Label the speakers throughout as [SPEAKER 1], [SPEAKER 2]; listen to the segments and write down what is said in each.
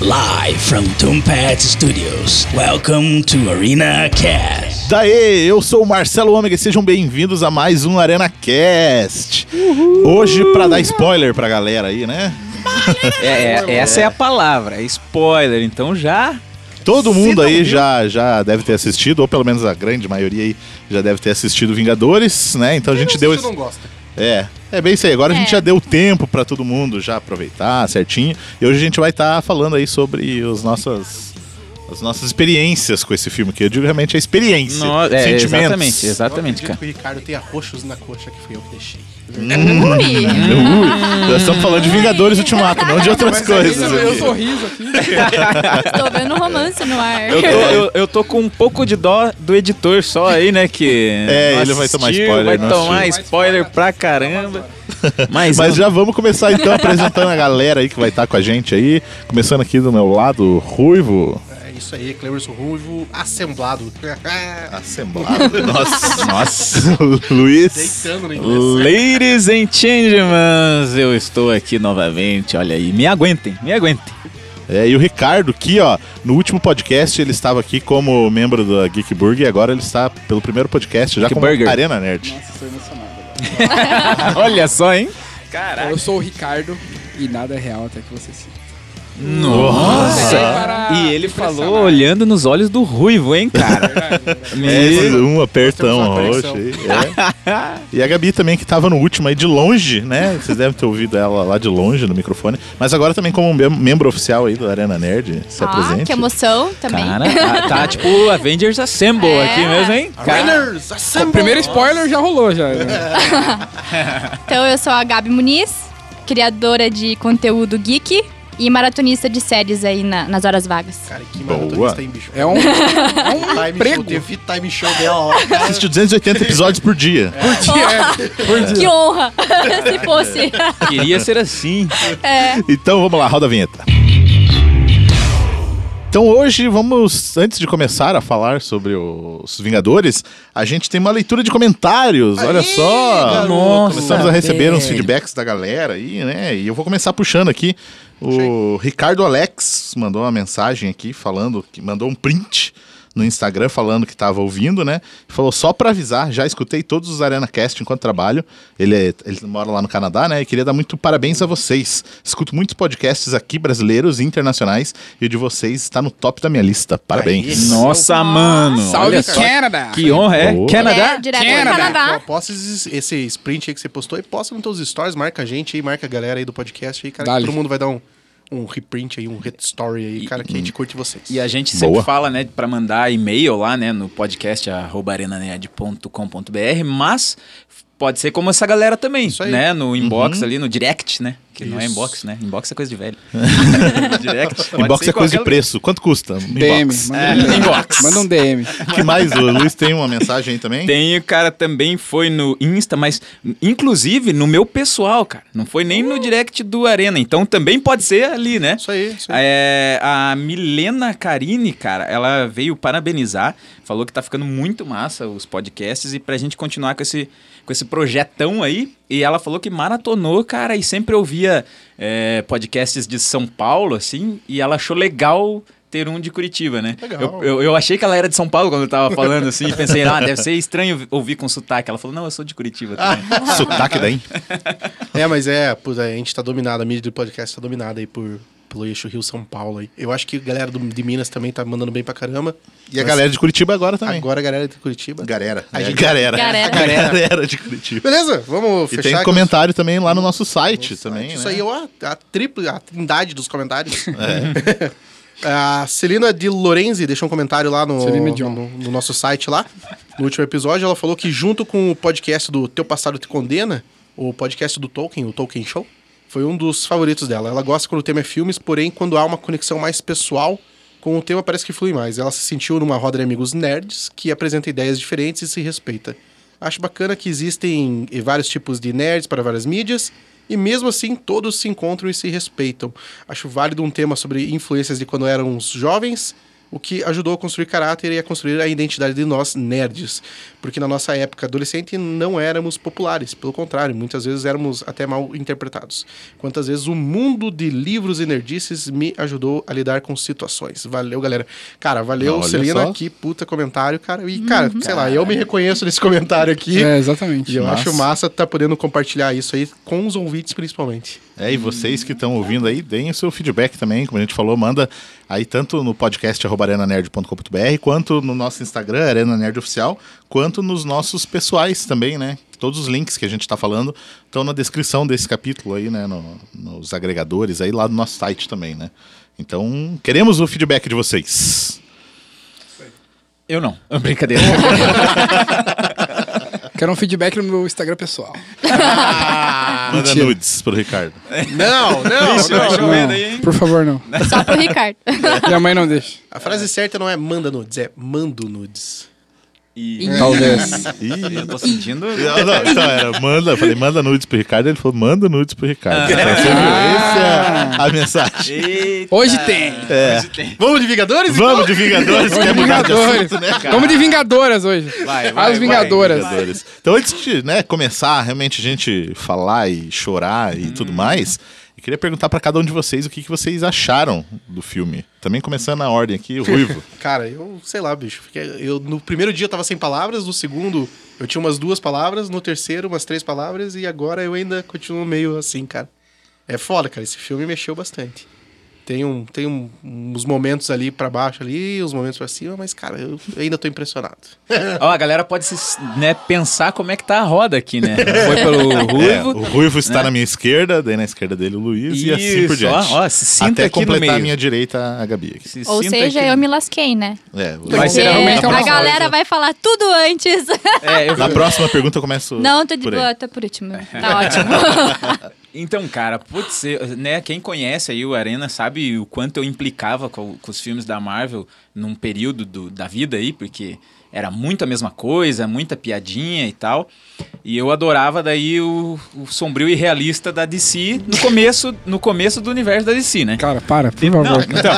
[SPEAKER 1] Live from Tombat Studios. Welcome to Arena Cast.
[SPEAKER 2] Daê, eu sou o Marcelo Ômega e sejam bem-vindos a mais um Arena Cast. Hoje, pra dar spoiler pra galera aí, né?
[SPEAKER 3] É, é, essa é a palavra, é spoiler. Então já.
[SPEAKER 2] Todo
[SPEAKER 3] Se
[SPEAKER 2] mundo
[SPEAKER 3] não
[SPEAKER 2] aí
[SPEAKER 3] viu-
[SPEAKER 2] já, já deve ter assistido, ou pelo menos a grande maioria aí já deve ter assistido Vingadores, né? Então a gente deu. esse-
[SPEAKER 4] não gosta.
[SPEAKER 2] É, é bem isso aí. Agora a gente
[SPEAKER 5] É.
[SPEAKER 2] já deu tempo pra todo mundo já aproveitar certinho. E hoje a gente vai estar falando aí sobre os nossas. As nossas experiências com esse filme, que eu digo realmente é experiência.
[SPEAKER 3] No- é,
[SPEAKER 2] sentimentos.
[SPEAKER 3] exatamente, exatamente, cara.
[SPEAKER 4] que o Ricardo tenha roxos na coxa que fui eu que deixei.
[SPEAKER 5] Ui.
[SPEAKER 2] Ui, nós estamos falando de Vingadores Ultimato, não de outras
[SPEAKER 4] é
[SPEAKER 2] coisas. aqui.
[SPEAKER 4] sorriso aqui.
[SPEAKER 5] Estou vendo um romance no ar.
[SPEAKER 3] Eu tô, eu, eu tô com um pouco de dó do editor só aí, né? Que.
[SPEAKER 2] É,
[SPEAKER 3] não
[SPEAKER 2] ele vai tomar
[SPEAKER 3] assistiu,
[SPEAKER 2] spoiler,
[SPEAKER 3] Vai
[SPEAKER 2] não
[SPEAKER 3] tomar
[SPEAKER 2] assistiu.
[SPEAKER 3] spoiler pra caramba. Mas,
[SPEAKER 2] Mas já vamos começar então apresentando a galera aí que vai estar com a gente aí. Começando aqui do meu lado, Ruivo.
[SPEAKER 4] É isso aí, Cleverson Ruivo, assemblado.
[SPEAKER 2] Assemblado. Nossa, nossa. Luiz.
[SPEAKER 4] Deitando no inglês.
[SPEAKER 3] Ladies and gentlemen, eu estou aqui novamente. Olha aí, me aguentem, me aguentem.
[SPEAKER 2] É, e o Ricardo, que ó, no último podcast ele estava aqui como membro da Geek Burger e agora ele está pelo primeiro podcast já
[SPEAKER 3] Geek
[SPEAKER 2] como
[SPEAKER 3] Burger.
[SPEAKER 2] Arena Nerd.
[SPEAKER 3] Olha só, hein?
[SPEAKER 6] Eu sou o Ricardo e nada é real até que você se.
[SPEAKER 2] Nossa!
[SPEAKER 3] E ele falou olhando nos olhos do ruivo, hein, cara?
[SPEAKER 2] É,
[SPEAKER 3] Me-
[SPEAKER 2] um apertão
[SPEAKER 4] Nós temos
[SPEAKER 2] roxo
[SPEAKER 4] uma
[SPEAKER 2] aí. é. E a Gabi também, que tava no último aí de longe, né? Vocês devem ter ouvido ela lá de longe no microfone. Mas agora também como mem- membro oficial aí da Arena Nerd, se
[SPEAKER 5] Ah,
[SPEAKER 2] apresente.
[SPEAKER 5] que emoção também.
[SPEAKER 3] Cara, tá, tá tipo Avengers Assemble
[SPEAKER 5] É.
[SPEAKER 3] aqui mesmo, hein? Cara,
[SPEAKER 4] Winners,
[SPEAKER 6] O
[SPEAKER 4] assemble.
[SPEAKER 6] primeiro spoiler já rolou, já. né?
[SPEAKER 5] Então, eu sou a Gabi Muniz, criadora de conteúdo geek e maratonista de séries aí na- nas horas vagas.
[SPEAKER 4] Cara, que
[SPEAKER 2] Boa.
[SPEAKER 4] maratonista, hein, bicho?
[SPEAKER 6] É um.
[SPEAKER 4] time
[SPEAKER 6] emprego.
[SPEAKER 4] show, teve time show dela lá. Cara,
[SPEAKER 2] Assiste 280 episódios por dia.
[SPEAKER 5] É. Que honra! Se fosse.
[SPEAKER 3] queria ser assim.
[SPEAKER 2] Então vamos lá, roda a vinheta. Então hoje vamos, antes de começar a falar sobre os Vingadores, a gente tem uma leitura de comentários, olha só!
[SPEAKER 4] garoto.
[SPEAKER 3] Nossa,
[SPEAKER 2] Começamos a receber uns
[SPEAKER 3] velho.
[SPEAKER 2] feedbacks da galera aí, né? E eu vou começar puxando aqui. O Ricardo Alex mandou uma mensagem aqui falando, que mandou um print no Instagram falando que estava ouvindo, né? Falou só para avisar, já escutei todos os Arena Cast enquanto trabalho. Ele, é- ele mora lá no Canadá, né? E queria dar muito parabéns a vocês. Escuto muitos podcasts aqui brasileiros e internacionais e o de vocês está no top da minha lista. Parabéns.
[SPEAKER 3] Nossa, mano.
[SPEAKER 6] Salve,
[SPEAKER 3] olha só.
[SPEAKER 6] Canada!
[SPEAKER 3] Que honra, é?
[SPEAKER 2] Boa.
[SPEAKER 5] É,
[SPEAKER 3] Canadá?
[SPEAKER 5] direto
[SPEAKER 6] Canadá.
[SPEAKER 5] do Canadá.
[SPEAKER 4] Pô, Posta esses- esse sprint aí que você postou e posta nos teus stories, marca a gente aí, marca a galera aí do podcast aí, cara. que
[SPEAKER 6] Dale.
[SPEAKER 4] Todo mundo vai dar um, um reprint aí, um hit story aí, cara, que a gente curte vocês.
[SPEAKER 3] E a gente sempre
[SPEAKER 2] Boa.
[SPEAKER 3] fala, né, pra mandar e-mail lá, né, no podcast arroba arenanerd.com.br, mas pode ser como essa galera também,
[SPEAKER 4] Isso aí.
[SPEAKER 3] né, no
[SPEAKER 2] Uhum.
[SPEAKER 3] inbox ali, no direct, né? Que não é inbox, né? Inbox é coisa de velho. direct. pode
[SPEAKER 2] Inbox
[SPEAKER 3] ser
[SPEAKER 2] é coisa de
[SPEAKER 3] qualquer-
[SPEAKER 2] preço. Quanto custa? um
[SPEAKER 6] DM.
[SPEAKER 2] Inbox.
[SPEAKER 6] Manda um DM. Manda um DM.
[SPEAKER 2] O que mais? O Luiz tem uma mensagem aí também?
[SPEAKER 3] Tem, o cara também foi no Insta, mas inclusive no meu pessoal, cara. Não foi nem no direct do Arena. Então também pode ser ali, né?
[SPEAKER 4] Isso aí, isso aí.
[SPEAKER 3] É, a Milena Carini, cara, ela veio parabenizar, falou que tá ficando muito massa os podcasts e pra gente continuar com esse, com esse projetão aí. E ela falou que maratonou, cara, e sempre ouvia é, podcasts de São Paulo, assim, e ela achou legal ter um de Curitiba, né?
[SPEAKER 4] Legal.
[SPEAKER 3] Eu, eu, eu achei que ela era de São Paulo quando eu tava falando assim, e pensei, ah, deve ser estranho ouvir com sotaque. Ela falou, não, eu sou de Curitiba também.
[SPEAKER 2] Sotaque daí?
[SPEAKER 4] É, mas é, pô, a gente tá dominado, a mídia do podcast tá dominada aí por, pelo eixo Rio-São Paulo aí. Eu acho que a galera do- de Minas também tá mandando bem pra caramba.
[SPEAKER 2] E a
[SPEAKER 4] Mas
[SPEAKER 2] galera de Curitiba agora também.
[SPEAKER 4] Agora a galera de Curitiba.
[SPEAKER 2] Galera.
[SPEAKER 4] A
[SPEAKER 2] É,
[SPEAKER 4] gente-
[SPEAKER 2] galera.
[SPEAKER 5] Galera.
[SPEAKER 2] Galera. de Curitiba.
[SPEAKER 4] Beleza, vamos
[SPEAKER 2] E
[SPEAKER 4] fechar.
[SPEAKER 2] tem um
[SPEAKER 4] com-
[SPEAKER 2] comentário também lá no nosso site também,
[SPEAKER 4] Isso
[SPEAKER 2] né?
[SPEAKER 4] aí é uma- a, tripla, a trindade dos comentários. A Celina de Lorenzi deixou um comentário lá no,
[SPEAKER 6] Celina Dion.
[SPEAKER 4] no, no nosso site lá. No último episódio, ela falou que junto com o podcast do Teu Passado Te Condena, o podcast do Tolkien, o Tolkien Show, foi um dos favoritos dela. Ela gosta quando o tema é filmes, porém, quando há uma conexão mais pessoal com o tema, parece que flui mais. Ela se sentiu numa roda de amigos nerds que apresenta ideias diferentes e se respeita. Acho bacana que existem eh, vários tipos de nerds para várias mídias. E mesmo assim, todos se encontram e se respeitam. Acho válido um tema sobre influências de quando éramos jovens o que ajudou a construir caráter e a construir a identidade de nós nerds. Porque na nossa época adolescente não éramos populares, pelo contrário, muitas vezes éramos até mal interpretados. Quantas vezes o mundo de livros e nerdices me ajudou a lidar com situações. Valeu, galera. Cara, valeu,
[SPEAKER 2] Olha
[SPEAKER 4] Celina,
[SPEAKER 2] só.
[SPEAKER 4] que puta comentário, cara. E, cara, sei lá, eu me reconheço nesse comentário aqui.
[SPEAKER 6] É, exatamente.
[SPEAKER 4] E eu
[SPEAKER 2] Massa.
[SPEAKER 4] acho massa tá podendo compartilhar isso aí com os ouvintes, principalmente.
[SPEAKER 2] É, e vocês que estão ouvindo aí, deem o seu feedback também, como a gente falou, manda aí tanto no podcast arroba arenanerd.com.br, quanto no nosso Instagram, Arena Nerd Oficial, quanto nos nossos pessoais também, né? Todos os links que a gente está falando estão na descrição desse capítulo aí, né? No- nos agregadores aí, lá no nosso site também, né? Então, queremos o feedback de vocês.
[SPEAKER 3] Eu não. Brincadeira.
[SPEAKER 6] Quero um feedback no meu Instagram pessoal.
[SPEAKER 2] Manda
[SPEAKER 6] Mentira.
[SPEAKER 2] nudes pro Ricardo.
[SPEAKER 4] Não, não,
[SPEAKER 3] Ixi, vai chovendo aí, hein?
[SPEAKER 6] Por favor, não.
[SPEAKER 5] Só pro Ricardo.
[SPEAKER 6] Minha mãe não deixa.
[SPEAKER 4] A frase certa não é manda nudes, é mando nudes.
[SPEAKER 3] E...
[SPEAKER 6] Talvez.
[SPEAKER 2] Ih,
[SPEAKER 3] Eu tô sentindo...
[SPEAKER 2] Não, não, então era, manda, eu falei, manda nudes pro Ricardo, ele falou, manda nudes pro Ricardo. Então, sempre
[SPEAKER 3] Ah.
[SPEAKER 2] essa é a- a mensagem.
[SPEAKER 3] Eita.
[SPEAKER 6] Hoje tem.
[SPEAKER 2] É.
[SPEAKER 3] Hoje tem.
[SPEAKER 4] Vamos de Vingadores?
[SPEAKER 2] Vamos de Vingadores, quer mudar de
[SPEAKER 6] Vingadores.
[SPEAKER 2] assunto, né, cara?
[SPEAKER 6] Vamos de Vingadoras hoje.
[SPEAKER 3] Vai, vai,
[SPEAKER 6] As
[SPEAKER 3] vai,
[SPEAKER 6] Vingadoras.
[SPEAKER 2] Vingadores. Então, antes de né, começar, realmente, a gente falar e chorar e
[SPEAKER 3] Hum.
[SPEAKER 2] tudo mais, eu queria perguntar pra cada um de vocês o que, que vocês acharam do filme. Também começando na ordem aqui, o Ruivo.
[SPEAKER 4] Cara, eu sei lá, bicho. fiquei- eu, no primeiro dia eu tava sem palavras, no segundo eu tinha umas duas palavras, no terceiro umas três palavras e agora eu ainda continuo meio assim, cara. É foda, cara. Esse filme mexeu bastante. Tem, um, tem um- uns momentos ali pra baixo ali, uns momentos pra cima, mas, cara, eu ainda tô impressionado.
[SPEAKER 3] Ó, a galera pode se, né, pensar como é que tá a roda aqui, né? Foi pelo
[SPEAKER 2] É,
[SPEAKER 3] Ruivo. Né?
[SPEAKER 2] o Ruivo está na minha esquerda, daí na esquerda dele o Luiz e assim por
[SPEAKER 3] Isso,
[SPEAKER 2] diante.
[SPEAKER 3] ó, ó, se sinta
[SPEAKER 2] Até
[SPEAKER 3] aqui no
[SPEAKER 2] completar a
[SPEAKER 3] meio.
[SPEAKER 2] minha direita, a Gabi. aqui.
[SPEAKER 3] Se
[SPEAKER 5] Ou
[SPEAKER 3] sinta
[SPEAKER 5] seja,
[SPEAKER 3] aqui.
[SPEAKER 5] eu me lasquei, né?
[SPEAKER 2] É,
[SPEAKER 3] Então,
[SPEAKER 6] Vai
[SPEAKER 5] Porque
[SPEAKER 6] ser realmente uma
[SPEAKER 5] a
[SPEAKER 6] coisa.
[SPEAKER 5] galera vai falar tudo antes.
[SPEAKER 3] É, eu-
[SPEAKER 2] Na próxima pergunta eu começo.
[SPEAKER 5] Não, tô de
[SPEAKER 2] por aí.
[SPEAKER 5] boa, tô por último. Tá ótimo.
[SPEAKER 3] Então, cara, putz, eu- né, quem conhece aí o Arena sabe o quanto eu implicava com, com os filmes da Marvel num período do- da vida aí, porque era muito a mesma coisa, muita piadinha e tal. E eu adorava daí o, o sombrio e realista da DC no começo, no começo do universo da DC, né?
[SPEAKER 6] Cara, para, por
[SPEAKER 3] Não,
[SPEAKER 6] favor.
[SPEAKER 3] então,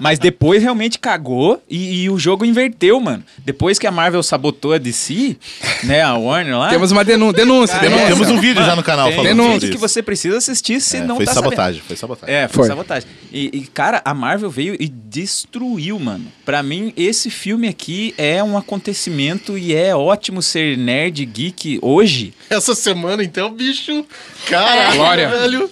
[SPEAKER 3] mas depois realmente cagou e, e o jogo inverteu, mano. Depois que a Marvel sabotou a DC, né, a Warner lá.
[SPEAKER 6] Temos uma denúncia. Denúncia,
[SPEAKER 3] Cara,
[SPEAKER 6] denúncia.
[SPEAKER 2] É, Temos um vídeo já no um canal
[SPEAKER 3] tem
[SPEAKER 2] falando
[SPEAKER 6] denúncia
[SPEAKER 2] sobre
[SPEAKER 3] vídeo
[SPEAKER 2] isso.
[SPEAKER 3] que você precisa assistir se
[SPEAKER 2] É,
[SPEAKER 3] não
[SPEAKER 2] foi
[SPEAKER 3] tá sabendo.
[SPEAKER 2] sabotagem, foi sabotagem.
[SPEAKER 3] É, foi,
[SPEAKER 6] Foi.
[SPEAKER 3] sabotagem. E, e, cara, a Marvel veio e destruiu, mano. Pra mim, esse filme aqui é um acontecimento e é ótimo ser nerd geek hoje.
[SPEAKER 4] Essa semana, então, bicho. Cara,
[SPEAKER 6] Glória.
[SPEAKER 4] velho.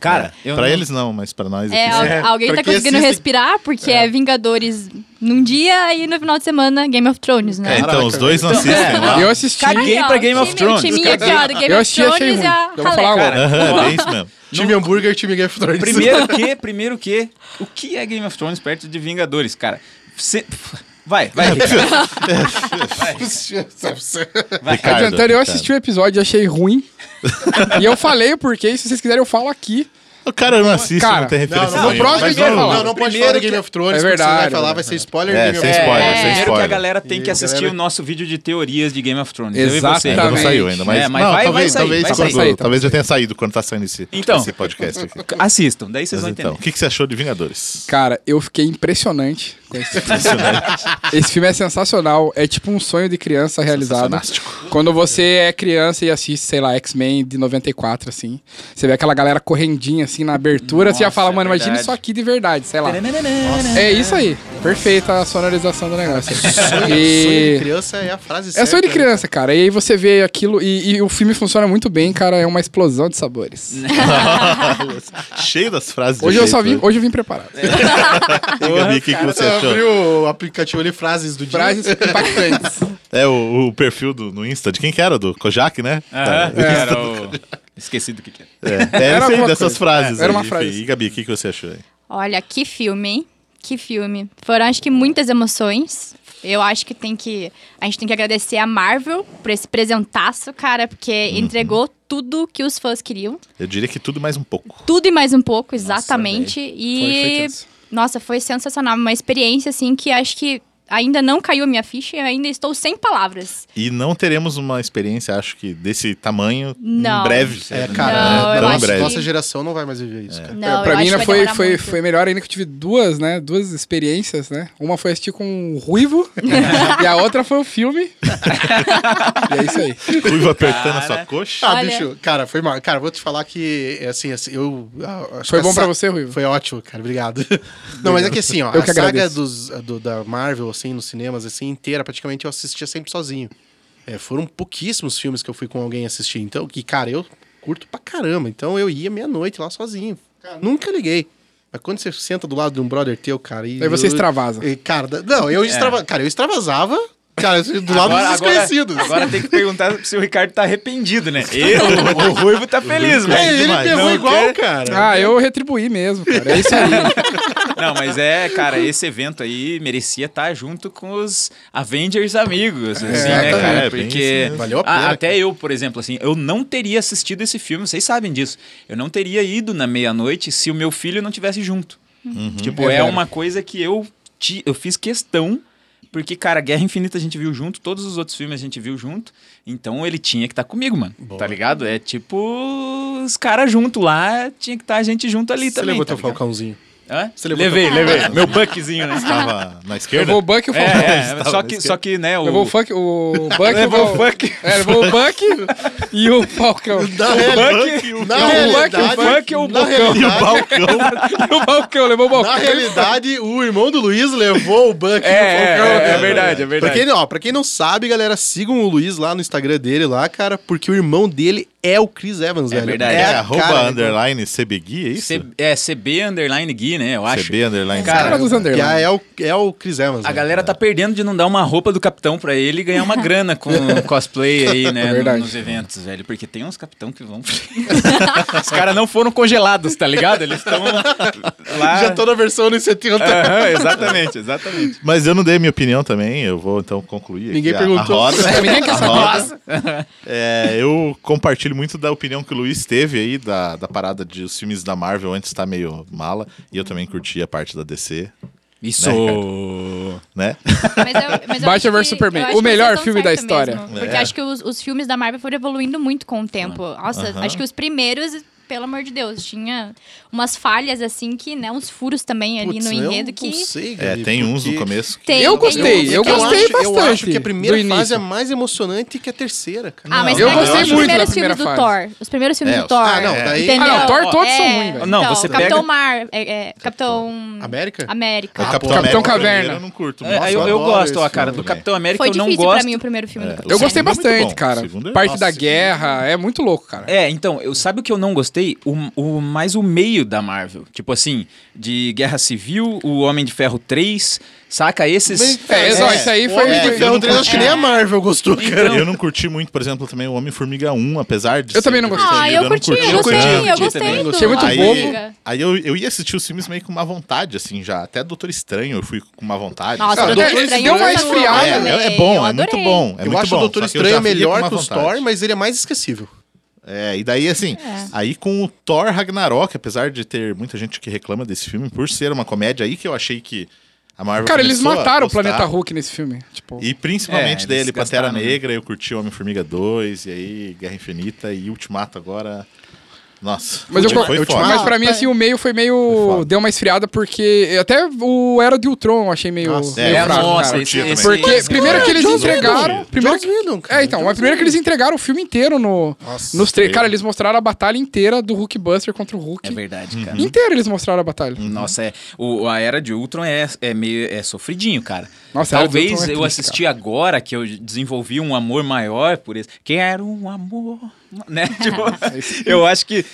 [SPEAKER 3] Cara, eu
[SPEAKER 2] pra
[SPEAKER 3] não-
[SPEAKER 2] eles É, não, mas pra nós
[SPEAKER 5] É,
[SPEAKER 2] aqui
[SPEAKER 5] al-
[SPEAKER 2] sim.
[SPEAKER 5] alguém
[SPEAKER 4] pra
[SPEAKER 5] tá
[SPEAKER 4] quem
[SPEAKER 5] conseguindo
[SPEAKER 4] assiste-
[SPEAKER 5] respirar, porque é. Vingadores num dia e no final de semana Game of Thrones,
[SPEAKER 2] É,
[SPEAKER 5] né?
[SPEAKER 2] então os dois não assistem
[SPEAKER 3] é.
[SPEAKER 2] lá.
[SPEAKER 6] Eu assisti.
[SPEAKER 3] Caguei.
[SPEAKER 5] ó,
[SPEAKER 3] pra Game of
[SPEAKER 5] Então,
[SPEAKER 3] Thrones.
[SPEAKER 5] time- Timinho aqui, ó, do Game
[SPEAKER 6] Eu
[SPEAKER 5] of
[SPEAKER 6] achei, achei
[SPEAKER 5] Thrones
[SPEAKER 6] ruim.
[SPEAKER 5] e a
[SPEAKER 6] Eu vou falar
[SPEAKER 5] Halé.
[SPEAKER 6] agora.
[SPEAKER 2] Aham, é isso mesmo.
[SPEAKER 4] Time hambúrguer, time Game of Thrones.
[SPEAKER 3] Primeiro que, primeiro que, o que é Game of Thrones perto de Vingadores, cara? Você- Vai, vai. Ricardo.
[SPEAKER 2] Ricardo,
[SPEAKER 6] Adiantando, eu
[SPEAKER 2] Ricardo.
[SPEAKER 6] assisti o episódio e achei ruim. e eu falei o porquê, e se vocês quiserem eu falo aqui.
[SPEAKER 2] O cara não assiste,
[SPEAKER 6] Cara,
[SPEAKER 2] não tem referência.
[SPEAKER 6] não, no
[SPEAKER 2] nenhuma.
[SPEAKER 6] próximo
[SPEAKER 2] Mas
[SPEAKER 6] a gente vai
[SPEAKER 2] vamos-
[SPEAKER 6] falar.
[SPEAKER 4] Não, não pode
[SPEAKER 3] Primeiro
[SPEAKER 4] falar de
[SPEAKER 3] que-
[SPEAKER 4] Game of Thrones,
[SPEAKER 6] É
[SPEAKER 4] porque se
[SPEAKER 6] verdade,
[SPEAKER 4] vai falar,
[SPEAKER 6] é
[SPEAKER 4] vai ser spoiler
[SPEAKER 2] É,
[SPEAKER 4] de Game
[SPEAKER 2] sem
[SPEAKER 4] of Thrones.
[SPEAKER 2] spoiler,
[SPEAKER 5] É.
[SPEAKER 2] sem
[SPEAKER 3] Primeiro que a
[SPEAKER 2] spoiler.
[SPEAKER 3] galera tem
[SPEAKER 4] E
[SPEAKER 3] que
[SPEAKER 4] a
[SPEAKER 3] assistir
[SPEAKER 4] galera-
[SPEAKER 3] o nosso vídeo de teorias de Game of Thrones. Eu e
[SPEAKER 2] Ainda
[SPEAKER 3] você.
[SPEAKER 2] não
[SPEAKER 6] Exatamente.
[SPEAKER 2] saiu ainda, mas,
[SPEAKER 3] É, mas
[SPEAKER 2] não,
[SPEAKER 3] vai-
[SPEAKER 2] talvez,
[SPEAKER 3] vai sair,
[SPEAKER 2] talvez,
[SPEAKER 3] vai
[SPEAKER 2] quando-
[SPEAKER 6] sair.
[SPEAKER 2] talvez já tenha saído quando tá saindo esse,
[SPEAKER 3] Então.
[SPEAKER 2] esse podcast aqui.
[SPEAKER 3] Assistam, daí vocês
[SPEAKER 2] Mas
[SPEAKER 3] vão entender.
[SPEAKER 2] então, o que, que você achou de Vingadores?
[SPEAKER 6] Cara, eu fiquei impressionante com esse filme. esse filme é sensacional. É tipo um sonho de criança realizado.
[SPEAKER 2] Sensacionástico.
[SPEAKER 6] Quando você é criança e assiste, sei lá, X-Men de 94, assim. Você vê aquela galera correndinha, assim, na abertura. você já
[SPEAKER 3] Nossa,
[SPEAKER 6] fala,
[SPEAKER 3] é
[SPEAKER 6] mano, imagina
[SPEAKER 3] verdade.
[SPEAKER 6] isso aqui de verdade, sei lá. É isso aí. Perfeita a sonorização do negócio.
[SPEAKER 4] Sonho, É, sonho de
[SPEAKER 6] E...
[SPEAKER 4] criança é a frase
[SPEAKER 6] É
[SPEAKER 4] certa.
[SPEAKER 6] sonho de criança, cara. E aí você vê aquilo e, e o filme funciona muito bem, cara. É uma explosão de sabores.
[SPEAKER 2] Cheio das frases de
[SPEAKER 6] Hoje eu só
[SPEAKER 2] jeito,
[SPEAKER 6] vim,
[SPEAKER 2] né?
[SPEAKER 6] hoje eu vim preparado.
[SPEAKER 2] Diga, Gabi, o que, que você
[SPEAKER 4] Você
[SPEAKER 2] achou?
[SPEAKER 4] abriu o aplicativo ali, frases do dia.
[SPEAKER 6] Frases impactantes.
[SPEAKER 2] É o, o perfil do, no Insta de quem que era? Do Kojak, né? Tá.
[SPEAKER 3] Aham, É, era o- Esqueci do que, que
[SPEAKER 2] É,
[SPEAKER 3] era.
[SPEAKER 2] é
[SPEAKER 6] Era
[SPEAKER 2] isso aí,
[SPEAKER 6] alguma
[SPEAKER 2] dessas
[SPEAKER 6] coisa.
[SPEAKER 2] frases.
[SPEAKER 6] É, era uma
[SPEAKER 2] aí,
[SPEAKER 6] frase.
[SPEAKER 2] enfim. E Gabi, o que, que você achou aí?
[SPEAKER 5] Olha, que filme, hein? Que filme. Foram, acho que, muitas emoções. Eu acho que tem que. A gente tem que agradecer a Marvel por esse presentaço, cara, porque entregou tudo que os fãs queriam.
[SPEAKER 2] Eu diria que tudo mais um pouco.
[SPEAKER 5] Tudo e mais um pouco, exatamente.
[SPEAKER 6] Foi, foi
[SPEAKER 5] e.
[SPEAKER 6] tenso.
[SPEAKER 5] nossa, foi sensacional. Uma experiência, assim, que acho que ainda não caiu a minha ficha e ainda estou sem palavras.
[SPEAKER 2] E não teremos uma experiência, acho que, desse tamanho em
[SPEAKER 5] Não.
[SPEAKER 2] breve.
[SPEAKER 4] É,
[SPEAKER 5] Não,
[SPEAKER 4] cara,
[SPEAKER 5] eu
[SPEAKER 4] é,
[SPEAKER 2] tão
[SPEAKER 5] acho É.
[SPEAKER 2] em breve.
[SPEAKER 4] nossa geração não vai mais viver isso, cara.
[SPEAKER 2] É,
[SPEAKER 5] Não,
[SPEAKER 6] pra
[SPEAKER 5] eu
[SPEAKER 6] mim
[SPEAKER 5] acho
[SPEAKER 6] ainda
[SPEAKER 5] que vai
[SPEAKER 6] foi,
[SPEAKER 5] demorar
[SPEAKER 6] foi,
[SPEAKER 5] muito.
[SPEAKER 6] foi melhor ainda que eu tive duas, né? Duas experiências, né? Uma foi assistir com o Ruivo e a outra foi o filme. e é isso aí.
[SPEAKER 2] Ruivo apertando a sua coxa.
[SPEAKER 4] Ah,
[SPEAKER 5] Olha.
[SPEAKER 4] bicho, cara, foi mal. Cara, vou te falar que, é assim, assim eu. a- acho
[SPEAKER 6] Foi
[SPEAKER 4] que a
[SPEAKER 6] bom pra
[SPEAKER 4] sa-
[SPEAKER 6] você, Ruivo?
[SPEAKER 4] Foi ótimo, cara, obrigado. Não, mas é que assim, ó,
[SPEAKER 6] Eu
[SPEAKER 4] a
[SPEAKER 6] que
[SPEAKER 4] saga
[SPEAKER 6] agradeço.
[SPEAKER 4] dos, ah, do- da Marvel, assim, nos cinemas, assim, inteira, praticamente eu assistia sempre sozinho. É, foram pouquíssimos filmes que eu fui com alguém assistir. Então, que, cara, eu curto pra caramba. Então eu ia meia-noite lá sozinho. Cara, nunca liguei. Mas quando você senta do lado de um brother teu, cara. E
[SPEAKER 6] Aí você
[SPEAKER 4] eu-
[SPEAKER 6] extravasa.
[SPEAKER 4] e, Cara, da- não, eu, extrava... cara, eu extravasava. Cara, assim, do lado dos desconhecidos.
[SPEAKER 3] É. Agora tem que perguntar se o Ricardo tá arrependido, né? Eu, o Ruivo tá feliz,
[SPEAKER 4] É,
[SPEAKER 3] mas.
[SPEAKER 4] ele
[SPEAKER 2] demais.
[SPEAKER 4] pegou
[SPEAKER 2] Não
[SPEAKER 4] igual,
[SPEAKER 2] quer-
[SPEAKER 4] cara.
[SPEAKER 6] Ah, eu retribuí mesmo, cara. É isso aí.
[SPEAKER 3] Não, mas é, cara, esse evento aí merecia estar junto com os Avengers amigos, assim, né,
[SPEAKER 4] exatamente.
[SPEAKER 3] cara?
[SPEAKER 2] É, bem isso
[SPEAKER 3] Porque
[SPEAKER 2] mesmo.
[SPEAKER 4] Valeu a pena,
[SPEAKER 3] até eu, por exemplo, assim, eu não teria assistido esse filme, vocês sabem disso. Eu não teria ido na meia-noite se o meu filho não tivesse junto. Tipo,
[SPEAKER 6] É
[SPEAKER 3] é,
[SPEAKER 6] verdade.
[SPEAKER 3] uma coisa que eu, ti- eu fiz questão, porque, cara, Guerra Infinita a gente viu junto, todos os outros filmes a gente viu junto, então ele tinha que estar comigo, mano. Tá ligado? É tipo, os caras junto lá, tinha que estar a gente junto ali
[SPEAKER 4] Você
[SPEAKER 3] também.
[SPEAKER 4] levou
[SPEAKER 3] tá
[SPEAKER 4] teu
[SPEAKER 3] ligado?
[SPEAKER 4] falcãozinho.
[SPEAKER 3] Hã?
[SPEAKER 4] Você levantou-
[SPEAKER 3] levei, levei. Meu buckzinho, né?
[SPEAKER 2] Estava na
[SPEAKER 6] Eu
[SPEAKER 2] esquerda.
[SPEAKER 6] vou o Buck e o
[SPEAKER 3] É,
[SPEAKER 6] Falcão.
[SPEAKER 3] é,
[SPEAKER 2] Estava
[SPEAKER 3] só
[SPEAKER 2] na
[SPEAKER 3] que,
[SPEAKER 2] esquerda.
[SPEAKER 3] só que, né, o...
[SPEAKER 6] Eu vou o funk, o Buck e o
[SPEAKER 3] Levou o
[SPEAKER 6] Fal-
[SPEAKER 3] funk.
[SPEAKER 6] É, levou o Buck e o Falcão.
[SPEAKER 4] Na realidade, na
[SPEAKER 6] o
[SPEAKER 4] realidade,
[SPEAKER 6] Buck, o Buck e o
[SPEAKER 4] na
[SPEAKER 6] Bocão.
[SPEAKER 2] E o
[SPEAKER 4] realidade,
[SPEAKER 2] balcão. é
[SPEAKER 6] E o Falcão levou o
[SPEAKER 4] na
[SPEAKER 6] Falcão.
[SPEAKER 4] realidade, o irmão do Luiz levou o Buck
[SPEAKER 3] É, é, é, é verdade, é
[SPEAKER 4] Pra
[SPEAKER 3] verdade.
[SPEAKER 4] quem, ó, pra quem não sabe, galera, sigam o Luiz lá no Instagram dele, lá, cara, porque o irmão dele é o Chris Evans,
[SPEAKER 3] É
[SPEAKER 4] velho.
[SPEAKER 3] verdade.
[SPEAKER 2] É,
[SPEAKER 3] É,
[SPEAKER 2] arroba
[SPEAKER 4] cara,
[SPEAKER 2] underline CBGui, é isso?
[SPEAKER 3] C- é, CB underline Gui, né, eu acho.
[SPEAKER 2] CB underline
[SPEAKER 3] Cara,
[SPEAKER 6] Cara dos
[SPEAKER 4] que
[SPEAKER 6] Underline.
[SPEAKER 4] É, é, o, é o Chris Evans.
[SPEAKER 3] A
[SPEAKER 4] velho.
[SPEAKER 3] galera tá perdendo de não dar uma roupa do capitão pra ele e ganhar uma grana com o cosplay aí, né?
[SPEAKER 6] É verdade.
[SPEAKER 3] no- nos eventos, velho. Porque tem uns capitão que vão. Os caras não foram congelados, tá ligado? Eles estão lá.
[SPEAKER 4] Já tô na versão dos 70.
[SPEAKER 2] É.
[SPEAKER 3] Aham, exatamente, exatamente.
[SPEAKER 2] Mas eu não dei a minha opinião também, eu vou então concluir.
[SPEAKER 4] Ninguém
[SPEAKER 2] aqui a-
[SPEAKER 4] perguntou.
[SPEAKER 2] A roda.
[SPEAKER 6] É, ninguém quer
[SPEAKER 2] A
[SPEAKER 6] saber.
[SPEAKER 2] roda. É, eu compartilho muito da opinião que o Luiz teve aí, da, da parada de os filmes da Marvel antes tá meio mala. E eu também curti a parte da DC,
[SPEAKER 3] Isso.
[SPEAKER 2] né?
[SPEAKER 5] Mas eu, mas eu
[SPEAKER 6] Batman
[SPEAKER 5] acho
[SPEAKER 6] vs
[SPEAKER 5] que-
[SPEAKER 6] Superman,
[SPEAKER 5] eu
[SPEAKER 6] o
[SPEAKER 5] acho que
[SPEAKER 6] melhor
[SPEAKER 5] vocês estão
[SPEAKER 6] filme da
[SPEAKER 5] certo
[SPEAKER 6] história.
[SPEAKER 5] mesmo, porque
[SPEAKER 2] É.
[SPEAKER 5] acho que os, os filmes da Marvel foram evoluindo muito com o tempo. Nossa, acho que os primeiros, pelo amor de Deus, tinha umas falhas assim que, né, uns furos também ali
[SPEAKER 4] Putz,
[SPEAKER 5] no
[SPEAKER 4] eu
[SPEAKER 5] enredo que
[SPEAKER 4] não sei,
[SPEAKER 2] É,
[SPEAKER 4] Gabi,
[SPEAKER 2] tem uns no
[SPEAKER 4] porque-
[SPEAKER 2] começo.
[SPEAKER 5] tem.
[SPEAKER 6] Eu
[SPEAKER 5] tem
[SPEAKER 6] gostei,
[SPEAKER 5] uns
[SPEAKER 6] eu
[SPEAKER 5] que
[SPEAKER 4] acho, Eu
[SPEAKER 6] gostei
[SPEAKER 4] acho
[SPEAKER 6] bastante
[SPEAKER 4] que a
[SPEAKER 6] do
[SPEAKER 4] primeira
[SPEAKER 6] início.
[SPEAKER 4] fase é mais emocionante que a terceira, cara.
[SPEAKER 5] Ah, mas
[SPEAKER 2] eu
[SPEAKER 5] pra mim,
[SPEAKER 2] gostei
[SPEAKER 5] os
[SPEAKER 2] muito da
[SPEAKER 5] primeiros
[SPEAKER 6] primeira
[SPEAKER 5] filmes do
[SPEAKER 6] fase.
[SPEAKER 5] Thor. Os primeiros filmes
[SPEAKER 2] É,
[SPEAKER 5] do Thor.
[SPEAKER 4] Ah, não, daí-
[SPEAKER 5] Entendeu?
[SPEAKER 6] Ah, não, Thor- todos
[SPEAKER 5] É,
[SPEAKER 6] são ruins, velho.
[SPEAKER 3] Não,
[SPEAKER 5] então,
[SPEAKER 3] você
[SPEAKER 5] Capitão
[SPEAKER 3] pega-
[SPEAKER 5] Mar... É, é, Capitão...
[SPEAKER 4] América?
[SPEAKER 5] América.
[SPEAKER 2] é o Capitão,
[SPEAKER 6] pô, Ah, Capitão
[SPEAKER 2] América
[SPEAKER 6] Caverna.
[SPEAKER 2] primeiro Eu não curto.
[SPEAKER 3] É,
[SPEAKER 2] mas
[SPEAKER 3] eu,
[SPEAKER 2] eu
[SPEAKER 3] eu
[SPEAKER 2] adoro
[SPEAKER 3] gosto,
[SPEAKER 2] esse
[SPEAKER 3] ó,
[SPEAKER 2] filme
[SPEAKER 3] cara, do
[SPEAKER 2] também.
[SPEAKER 3] Capitão América
[SPEAKER 5] Foi
[SPEAKER 3] eu não
[SPEAKER 5] difícil
[SPEAKER 3] gosto.
[SPEAKER 5] pra mim o primeiro filme do Capitão.
[SPEAKER 6] Eu gostei
[SPEAKER 2] segundo é muito
[SPEAKER 6] bastante,
[SPEAKER 2] bom.
[SPEAKER 6] cara.
[SPEAKER 2] O segundo é-
[SPEAKER 6] Parte
[SPEAKER 2] Nossa,
[SPEAKER 6] da
[SPEAKER 2] o segundo-
[SPEAKER 6] guerra, é muito louco, cara.
[SPEAKER 3] É, então, eu sabe o que eu não gostei? O, o- mais o meio da Marvel. Tipo assim, de Guerra Civil, o Homem de Ferro 3, saca? Esses.
[SPEAKER 6] É,
[SPEAKER 4] É,
[SPEAKER 6] só, isso aí foi.
[SPEAKER 4] Homem de
[SPEAKER 2] eu
[SPEAKER 4] Ferro
[SPEAKER 2] não
[SPEAKER 4] 3, acho que nem a Marvel gostou, cara.
[SPEAKER 2] Eu não curti muito, por exemplo, também o Homem-Formiga 1, apesar de. ser
[SPEAKER 6] Eu também não gostei.
[SPEAKER 5] Ah,
[SPEAKER 2] divertido,
[SPEAKER 5] eu curti, eu
[SPEAKER 3] curti,
[SPEAKER 5] gostei, eu
[SPEAKER 3] eu curti
[SPEAKER 5] gostei
[SPEAKER 3] também.
[SPEAKER 5] do...
[SPEAKER 6] Achei muito
[SPEAKER 2] aí,
[SPEAKER 6] bobo.
[SPEAKER 2] Aí eu, eu ia assistir os filmes meio com uma vontade, assim, já. Até Doutor Estranho eu fui com uma vontade.
[SPEAKER 5] Nossa,
[SPEAKER 2] sabe?
[SPEAKER 5] o Doutor
[SPEAKER 6] Deu
[SPEAKER 5] Estranho
[SPEAKER 6] uma
[SPEAKER 5] eu adorei.
[SPEAKER 6] esfriada,
[SPEAKER 2] é,
[SPEAKER 5] Eu
[SPEAKER 2] é, é bom, é
[SPEAKER 5] adorei.
[SPEAKER 2] muito bom. É
[SPEAKER 4] eu
[SPEAKER 2] muito
[SPEAKER 4] acho
[SPEAKER 2] bom,
[SPEAKER 4] o Doutor
[SPEAKER 2] só eu
[SPEAKER 4] Estranho
[SPEAKER 2] já fui com
[SPEAKER 4] melhor
[SPEAKER 2] uma
[SPEAKER 4] que o
[SPEAKER 2] vontade.
[SPEAKER 4] Thor, mas ele é mais esquecível.
[SPEAKER 2] É, e daí assim, aí com o Thor Ragnarok, apesar de ter muita gente que reclama desse filme, por ser uma comédia aí que eu achei que a Marvel.
[SPEAKER 6] Cara, eles
[SPEAKER 2] começou a
[SPEAKER 6] mataram o
[SPEAKER 2] apostar.
[SPEAKER 6] planeta Hulk nesse filme. Tipo,
[SPEAKER 2] E principalmente
[SPEAKER 3] É,
[SPEAKER 2] daí
[SPEAKER 3] eles
[SPEAKER 2] ele Pantera
[SPEAKER 3] gastaram, né?
[SPEAKER 2] Negra, eu curti Homem-Formiga 2, e aí Guerra Infinita e Ultimato agora. Nossa.
[SPEAKER 6] Mas, eu,
[SPEAKER 2] foi-
[SPEAKER 6] cor-
[SPEAKER 2] foi
[SPEAKER 6] eu te-
[SPEAKER 2] foda.
[SPEAKER 6] mas pra mim, assim, o meio foi meio.
[SPEAKER 2] foda.
[SPEAKER 6] deu uma esfriada, porque. Até o Era de Ultron eu achei meio.
[SPEAKER 4] Nossa,
[SPEAKER 6] meio
[SPEAKER 2] é,
[SPEAKER 6] fraco,
[SPEAKER 2] nossa,
[SPEAKER 6] cara.
[SPEAKER 2] esse- esse-
[SPEAKER 6] Porque
[SPEAKER 3] esse-
[SPEAKER 6] primeiro que eles
[SPEAKER 4] Joss
[SPEAKER 6] entregaram.
[SPEAKER 2] Whedon.
[SPEAKER 6] Primeiro
[SPEAKER 4] Joss
[SPEAKER 6] que-
[SPEAKER 4] Whedon, cara.
[SPEAKER 6] É, então, mas primeiro que eles entregaram o filme inteiro no,
[SPEAKER 4] Nossa,
[SPEAKER 6] nos três.
[SPEAKER 2] eu-
[SPEAKER 6] Cara, eles mostraram a batalha inteira do Hulk Buster contra o Hulk.
[SPEAKER 3] É verdade, cara.
[SPEAKER 6] Inteiro eles mostraram a batalha.
[SPEAKER 3] Nossa, é, o, a Era de Ultron é, é meio é sofridinho, cara.
[SPEAKER 6] Nossa, a Era de
[SPEAKER 3] Talvez
[SPEAKER 6] Ultron é
[SPEAKER 3] eu
[SPEAKER 6] triste,
[SPEAKER 3] assisti agora que eu desenvolvi um amor maior por esse. Quero um amor, né? Tipo, eu acho que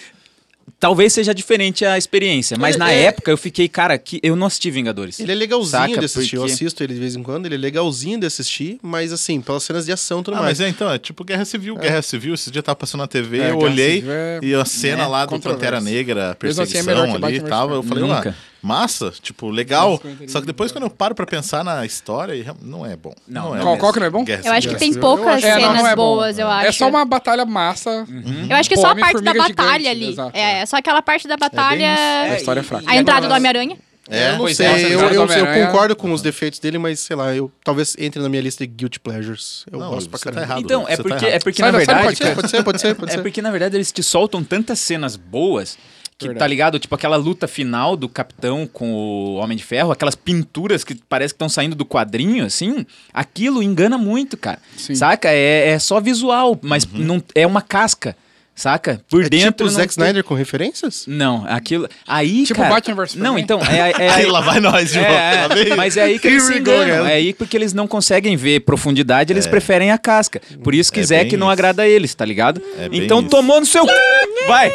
[SPEAKER 3] talvez seja diferente a experiência, mas
[SPEAKER 4] Ele
[SPEAKER 3] na
[SPEAKER 4] é-
[SPEAKER 3] época eu fiquei, cara, que eu não assisti Vingadores.
[SPEAKER 4] Ele é legalzinho
[SPEAKER 3] Saca,
[SPEAKER 4] de assistir. Eu
[SPEAKER 3] porque-
[SPEAKER 4] assisto ele de vez em quando, ele é legalzinho de assistir, mas assim, pelas cenas de ação e tudo
[SPEAKER 2] Ah,
[SPEAKER 4] mais.
[SPEAKER 2] mas é, então, é tipo Guerra Civil. Guerra Civil, esse dia tava passando na TV,
[SPEAKER 6] É,
[SPEAKER 2] eu
[SPEAKER 6] Guerra
[SPEAKER 2] olhei
[SPEAKER 6] Civil é-
[SPEAKER 2] e a cena lá do
[SPEAKER 6] controverso.
[SPEAKER 2] Pantera Negra, a
[SPEAKER 6] Mesmo assim, é
[SPEAKER 2] perseguição
[SPEAKER 6] melhor que
[SPEAKER 2] ali e
[SPEAKER 6] Batman vs
[SPEAKER 2] tal. Eu falei,
[SPEAKER 3] Nunca.
[SPEAKER 2] ah, massa, tipo, legal.
[SPEAKER 6] Nossa,
[SPEAKER 2] Só que depois quando eu paro pra pensar na história, e real- não é bom.
[SPEAKER 3] Não,
[SPEAKER 2] é
[SPEAKER 3] não.
[SPEAKER 6] Qual,
[SPEAKER 2] mesmo.
[SPEAKER 6] qual que não é bom?
[SPEAKER 2] Guerra
[SPEAKER 5] Eu acho
[SPEAKER 2] Civil.
[SPEAKER 5] que tem
[SPEAKER 4] Sim.
[SPEAKER 5] poucas
[SPEAKER 6] É, não, não
[SPEAKER 5] cenas
[SPEAKER 6] é bom.
[SPEAKER 5] boas, eu acho.
[SPEAKER 6] É só uma batalha massa.
[SPEAKER 3] Uhum.
[SPEAKER 5] Eu acho que é só a
[SPEAKER 6] Pô,
[SPEAKER 5] parte da
[SPEAKER 6] Homem-Formiga
[SPEAKER 5] batalha
[SPEAKER 6] gigante,
[SPEAKER 5] ali.
[SPEAKER 6] exato,
[SPEAKER 5] é, só aquela parte da batalha.
[SPEAKER 6] A história é fraca.
[SPEAKER 5] A entrada do Homem-Aranha.
[SPEAKER 4] É, eu não
[SPEAKER 3] pois
[SPEAKER 4] sei,
[SPEAKER 3] é,
[SPEAKER 4] eu,
[SPEAKER 3] apesar do
[SPEAKER 4] eu- eu
[SPEAKER 6] Homem-Aranha-
[SPEAKER 4] concordo com os defeitos dele, mas sei lá, eu talvez entre na minha lista de guilty pleasures. Eu
[SPEAKER 2] Não,
[SPEAKER 4] gosto pra
[SPEAKER 2] você tá
[SPEAKER 4] caramba.
[SPEAKER 2] errado.
[SPEAKER 3] Então,
[SPEAKER 2] Você
[SPEAKER 3] é
[SPEAKER 2] tá
[SPEAKER 3] porque,
[SPEAKER 2] errado.
[SPEAKER 3] é porque
[SPEAKER 6] Sai
[SPEAKER 3] na
[SPEAKER 6] da- sai do
[SPEAKER 3] verdade.
[SPEAKER 4] Pode ser,
[SPEAKER 3] cara,
[SPEAKER 4] pode ser, pode ser, pode
[SPEAKER 3] É
[SPEAKER 4] ser.
[SPEAKER 3] porque, na verdade, eles te soltam tantas cenas boas que, tá
[SPEAKER 6] Verdade.
[SPEAKER 3] ligado? Tipo aquela luta final do Capitão com o Homem de Ferro, aquelas pinturas que parece que estão saindo do quadrinho, assim, aquilo engana muito, cara.
[SPEAKER 6] Sim.
[SPEAKER 3] Saca? É, é só visual, mas não é uma casca, saca? Por
[SPEAKER 4] Uhum. É tipo
[SPEAKER 3] dentro.
[SPEAKER 4] o
[SPEAKER 3] não
[SPEAKER 4] Zack
[SPEAKER 3] tem-
[SPEAKER 4] Snyder com referências?
[SPEAKER 3] Não, aquilo. Aí,
[SPEAKER 6] Tipo
[SPEAKER 3] cara.
[SPEAKER 6] Batman vs
[SPEAKER 3] Não,
[SPEAKER 6] Superman.
[SPEAKER 3] então. É, é, é,
[SPEAKER 2] Aí lá vai nós de volta. lá
[SPEAKER 3] é,
[SPEAKER 2] vem.
[SPEAKER 3] é, mas é aí que eles
[SPEAKER 2] Here
[SPEAKER 3] se
[SPEAKER 2] we go né?
[SPEAKER 3] enganam.
[SPEAKER 2] again.
[SPEAKER 3] É aí porque eles não conseguem ver profundidade, eles preferem a casca. Por isso que
[SPEAKER 2] É
[SPEAKER 3] Zack
[SPEAKER 2] bem
[SPEAKER 3] não
[SPEAKER 2] isso.
[SPEAKER 3] agrada eles, tá ligado?
[SPEAKER 2] É bem
[SPEAKER 3] então
[SPEAKER 2] isso.
[SPEAKER 3] tomou no seu. c****, Vai!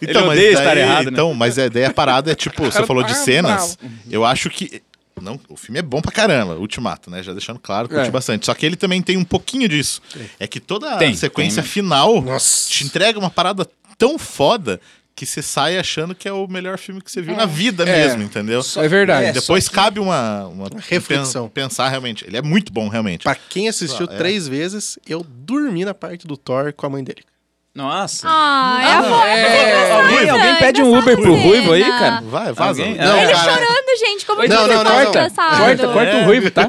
[SPEAKER 3] Ele
[SPEAKER 2] mas
[SPEAKER 3] odeia estar errado, né?
[SPEAKER 2] Então, mas a ideia parada é tipo, você falou de
[SPEAKER 6] Ah,
[SPEAKER 2] cenas, eu acho que. Não, o filme é bom pra caramba, Ultimato, né? Já deixando claro, curti
[SPEAKER 6] É.
[SPEAKER 2] bastante. Só que ele também tem um pouquinho disso. É que toda a
[SPEAKER 3] Tem,
[SPEAKER 2] sequência final
[SPEAKER 4] Nossa.
[SPEAKER 2] te entrega uma parada tão foda que você sai achando que é o melhor filme que você viu na vida
[SPEAKER 6] É.
[SPEAKER 2] mesmo, entendeu?
[SPEAKER 6] É verdade.
[SPEAKER 2] E Depois cabe uma, uma
[SPEAKER 4] Reflexão.
[SPEAKER 2] pen- Pensar realmente. Ele é muito bom, realmente.
[SPEAKER 4] Pra quem assistiu
[SPEAKER 2] Ah, é.
[SPEAKER 4] três vezes, eu dormi na parte do Thor com a mãe dele.
[SPEAKER 3] Nossa.
[SPEAKER 5] Ah, é amor.
[SPEAKER 6] É,
[SPEAKER 3] alguém,
[SPEAKER 5] Nossa,
[SPEAKER 3] alguém pede um
[SPEAKER 5] engraçada
[SPEAKER 3] Uber pro
[SPEAKER 5] cena.
[SPEAKER 3] Ruivo aí, cara?
[SPEAKER 2] Vai, vaza.
[SPEAKER 3] Alguém?
[SPEAKER 2] Não,
[SPEAKER 5] Ele
[SPEAKER 4] cara.
[SPEAKER 5] chorando, gente, como se
[SPEAKER 4] Não,
[SPEAKER 5] ele
[SPEAKER 4] não,
[SPEAKER 5] fosse
[SPEAKER 4] não, não.
[SPEAKER 5] cansado.
[SPEAKER 3] Corta, corta o Ruivo, tá?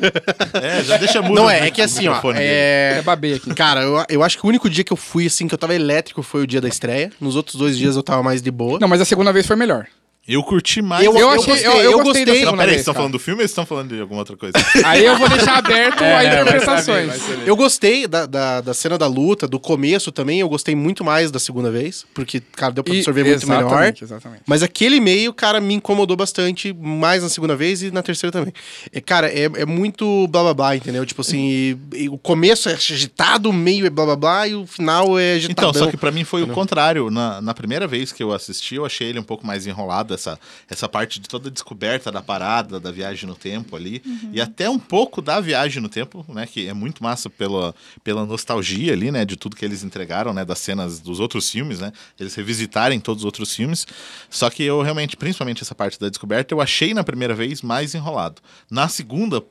[SPEAKER 2] é, já deixa mudo.
[SPEAKER 4] Não é,
[SPEAKER 2] o
[SPEAKER 4] é que assim, ó.
[SPEAKER 2] microfone dele.
[SPEAKER 4] É...
[SPEAKER 6] É babei aqui.
[SPEAKER 4] Cara, eu, eu acho que o único dia que eu fui, assim, que eu tava elétrico foi o dia da estreia. Nos outros dois dias eu tava mais de boa.
[SPEAKER 6] Não, mas a segunda vez foi melhor.
[SPEAKER 2] Eu curti mais.
[SPEAKER 6] Eu,
[SPEAKER 4] eu
[SPEAKER 6] achei,
[SPEAKER 4] gostei,
[SPEAKER 6] eu,
[SPEAKER 4] eu
[SPEAKER 6] eu gostei da
[SPEAKER 4] gostei.
[SPEAKER 2] Não,
[SPEAKER 6] segunda
[SPEAKER 2] peraí, vocês
[SPEAKER 6] vez.
[SPEAKER 2] estão
[SPEAKER 6] cara.
[SPEAKER 2] falando do filme ou vocês estão falando de alguma outra coisa?
[SPEAKER 6] Aí eu vou deixar aberto
[SPEAKER 3] É,
[SPEAKER 6] a interpretações.
[SPEAKER 4] Eu gostei da, da, da cena da luta, do começo também. Eu gostei muito mais da segunda vez, porque, cara, deu pra
[SPEAKER 6] E-
[SPEAKER 4] absorver muito
[SPEAKER 6] exatamente,
[SPEAKER 4] melhor. né?
[SPEAKER 6] Exatamente.
[SPEAKER 4] Mas aquele meio, cara, me incomodou bastante, mais na segunda vez e na terceira também. É, cara, é, é muito blá blá blá, entendeu? Tipo assim, e- e o começo é agitado, o meio é blá blá blá e o final é agitado.
[SPEAKER 2] Então, só que pra mim foi o contrário. Na, na primeira vez que eu assisti, eu achei ele um pouco mais enrolado, essa, essa parte de toda a descoberta da parada, da viagem no tempo ali. E até um pouco da viagem no tempo, né? Que é muito massa pela, pela nostalgia ali, né? De tudo que eles entregaram, né? Das cenas dos outros filmes, né? Eles revisitarem todos os outros filmes. Só que eu realmente, principalmente essa parte da descoberta, eu achei na primeira vez mais enrolado. Na segunda,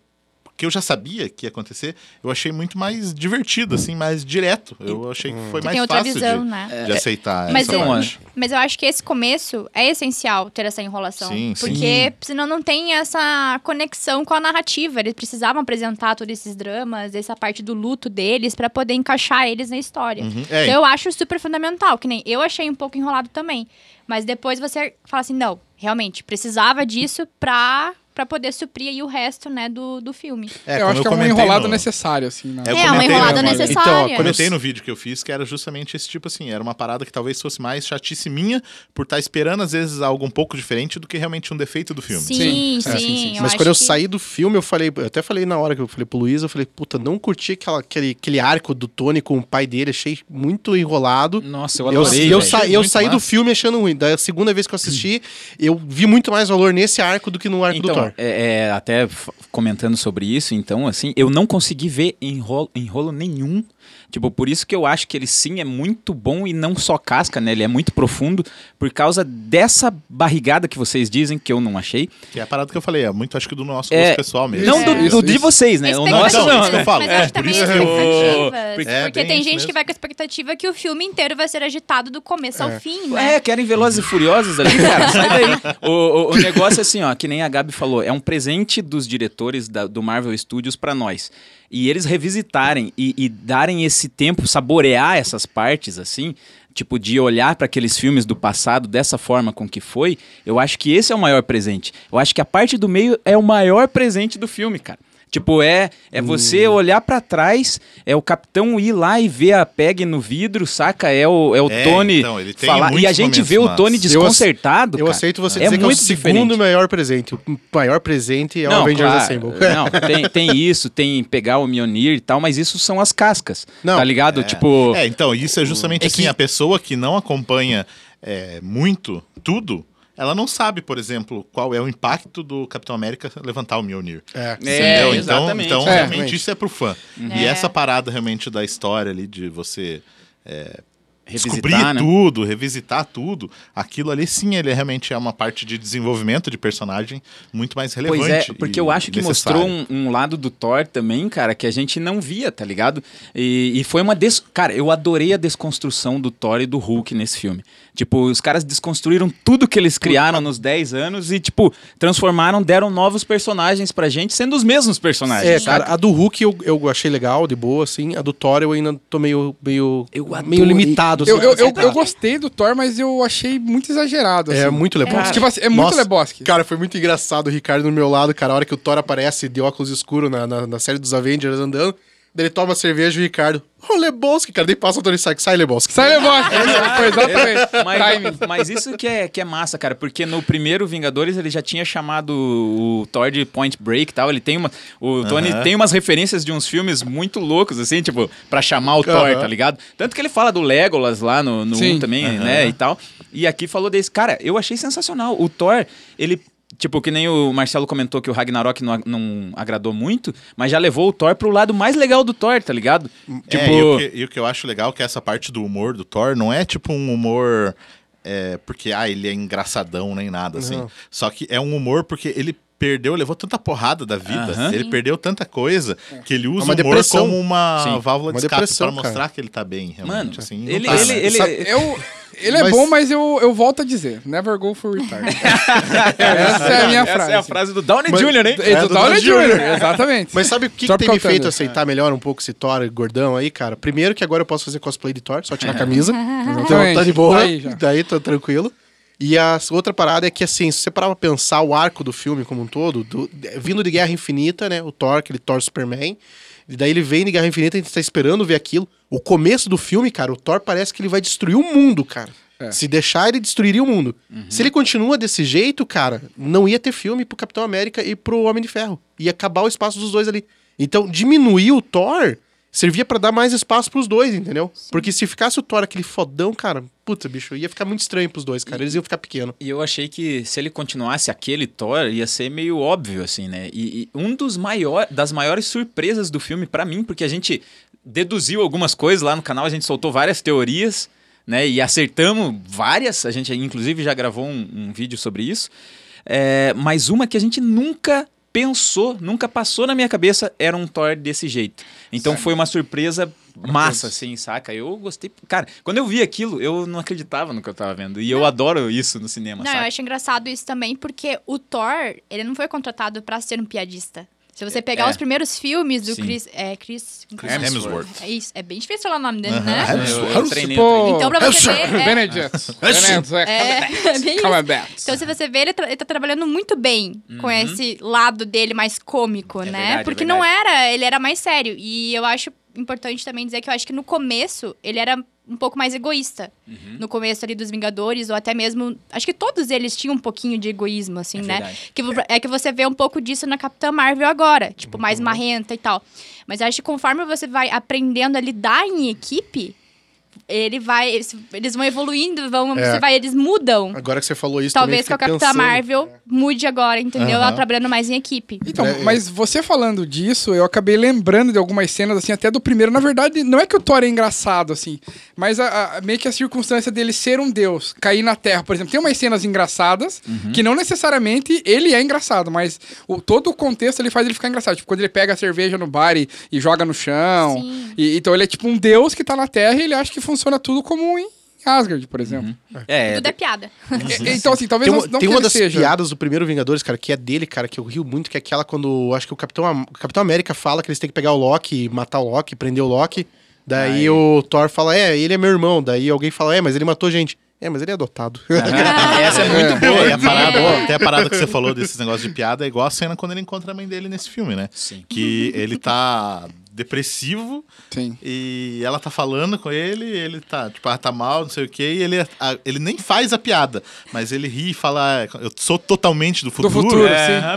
[SPEAKER 2] que eu já sabia que ia acontecer, eu achei muito mais divertido, assim, mais direto. Eu achei que foi mais
[SPEAKER 5] Tem outra
[SPEAKER 2] fácil
[SPEAKER 5] visão,
[SPEAKER 2] de, É.
[SPEAKER 5] né?
[SPEAKER 2] de aceitar
[SPEAKER 5] Mas
[SPEAKER 2] essa
[SPEAKER 5] eu,
[SPEAKER 2] parte.
[SPEAKER 5] mas eu acho que esse começo é essencial ter essa enrolação.
[SPEAKER 2] Sim, sim.
[SPEAKER 5] porque senão não tem essa conexão com a narrativa. Eles precisavam apresentar todos esses dramas, essa parte do luto deles, pra poder encaixar eles na história.
[SPEAKER 2] Uhum. É,
[SPEAKER 5] Então eu acho super fundamental, que nem eu achei um pouco enrolado também. Mas depois você fala assim, não, realmente, precisava disso pra, pra poder suprir aí o resto, né, do, do filme.
[SPEAKER 2] é,
[SPEAKER 6] eu
[SPEAKER 2] como
[SPEAKER 6] acho que é um
[SPEAKER 2] comentei
[SPEAKER 6] enrolado
[SPEAKER 2] no-
[SPEAKER 6] necessário, assim. na-
[SPEAKER 2] É, eu
[SPEAKER 5] É, uma
[SPEAKER 2] comentei,
[SPEAKER 5] enrolada
[SPEAKER 6] né,
[SPEAKER 2] Valeria?
[SPEAKER 5] necessária.
[SPEAKER 4] Então, ó,
[SPEAKER 2] Eu comentei no vídeo que eu fiz que era justamente esse tipo assim, era uma parada que talvez fosse mais chatice minha por estar esperando às vezes algo um pouco diferente do que realmente um defeito do filme.
[SPEAKER 5] Sim, sim.
[SPEAKER 6] Sim, é, sim, sim.
[SPEAKER 4] Mas
[SPEAKER 5] acho
[SPEAKER 4] quando eu
[SPEAKER 5] que-
[SPEAKER 4] saí do filme, eu falei, eu até falei na hora que eu falei pro Luiz, eu falei, puta, não curti aquela, aquele, aquele arco do Tony com o pai dele, achei muito enrolado.
[SPEAKER 3] Nossa, eu
[SPEAKER 4] Eu,
[SPEAKER 3] adorei.
[SPEAKER 4] eu,
[SPEAKER 3] velho.
[SPEAKER 4] sa- eu
[SPEAKER 2] Muito
[SPEAKER 4] saí do
[SPEAKER 2] massa.
[SPEAKER 4] filme achando ruim. Da segunda vez que eu assisti, eu vi muito mais valor nesse arco do que no arco do
[SPEAKER 3] Então,
[SPEAKER 4] Thor.
[SPEAKER 3] é, é, até f- comentando sobre isso, então, assim, eu não consegui ver enrolo, enrolo nenhum. Tipo, por isso que eu acho que ele sim é muito bom e não só casca, né? Ele é muito profundo por causa dessa barrigada que vocês dizem que eu não achei.
[SPEAKER 2] Que é a parada que eu falei, é muito acho que do nosso
[SPEAKER 3] É,
[SPEAKER 2] gosto pessoal mesmo.
[SPEAKER 3] não do,
[SPEAKER 6] isso,
[SPEAKER 3] do- de
[SPEAKER 6] isso.
[SPEAKER 3] vocês, né? O nosso
[SPEAKER 5] Expectativas,
[SPEAKER 2] Não, então,
[SPEAKER 3] não.
[SPEAKER 2] isso que eu
[SPEAKER 3] né?
[SPEAKER 2] falo.
[SPEAKER 5] Mas
[SPEAKER 2] É,
[SPEAKER 5] acho
[SPEAKER 2] por
[SPEAKER 5] também
[SPEAKER 2] isso que eu-
[SPEAKER 5] expectativas.
[SPEAKER 2] É,
[SPEAKER 5] porque
[SPEAKER 2] bem
[SPEAKER 5] tem
[SPEAKER 2] isso
[SPEAKER 5] gente
[SPEAKER 2] mesmo.
[SPEAKER 5] que vai com a expectativa que o filme inteiro vai ser agitado do começo ao fim, né?
[SPEAKER 3] É, querem Velozes e Furiosos ali, cara, sai daí. O, o- o negócio é assim, ó, que nem a Gabi falou, é um presente dos diretores da- do Marvel Studios pra nós. E eles revisitarem e, e darem esse tempo, saborear essas partes, assim, tipo, de olhar pra aqueles filmes do passado dessa forma com que foi, eu acho que esse é o maior presente. Eu acho que a parte do meio é o maior presente do filme, cara. Tipo, é, é você olhar pra trás, é o capitão ir lá e ver a PEG no vidro, saca? É o, é o
[SPEAKER 2] É,
[SPEAKER 3] Tony
[SPEAKER 2] então, ele tem
[SPEAKER 3] falar. E a
[SPEAKER 2] muitos
[SPEAKER 3] gente
[SPEAKER 2] momentos
[SPEAKER 3] vê o
[SPEAKER 2] massas.
[SPEAKER 3] Tony
[SPEAKER 2] Eu
[SPEAKER 3] desconcertado.
[SPEAKER 4] Eu
[SPEAKER 3] cara.
[SPEAKER 4] aceito você
[SPEAKER 3] É
[SPEAKER 4] dizer que é o
[SPEAKER 3] muito
[SPEAKER 4] segundo
[SPEAKER 3] diferente.
[SPEAKER 4] maior presente. O maior presente é o
[SPEAKER 3] Não,
[SPEAKER 4] Avengers
[SPEAKER 3] claro,
[SPEAKER 4] Assemble.
[SPEAKER 3] Não, tem, tem isso, tem pegar o Mionir e tal, mas isso são as cascas.
[SPEAKER 4] Não,
[SPEAKER 3] tá ligado? Tipo.
[SPEAKER 2] É, então, isso é justamente
[SPEAKER 3] É
[SPEAKER 2] assim,
[SPEAKER 3] que-
[SPEAKER 2] a pessoa que não acompanha é, muito tudo, ela não sabe, por exemplo, qual é o impacto do Capitão América levantar o Mjolnir.
[SPEAKER 4] É.
[SPEAKER 3] É, Uhum.
[SPEAKER 2] Entendeu? Então,
[SPEAKER 3] exatamente.
[SPEAKER 2] então
[SPEAKER 6] É,
[SPEAKER 2] realmente
[SPEAKER 4] realmente.
[SPEAKER 2] isso é pro fã. E
[SPEAKER 5] É.
[SPEAKER 2] essa parada realmente da história ali de você descobrir
[SPEAKER 3] Revisitar, né?
[SPEAKER 2] tudo, revisitar tudo, aquilo ali sim, ele realmente é uma parte de desenvolvimento de personagem muito mais relevante.
[SPEAKER 3] Pois é,
[SPEAKER 2] e
[SPEAKER 3] porque eu acho que
[SPEAKER 2] necessário.
[SPEAKER 3] mostrou um, um lado do Thor também, cara, que a gente não via, tá ligado? E, e foi uma des... Cara, eu adorei a desconstrução do Thor e do Hulk nesse filme. Tipo, os caras desconstruíram tudo que eles criaram nos 10 anos e, tipo, transformaram, deram novos personagens pra gente, sendo os mesmos personagens.
[SPEAKER 4] É,
[SPEAKER 3] sabe?
[SPEAKER 4] cara, a do Hulk eu, eu achei legal, de boa, assim. A do Thor eu ainda tô meio, meio,
[SPEAKER 3] Eu adorei.
[SPEAKER 4] meio limitado.
[SPEAKER 6] Eu,
[SPEAKER 4] assim,
[SPEAKER 6] eu,
[SPEAKER 4] pra
[SPEAKER 6] eu,
[SPEAKER 4] aceitar.
[SPEAKER 6] eu gostei do Thor, mas eu achei muito exagerado.
[SPEAKER 4] É
[SPEAKER 6] assim.
[SPEAKER 4] muito
[SPEAKER 6] Cara,
[SPEAKER 4] lebosque.
[SPEAKER 6] tipo assim, é muito
[SPEAKER 4] Nossa,
[SPEAKER 6] lebosque.
[SPEAKER 4] Cara, foi muito engraçado o Ricardo no meu lado, cara. A hora que o Thor aparece de óculos escuros na, na, na série dos Avengers andando, daí ele toma cerveja e o Ricardo. Ô, Lebowski, cara. Daí passa o Tony Stark. Sai, Lebowski.
[SPEAKER 6] Sai Lebosque. Foi exatamente.
[SPEAKER 3] É,
[SPEAKER 6] Tá,
[SPEAKER 3] Mas,
[SPEAKER 6] É Timing.
[SPEAKER 3] mas isso que é, que é massa, cara, porque no primeiro Vingadores ele já tinha chamado o Thor de Point Break e tal. Ele tem uma. O Tony tem umas referências de uns filmes muito loucos, assim, tipo, pra chamar o Thor,
[SPEAKER 4] Aham.
[SPEAKER 3] tá ligado? Tanto que ele fala do Legolas lá no, no
[SPEAKER 6] Sim.
[SPEAKER 3] 1 também, né? E tal. E aqui falou desse. Cara, eu achei sensacional. O Thor, ele. Tipo, que nem o Marcelo comentou que o Ragnarok não, não agradou muito, mas já levou o Thor pro lado mais legal do Thor, tá ligado? Tipo,
[SPEAKER 2] É, e, o que, e o que eu acho legal é que essa parte do humor do Thor não é tipo um humor é, porque ah, ele é engraçadão nem nada assim. Só que é um humor porque ele perdeu, levou tanta porrada da vida,
[SPEAKER 3] Aham.
[SPEAKER 2] ele perdeu tanta coisa que ele usa
[SPEAKER 4] É uma
[SPEAKER 2] o humor
[SPEAKER 4] depressão.
[SPEAKER 2] como uma
[SPEAKER 3] Sim,
[SPEAKER 2] válvula
[SPEAKER 4] uma
[SPEAKER 2] de escape
[SPEAKER 4] depressão,
[SPEAKER 2] para mostrar
[SPEAKER 4] cara.
[SPEAKER 2] que ele tá bem, realmente.
[SPEAKER 3] Mano,
[SPEAKER 2] assim, não
[SPEAKER 3] ele,
[SPEAKER 2] tá,
[SPEAKER 3] ele,
[SPEAKER 2] né?
[SPEAKER 3] ele,
[SPEAKER 4] Sabe-
[SPEAKER 6] Eu, ele é
[SPEAKER 4] Mas-
[SPEAKER 6] bom, mas eu, eu volto a dizer: never go for retarded. Essa é a minha
[SPEAKER 3] Essa
[SPEAKER 6] frase.
[SPEAKER 3] é a frase do Downey né?
[SPEAKER 4] Mas-
[SPEAKER 3] Jr., hein?
[SPEAKER 6] É, do
[SPEAKER 4] do
[SPEAKER 6] Downey
[SPEAKER 4] Downey
[SPEAKER 6] Jr., exatamente.
[SPEAKER 4] Mas sabe o que, que
[SPEAKER 6] Tropical
[SPEAKER 4] tem me feito
[SPEAKER 6] Thunder.
[SPEAKER 4] aceitar melhor um pouco esse Thor gordão aí, cara? Primeiro que agora eu posso fazer cosplay de Thor, só tirar a camisa. então tá
[SPEAKER 6] Exatamente.
[SPEAKER 4] de boa.
[SPEAKER 6] Aí já.
[SPEAKER 4] daí tô tranquilo. E a outra parada é que, assim, se você parar pra pensar o arco do filme como um todo, do- de- vindo de Guerra Infinita, né? O Thor, aquele Thor Superman. E daí ele vem de Guerra Infinita, a gente tá esperando ver aquilo. O começo do filme, cara, o Thor parece que ele vai destruir o mundo, cara.
[SPEAKER 6] É.
[SPEAKER 4] Se deixar, ele destruiria o mundo. Se ele continua desse jeito, cara, não ia ter filme pro Capitão América e pro Homem de Ferro. Ia acabar o espaço dos dois ali. Então, diminuir o Thor servia pra dar mais espaço pros dois, entendeu? Porque se ficasse o Thor aquele fodão, cara, puta, bicho, ia ficar muito estranho pros dois, cara. Eles iam ficar pequeno.
[SPEAKER 3] E eu achei que se ele continuasse aquele Thor, ia ser meio óbvio, assim, né? E, e um dos maior, das maiores surpresas do filme pra mim, porque a gente deduziu algumas coisas lá no canal, a gente soltou várias teorias, né? E acertamos várias, a gente inclusive já gravou um, um vídeo sobre isso. É, mas uma que a gente nunca pensou, nunca passou na minha cabeça, era um Thor desse jeito. Então foi uma surpresa massa, assim, saca? Eu gostei. Cara, quando eu vi aquilo, eu não acreditava no que eu tava vendo. E eu adoro isso no cinema,
[SPEAKER 5] Não, eu
[SPEAKER 3] saca?
[SPEAKER 5] acho engraçado isso também, porque o Thor, ele não foi contratado pra ser um piadista. Se você pegar
[SPEAKER 3] É.
[SPEAKER 5] os primeiros filmes do
[SPEAKER 3] Sim.
[SPEAKER 5] Chris, é, Chris...
[SPEAKER 2] Chris Hemsworth.
[SPEAKER 5] É isso, é bem difícil falar o nome dele,
[SPEAKER 2] Aham,
[SPEAKER 5] né?
[SPEAKER 2] Hemsworth.
[SPEAKER 3] Eu- eu
[SPEAKER 2] Claro,
[SPEAKER 3] treinei, eu treinei.
[SPEAKER 6] Tipo,
[SPEAKER 5] Então, pra você ver, é-
[SPEAKER 6] Benedict. Benedict,
[SPEAKER 5] É, é bem isso.
[SPEAKER 6] Cumberbatch.
[SPEAKER 5] Então, se você vê, ele, tra- ele tá trabalhando muito bem com esse lado dele mais cômico,
[SPEAKER 3] Uhum. É
[SPEAKER 5] né?
[SPEAKER 3] verdade, é
[SPEAKER 5] Porque não era, ele era mais sério. E eu acho importante também dizer que eu acho que no começo ele era um pouco mais egoísta.
[SPEAKER 3] Uhum.
[SPEAKER 5] No começo ali dos Vingadores, ou até mesmo. Acho que todos eles tinham um pouquinho de egoísmo, assim,
[SPEAKER 3] É
[SPEAKER 5] né?
[SPEAKER 3] verdade.
[SPEAKER 5] Que, vo- é que você vê um pouco disso na Capitã Marvel agora, tipo,
[SPEAKER 3] Uhum.
[SPEAKER 5] mais marrenta e tal. Mas eu acho que conforme você vai aprendendo a lidar em equipe, ele vai. Eles, eles vão evoluindo, vão,
[SPEAKER 4] É.
[SPEAKER 5] você vai, eles mudam.
[SPEAKER 4] Agora que você falou isso,
[SPEAKER 5] Talvez que
[SPEAKER 4] também
[SPEAKER 5] a
[SPEAKER 4] fiquei
[SPEAKER 5] Capitã
[SPEAKER 4] pensando.
[SPEAKER 5] Marvel mude agora, entendeu? Ela
[SPEAKER 2] Aham.
[SPEAKER 5] trabalhando mais em equipe.
[SPEAKER 6] Então,
[SPEAKER 4] É, é.
[SPEAKER 6] mas você falando disso, eu acabei lembrando de algumas cenas, assim, até do primeiro. Na verdade, não é que o Thor é engraçado, assim, mas a- a- meio que a circunstância dele ser um deus, cair na Terra, por exemplo. Tem umas cenas engraçadas
[SPEAKER 4] Uhum.
[SPEAKER 6] que não necessariamente ele é engraçado, mas o- todo o contexto ele faz ele ficar engraçado. Tipo, quando ele pega a cerveja no bar e, e joga no chão.
[SPEAKER 5] Sim.
[SPEAKER 6] E- então, ele é tipo um deus que tá na Terra e ele acha que funciona tudo como em Asgard, por exemplo.
[SPEAKER 3] É,
[SPEAKER 5] Tudo é piada.
[SPEAKER 6] E- então, assim, talvez
[SPEAKER 4] Uhum. Tem
[SPEAKER 6] não,
[SPEAKER 4] uma,
[SPEAKER 6] não
[SPEAKER 4] tem
[SPEAKER 6] que
[SPEAKER 4] uma
[SPEAKER 6] ele
[SPEAKER 4] das
[SPEAKER 6] seja.
[SPEAKER 4] piadas do primeiro Vingadores, cara, que é dele, cara, que eu rio muito, que é aquela quando. Acho que o Capitão, Am- o Capitão América fala que eles têm que pegar o Loki, matar o Loki, prender o Loki. Daí
[SPEAKER 3] Ai.
[SPEAKER 4] o Thor fala, é, ele é meu irmão. Daí alguém fala, é, mas ele matou gente. É, mas ele é adotado.
[SPEAKER 3] Essa é muito boa.
[SPEAKER 2] É, e a parada-
[SPEAKER 5] É.
[SPEAKER 2] até a parada que você falou desses negócios de piada é igual a cena quando ele encontra a mãe dele nesse filme, né?
[SPEAKER 3] Sim.
[SPEAKER 2] Que ele tá depressivo
[SPEAKER 6] Sim.
[SPEAKER 2] E ela tá falando com ele, ele tá, tipo, ah, tá mal, não sei o quê, e ele, a- ele nem faz a piada, mas ele ri e fala, "Ah, eu sou totalmente do futuro,
[SPEAKER 6] futuro,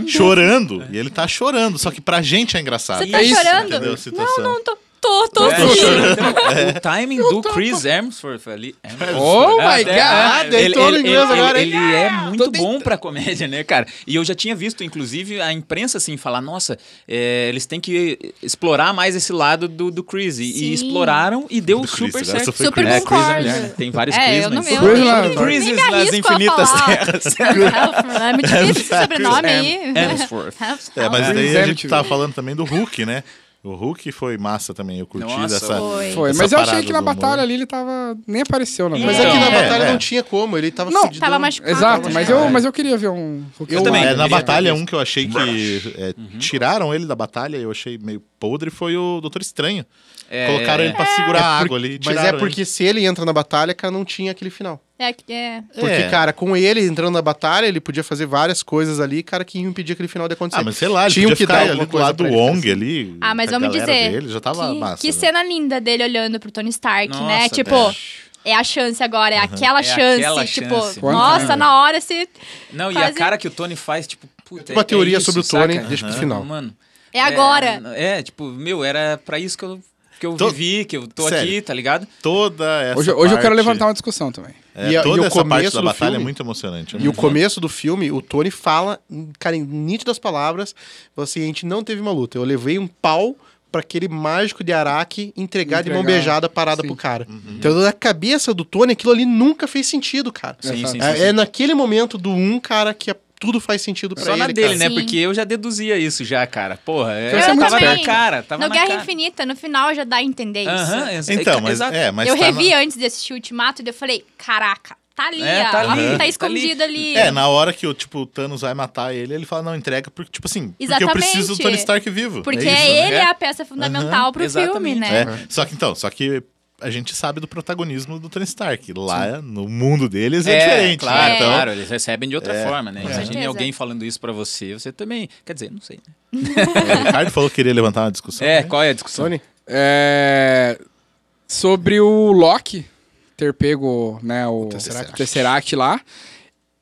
[SPEAKER 2] chorando, e ele tá chorando, só que pra gente é engraçado.
[SPEAKER 5] Você tá
[SPEAKER 6] isso,
[SPEAKER 5] chorando?
[SPEAKER 2] entendeu a
[SPEAKER 5] Não,
[SPEAKER 2] situação.
[SPEAKER 5] não, tô. tô, tô
[SPEAKER 3] É,
[SPEAKER 5] sim.
[SPEAKER 3] o timing do Chris Hemsworth ali.
[SPEAKER 6] Oh
[SPEAKER 3] É, até-
[SPEAKER 6] my God!
[SPEAKER 3] é,
[SPEAKER 4] deitou no inglês
[SPEAKER 3] ele-
[SPEAKER 4] agora,
[SPEAKER 3] ele
[SPEAKER 4] hein?
[SPEAKER 3] é
[SPEAKER 5] Ah,
[SPEAKER 3] muito
[SPEAKER 6] Tô
[SPEAKER 3] bom pra comédia, né, cara? E eu já tinha visto, inclusive, a imprensa assim falar: nossa, é, eles têm que explorar mais esse lado do, do Chris. E, e
[SPEAKER 5] Sim.
[SPEAKER 3] exploraram e deu
[SPEAKER 2] Do Chris,
[SPEAKER 3] super
[SPEAKER 2] agora
[SPEAKER 3] certo.
[SPEAKER 2] só foi
[SPEAKER 5] Super
[SPEAKER 2] Chris.
[SPEAKER 3] É,
[SPEAKER 5] bom. Concordo.
[SPEAKER 3] é mulher. Tem vários
[SPEAKER 5] É,
[SPEAKER 3] Chris, né?
[SPEAKER 5] eu não
[SPEAKER 3] mas.
[SPEAKER 5] eu
[SPEAKER 6] Chris
[SPEAKER 5] nem-
[SPEAKER 6] lá,
[SPEAKER 5] nem me
[SPEAKER 3] Crises
[SPEAKER 5] arrisco
[SPEAKER 3] nas
[SPEAKER 5] a
[SPEAKER 3] infinitas
[SPEAKER 5] falar.
[SPEAKER 3] terras.
[SPEAKER 5] É muito difícil esse sobrenome
[SPEAKER 3] é,
[SPEAKER 5] aí. É,
[SPEAKER 3] Hemsworth.
[SPEAKER 2] É, mas
[SPEAKER 6] Ah,
[SPEAKER 2] daí
[SPEAKER 6] Zé
[SPEAKER 2] a gente
[SPEAKER 6] Mitchell.
[SPEAKER 2] tá falando também do Hulk, né? O Hulk foi massa também, eu curti
[SPEAKER 3] Nossa,
[SPEAKER 2] dessa.
[SPEAKER 5] foi.
[SPEAKER 6] Foi,
[SPEAKER 2] essa
[SPEAKER 6] mas eu achei
[SPEAKER 2] parada
[SPEAKER 6] que na
[SPEAKER 2] do
[SPEAKER 6] batalha
[SPEAKER 2] humor.
[SPEAKER 6] ali ele tava. Nem apareceu na
[SPEAKER 4] Mas
[SPEAKER 6] verdade.
[SPEAKER 4] aqui na
[SPEAKER 2] Então, é,
[SPEAKER 4] batalha
[SPEAKER 2] é.
[SPEAKER 4] não tinha como, ele tava
[SPEAKER 6] Não,
[SPEAKER 4] fudidão.
[SPEAKER 5] Tava
[SPEAKER 2] Então,
[SPEAKER 5] machucado.
[SPEAKER 6] Exato,
[SPEAKER 5] né?
[SPEAKER 6] mas eu, mas eu queria ver um.
[SPEAKER 3] Eu também.
[SPEAKER 2] É, na
[SPEAKER 3] Ele
[SPEAKER 2] batalha,
[SPEAKER 3] é
[SPEAKER 2] um que eu achei que. é,
[SPEAKER 3] Uhum.
[SPEAKER 2] Tiraram ele da batalha e eu achei meio podre foi o Doutor Estranho.
[SPEAKER 3] É.
[SPEAKER 2] Colocaram ele pra segurar a água ali. e
[SPEAKER 4] Mas é
[SPEAKER 2] tiraram
[SPEAKER 4] porque se ele entra na batalha, cara, não tinha aquele final.
[SPEAKER 5] É, que- é.
[SPEAKER 2] ele.
[SPEAKER 4] Porque,
[SPEAKER 2] É.
[SPEAKER 4] cara, com ele entrando na batalha, ele podia fazer várias coisas ali, cara, que iam impedir aquele final de acontecer.
[SPEAKER 2] Ah, mas sei lá, ele
[SPEAKER 4] Tinham
[SPEAKER 2] podia
[SPEAKER 4] um que dar
[SPEAKER 2] ficar ali
[SPEAKER 4] alguma
[SPEAKER 2] do
[SPEAKER 4] coisa
[SPEAKER 2] lado
[SPEAKER 4] pra
[SPEAKER 2] do
[SPEAKER 4] ele,
[SPEAKER 2] Wong ali.
[SPEAKER 5] Ah, mas
[SPEAKER 2] com a
[SPEAKER 5] vamos
[SPEAKER 2] galera
[SPEAKER 5] dizer.
[SPEAKER 2] Dele, já tava
[SPEAKER 5] que,
[SPEAKER 2] massa.
[SPEAKER 5] que
[SPEAKER 2] né?
[SPEAKER 5] cena linda dele olhando pro Tony Stark, né?
[SPEAKER 3] Nossa,
[SPEAKER 5] Tipo,
[SPEAKER 3] velho.
[SPEAKER 5] é a chance agora, é aquela
[SPEAKER 3] É
[SPEAKER 5] chance.
[SPEAKER 3] aquela
[SPEAKER 5] tipo,
[SPEAKER 3] chance.
[SPEAKER 5] nossa, na hora se.
[SPEAKER 3] Não, e a
[SPEAKER 5] Quase-
[SPEAKER 3] cara que o Tony faz, tipo, puta,
[SPEAKER 4] tenho uma
[SPEAKER 3] é- é
[SPEAKER 4] teoria
[SPEAKER 3] isso,
[SPEAKER 4] sobre o
[SPEAKER 3] saca?
[SPEAKER 4] Tony, deixa pro
[SPEAKER 3] Aham.
[SPEAKER 4] final.
[SPEAKER 3] Mano,
[SPEAKER 5] É agora.
[SPEAKER 3] É, tipo, meu, era pra isso que eu, que eu
[SPEAKER 2] Tô-
[SPEAKER 3] vivi, que eu tô
[SPEAKER 2] Sério.
[SPEAKER 3] aqui, tá ligado?
[SPEAKER 2] Toda essa.
[SPEAKER 6] Hoje, hoje eu quero
[SPEAKER 2] parte-
[SPEAKER 6] levantar um- uma discussão também.
[SPEAKER 2] É,
[SPEAKER 4] E a- e
[SPEAKER 2] toda
[SPEAKER 4] o
[SPEAKER 2] essa parte
[SPEAKER 4] começo
[SPEAKER 2] da
[SPEAKER 4] do
[SPEAKER 2] batalha é
[SPEAKER 4] filme?
[SPEAKER 2] muito emocionante.
[SPEAKER 4] E o começo do filme, o Tony fala, cara, em nítidas palavras, falou assim, a gente não teve uma luta. Eu levei um pau pra aquele mágico de Araque entregar, de mão
[SPEAKER 6] Entregar.
[SPEAKER 4] beijada a parada
[SPEAKER 6] Sim.
[SPEAKER 4] pro cara. Então, na cabeça do Tony, aquilo ali nunca fez sentido, cara.
[SPEAKER 3] Sim, sim, sim.
[SPEAKER 4] é,
[SPEAKER 3] sim.
[SPEAKER 4] é naquele momento do um, cara, que a- tudo faz sentido pra
[SPEAKER 3] Só
[SPEAKER 4] ele,
[SPEAKER 3] na
[SPEAKER 4] cara.
[SPEAKER 3] dele, né?
[SPEAKER 5] Sim.
[SPEAKER 3] Porque eu já deduzia isso já, cara. Porra, é,
[SPEAKER 5] Eu
[SPEAKER 3] tava
[SPEAKER 5] também.
[SPEAKER 3] na cara, tava
[SPEAKER 5] no
[SPEAKER 3] na
[SPEAKER 5] Guerra
[SPEAKER 3] cara.
[SPEAKER 5] Infinita, no final já dá a entender isso.
[SPEAKER 3] Aham, exa-
[SPEAKER 2] Então, mas,
[SPEAKER 3] exato.
[SPEAKER 2] é, mas
[SPEAKER 5] eu
[SPEAKER 2] tá na-
[SPEAKER 5] revi antes de assistir Ultimato e eu falei, caraca, tá ali,
[SPEAKER 3] É, tá
[SPEAKER 5] ó,
[SPEAKER 3] ali, tá ali.
[SPEAKER 5] escondido ali.
[SPEAKER 2] É, na hora que o, tipo, o Thanos vai matar ele, ele fala, não, entrega, porque, tipo assim, porque eu
[SPEAKER 5] Exatamente.
[SPEAKER 2] preciso do Tony Stark vivo.
[SPEAKER 5] Porque
[SPEAKER 2] é isso, né?
[SPEAKER 5] ele é a peça fundamental pro filme,
[SPEAKER 3] exatamente.
[SPEAKER 5] né?
[SPEAKER 2] É, Só que então, só que a gente sabe do protagonismo do Tony Stark. Lá no mundo deles é,
[SPEAKER 3] É,
[SPEAKER 2] diferente.
[SPEAKER 3] claro,
[SPEAKER 2] né? então, é.
[SPEAKER 3] claro, eles recebem de outra forma, né? Imagine
[SPEAKER 5] certeza.
[SPEAKER 3] alguém falando isso pra você, você também. Quer dizer, não sei. né?
[SPEAKER 2] O Ricardo falou que queria levantar uma discussão. né?
[SPEAKER 3] É, qual é a discussão?
[SPEAKER 4] Tony?
[SPEAKER 6] É, sobre o Loki ter pego né, o,
[SPEAKER 4] Tesseract.
[SPEAKER 6] o Tesseract lá.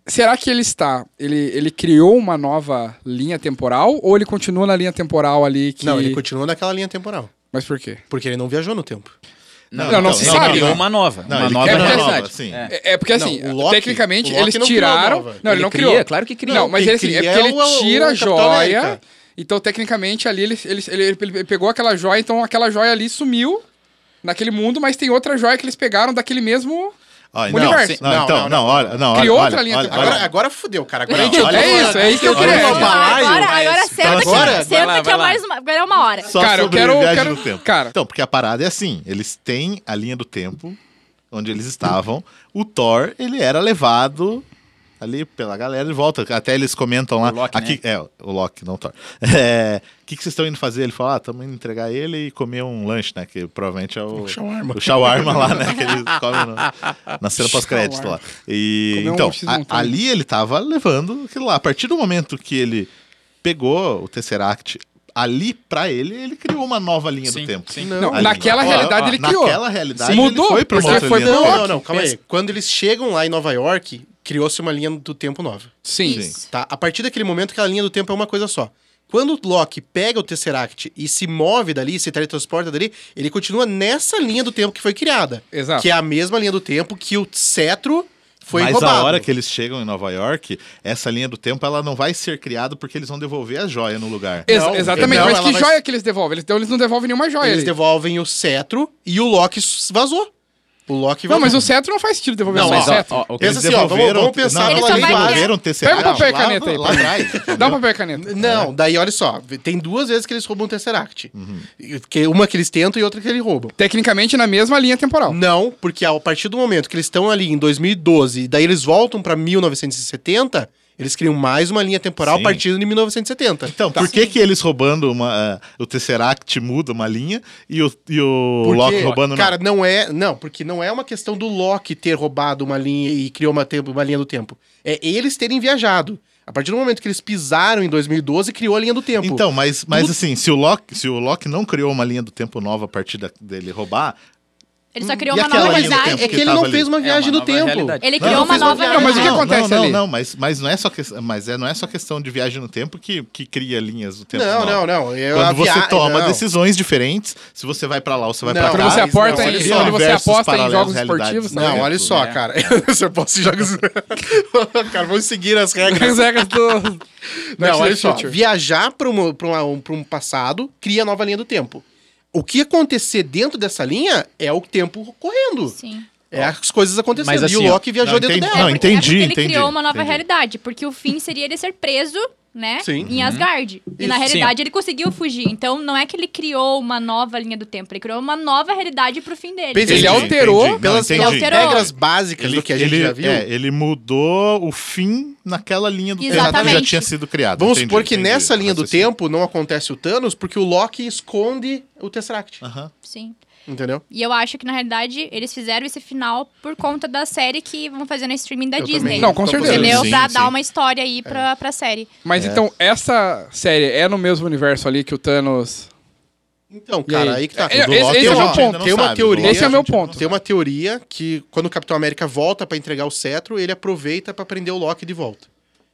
[SPEAKER 6] Será que ele está? Ele, ele criou uma nova linha temporal ou ele continua na linha temporal ali né? que.
[SPEAKER 4] Não, ele continuou naquela linha temporal.
[SPEAKER 6] Mas por quê?
[SPEAKER 4] Porque ele não viajou no tempo.
[SPEAKER 3] Não,
[SPEAKER 6] não, não
[SPEAKER 3] então,
[SPEAKER 6] se
[SPEAKER 3] ele
[SPEAKER 6] sabe,
[SPEAKER 3] criou
[SPEAKER 6] né?
[SPEAKER 3] uma nova.
[SPEAKER 2] Não,
[SPEAKER 3] uma
[SPEAKER 2] ele
[SPEAKER 3] nova
[SPEAKER 2] criou
[SPEAKER 6] uma
[SPEAKER 3] realidade.
[SPEAKER 2] nova, sim.
[SPEAKER 3] É.
[SPEAKER 6] É, é porque assim,
[SPEAKER 4] Não, o Loki-
[SPEAKER 6] tecnicamente
[SPEAKER 4] o Loki
[SPEAKER 6] eles
[SPEAKER 4] não criou
[SPEAKER 6] tiraram.
[SPEAKER 4] nova.
[SPEAKER 6] não, ele,
[SPEAKER 3] Ele
[SPEAKER 6] não
[SPEAKER 3] cria,
[SPEAKER 6] criou.
[SPEAKER 3] claro que criou.
[SPEAKER 6] Não, mas
[SPEAKER 4] Quem
[SPEAKER 6] ele, assim, é
[SPEAKER 4] cria
[SPEAKER 6] porque
[SPEAKER 4] é o-
[SPEAKER 6] ele
[SPEAKER 4] o
[SPEAKER 6] tira a
[SPEAKER 4] Capitão
[SPEAKER 6] joia.
[SPEAKER 4] América.
[SPEAKER 6] Então, tecnicamente, ali ele, ele, ele, ele pegou aquela joia, então aquela joia ali sumiu naquele mundo, mas tem outra joia que eles pegaram daquele mesmo.
[SPEAKER 2] Ó, não,
[SPEAKER 6] Multiverso.
[SPEAKER 2] não,
[SPEAKER 4] Não,
[SPEAKER 2] então, não,
[SPEAKER 4] não,
[SPEAKER 2] olha, não,
[SPEAKER 6] Criou
[SPEAKER 2] olha,
[SPEAKER 6] outra linha
[SPEAKER 2] olha,
[SPEAKER 6] temporal.
[SPEAKER 2] olha,
[SPEAKER 4] Agora, agora fudeu, cara. Agora
[SPEAKER 2] Não,
[SPEAKER 4] a gente
[SPEAKER 2] olha-
[SPEAKER 4] vai-
[SPEAKER 6] é isso, é isso que eu
[SPEAKER 4] Olha
[SPEAKER 6] queria.
[SPEAKER 4] pra
[SPEAKER 5] Vamos lá,
[SPEAKER 4] caralho.
[SPEAKER 5] agora,
[SPEAKER 3] mas-
[SPEAKER 5] agora senta,
[SPEAKER 2] Então,
[SPEAKER 5] que,
[SPEAKER 2] agora-
[SPEAKER 5] senta
[SPEAKER 3] Vai lá,
[SPEAKER 5] que
[SPEAKER 3] vai
[SPEAKER 5] é
[SPEAKER 3] lá.
[SPEAKER 5] mais uma, agora é uma hora.
[SPEAKER 2] Só um
[SPEAKER 6] Cara, eu
[SPEAKER 2] sobre
[SPEAKER 6] quero- eu
[SPEAKER 2] viagem
[SPEAKER 6] quero-
[SPEAKER 2] no tempo.
[SPEAKER 6] cara.
[SPEAKER 2] Então, porque a parada é assim, eles têm a linha do tempo onde eles estavam. O Thor, ele era levado ali pela galera de volta. Até eles comentam lá.
[SPEAKER 3] O Loki,
[SPEAKER 2] aqui,
[SPEAKER 6] né?
[SPEAKER 2] É, o Loki, não o Thor. É, O que, que vocês estão indo fazer? Ele fala, ah, estamos indo entregar ele e comer um lanche, né? Que provavelmente é o... O shawarma. lá, né? Que eles comem no- na cena pós-crédito lá. E,
[SPEAKER 6] Comer um
[SPEAKER 2] então,
[SPEAKER 6] X
[SPEAKER 2] a-
[SPEAKER 6] montanha.
[SPEAKER 2] ali ele tava levando aquilo lá. A partir do momento que ele pegou o Tesseract ali pra ele, ele criou uma nova linha
[SPEAKER 3] Sim,
[SPEAKER 2] do tempo.
[SPEAKER 3] sim.
[SPEAKER 6] Não,
[SPEAKER 2] Ali.
[SPEAKER 6] naquela
[SPEAKER 2] Ó,
[SPEAKER 6] realidade
[SPEAKER 2] ó,
[SPEAKER 6] ele criou.
[SPEAKER 2] Naquela realidade
[SPEAKER 6] Sim.
[SPEAKER 2] ele
[SPEAKER 6] Mudou,
[SPEAKER 2] foi pra uma
[SPEAKER 6] porque
[SPEAKER 2] outra
[SPEAKER 6] foi
[SPEAKER 2] linha
[SPEAKER 6] pro
[SPEAKER 2] do
[SPEAKER 4] Não,
[SPEAKER 2] tempo.
[SPEAKER 4] não, não, calma aí. Quando eles chegam lá em Nova York, criou-se uma linha do tempo nova.
[SPEAKER 6] Sim.
[SPEAKER 2] Sim.
[SPEAKER 4] Tá? A partir daquele momento, aquela linha do tempo é uma coisa só. Quando o Loki pega o Tesseract e se move dali, se teletransporta dali, ele continua nessa linha do tempo que foi criada.
[SPEAKER 6] Exato.
[SPEAKER 4] Que é a mesma linha do tempo que o cetro foi
[SPEAKER 2] Mas
[SPEAKER 4] roubado.
[SPEAKER 2] a hora que eles chegam em Nova York, essa linha do tempo ela não vai ser criada porque eles vão devolver a joia no lugar.
[SPEAKER 6] Ex-
[SPEAKER 4] Não,
[SPEAKER 6] exatamente,
[SPEAKER 4] não,
[SPEAKER 6] mas
[SPEAKER 4] ela
[SPEAKER 6] que
[SPEAKER 4] vai-
[SPEAKER 6] joia que eles devolvem? Eles, então eles não devolvem nenhuma joia.
[SPEAKER 4] Eles
[SPEAKER 6] ali.
[SPEAKER 4] devolvem o cetro e o Loki s- vazou. O Loki
[SPEAKER 6] Não,
[SPEAKER 4] vazou.
[SPEAKER 6] mas o cetro não faz sentido devolver
[SPEAKER 4] Não,
[SPEAKER 6] só o
[SPEAKER 4] ó,
[SPEAKER 6] cetro.
[SPEAKER 3] Ó, ó,
[SPEAKER 2] Eles
[SPEAKER 4] Pensa assim, ó, vamos-
[SPEAKER 2] devolveram-
[SPEAKER 4] vamos pensar
[SPEAKER 2] não,
[SPEAKER 5] pela
[SPEAKER 2] eles
[SPEAKER 5] linha do
[SPEAKER 2] devolveram o Tesseract
[SPEAKER 6] Pega o papel e
[SPEAKER 2] lá-
[SPEAKER 6] caneta aí,
[SPEAKER 2] lá atrás.
[SPEAKER 6] Dá um papel e caneta.
[SPEAKER 2] É.
[SPEAKER 4] Não, daí olha só, tem duas vezes que eles roubam o Tesseract.
[SPEAKER 2] Uhum.
[SPEAKER 4] Que- Uma que eles tentam e outra que eles roubam.
[SPEAKER 6] Tecnicamente na mesma linha temporal.
[SPEAKER 4] Não, porque a partir do momento que eles estão ali em 2012 e daí eles voltam pra 1970, eles criam mais uma linha temporal
[SPEAKER 2] Sim.
[SPEAKER 4] partindo de 1970.
[SPEAKER 2] Então, por que, que eles roubando uma, ah, o Tesseract muda uma linha e o, e o
[SPEAKER 4] Porque,
[SPEAKER 2] Loki roubando
[SPEAKER 4] cara, não. é, não, porque não é uma questão do Loki ter roubado uma linha e criou uma, tempo- uma linha do tempo. É eles terem viajado. A partir do momento que eles pisaram em 2012, criou a linha do tempo.
[SPEAKER 2] Então, mas, mas
[SPEAKER 4] Tudo-
[SPEAKER 2] assim, se o, Loki, se o Loki não criou uma linha do tempo nova a partir da- dele roubar,
[SPEAKER 5] Ele só criou
[SPEAKER 2] E
[SPEAKER 5] uma
[SPEAKER 2] aquela
[SPEAKER 5] nova
[SPEAKER 2] linha do
[SPEAKER 5] realidade.
[SPEAKER 2] tempo?
[SPEAKER 4] É
[SPEAKER 2] que
[SPEAKER 4] que ele não
[SPEAKER 2] tava ali.
[SPEAKER 4] fez uma viagem
[SPEAKER 3] uma
[SPEAKER 4] do
[SPEAKER 3] nova
[SPEAKER 4] tempo.
[SPEAKER 3] realidade.
[SPEAKER 5] Ele
[SPEAKER 2] Não,
[SPEAKER 5] criou
[SPEAKER 2] não
[SPEAKER 5] uma
[SPEAKER 2] fez
[SPEAKER 5] nova
[SPEAKER 6] Não, mas o que
[SPEAKER 5] realidade.
[SPEAKER 6] acontece
[SPEAKER 2] não,
[SPEAKER 6] ali?
[SPEAKER 2] Não, mas, mas não é só questão, mas é, não é só questão de viagem no tempo que, que cria linhas do tempo.
[SPEAKER 4] Não, não, não. Eu- a
[SPEAKER 2] Quando você
[SPEAKER 4] via-
[SPEAKER 2] toma
[SPEAKER 4] não.
[SPEAKER 2] decisões diferentes, se você vai pra lá ou você vai
[SPEAKER 4] Não.
[SPEAKER 2] pra cá.
[SPEAKER 4] Quando
[SPEAKER 6] Quando você
[SPEAKER 4] Mas
[SPEAKER 6] aporta
[SPEAKER 4] não,
[SPEAKER 6] em-
[SPEAKER 4] olha
[SPEAKER 2] cria
[SPEAKER 4] só.
[SPEAKER 6] quando você
[SPEAKER 2] universos
[SPEAKER 6] aposta em
[SPEAKER 2] paralelos,
[SPEAKER 6] jogos
[SPEAKER 2] realidades,
[SPEAKER 6] esportivos,
[SPEAKER 2] né?
[SPEAKER 4] Não, olha só,
[SPEAKER 3] né?
[SPEAKER 4] cara. Você posta em jogos. cara, vamos seguir as regras.
[SPEAKER 6] As regras do. Back
[SPEAKER 4] Não,
[SPEAKER 6] to the
[SPEAKER 4] olha só.
[SPEAKER 6] Future.
[SPEAKER 4] Viajar para um, pra uma- um- pra um passado cria nova linha do tempo. O que acontecer dentro dessa linha é o tempo correndo.
[SPEAKER 5] Sim.
[SPEAKER 4] É as coisas acontecendo.
[SPEAKER 7] Mas
[SPEAKER 4] e o
[SPEAKER 7] assim, ó,
[SPEAKER 4] Loki viajou
[SPEAKER 2] não,
[SPEAKER 4] dentro
[SPEAKER 2] entendi-
[SPEAKER 4] dela.
[SPEAKER 2] não, entendi.
[SPEAKER 5] é porque ele
[SPEAKER 2] entendi,
[SPEAKER 5] criou uma nova
[SPEAKER 2] entendi.
[SPEAKER 5] realidade, porque o fim seria ele ser preso, né,
[SPEAKER 4] Sim.
[SPEAKER 5] em Asgard. E na
[SPEAKER 3] Uhum. Isso,
[SPEAKER 5] realidade ele conseguiu fugir. Então não é que ele criou uma nova linha do tempo, ele criou uma nova realidade pro fim dele.
[SPEAKER 4] Pensa-
[SPEAKER 2] Entendi,
[SPEAKER 6] Ele alterou
[SPEAKER 2] entendi. Não,
[SPEAKER 4] Pelas
[SPEAKER 2] entendi.
[SPEAKER 5] alterou.
[SPEAKER 4] regras básicas
[SPEAKER 2] Ele,
[SPEAKER 4] do que a gente
[SPEAKER 2] ele-
[SPEAKER 4] já viu.
[SPEAKER 2] é, ele mudou o fim naquela linha do tempo que já
[SPEAKER 5] Exatamente.
[SPEAKER 2] tinha sido criado.
[SPEAKER 4] Vamos
[SPEAKER 2] Entendi,
[SPEAKER 4] supor que
[SPEAKER 2] entendi
[SPEAKER 4] nessa
[SPEAKER 2] o
[SPEAKER 4] linha do
[SPEAKER 2] raciocínio.
[SPEAKER 4] tempo não acontece o Thanos porque o Loki esconde o Tesseract.
[SPEAKER 2] Aham.
[SPEAKER 5] Sim.
[SPEAKER 4] Entendeu?
[SPEAKER 5] E eu acho que, na realidade, eles fizeram esse final por conta da série que vão fazer na streaming da
[SPEAKER 4] Eu
[SPEAKER 5] É Disney.
[SPEAKER 4] também
[SPEAKER 6] Não, com
[SPEAKER 4] tô
[SPEAKER 6] certeza.
[SPEAKER 4] pensando
[SPEAKER 5] Entendeu?
[SPEAKER 2] Sim,
[SPEAKER 5] pra
[SPEAKER 2] sim.
[SPEAKER 5] dar uma história aí pra, pra série.
[SPEAKER 6] Mas então, essa série é no mesmo universo ali que o Thanos.
[SPEAKER 4] Então,
[SPEAKER 6] E
[SPEAKER 4] cara,
[SPEAKER 6] aí?
[SPEAKER 4] aí que tá.
[SPEAKER 6] É,
[SPEAKER 2] Do
[SPEAKER 6] esse-
[SPEAKER 2] Loki
[SPEAKER 6] esse
[SPEAKER 2] a
[SPEAKER 6] é o
[SPEAKER 2] gente
[SPEAKER 6] ponto.
[SPEAKER 2] ainda não
[SPEAKER 4] Tem uma
[SPEAKER 2] sabe. Do
[SPEAKER 4] teoria-
[SPEAKER 2] Loki
[SPEAKER 6] Esse é
[SPEAKER 2] a
[SPEAKER 6] meu
[SPEAKER 2] gente ainda não
[SPEAKER 6] ponto.
[SPEAKER 4] Tem uma teoria que quando o Capitão América volta pra entregar o cetro, ele aproveita pra prender o Loki de volta.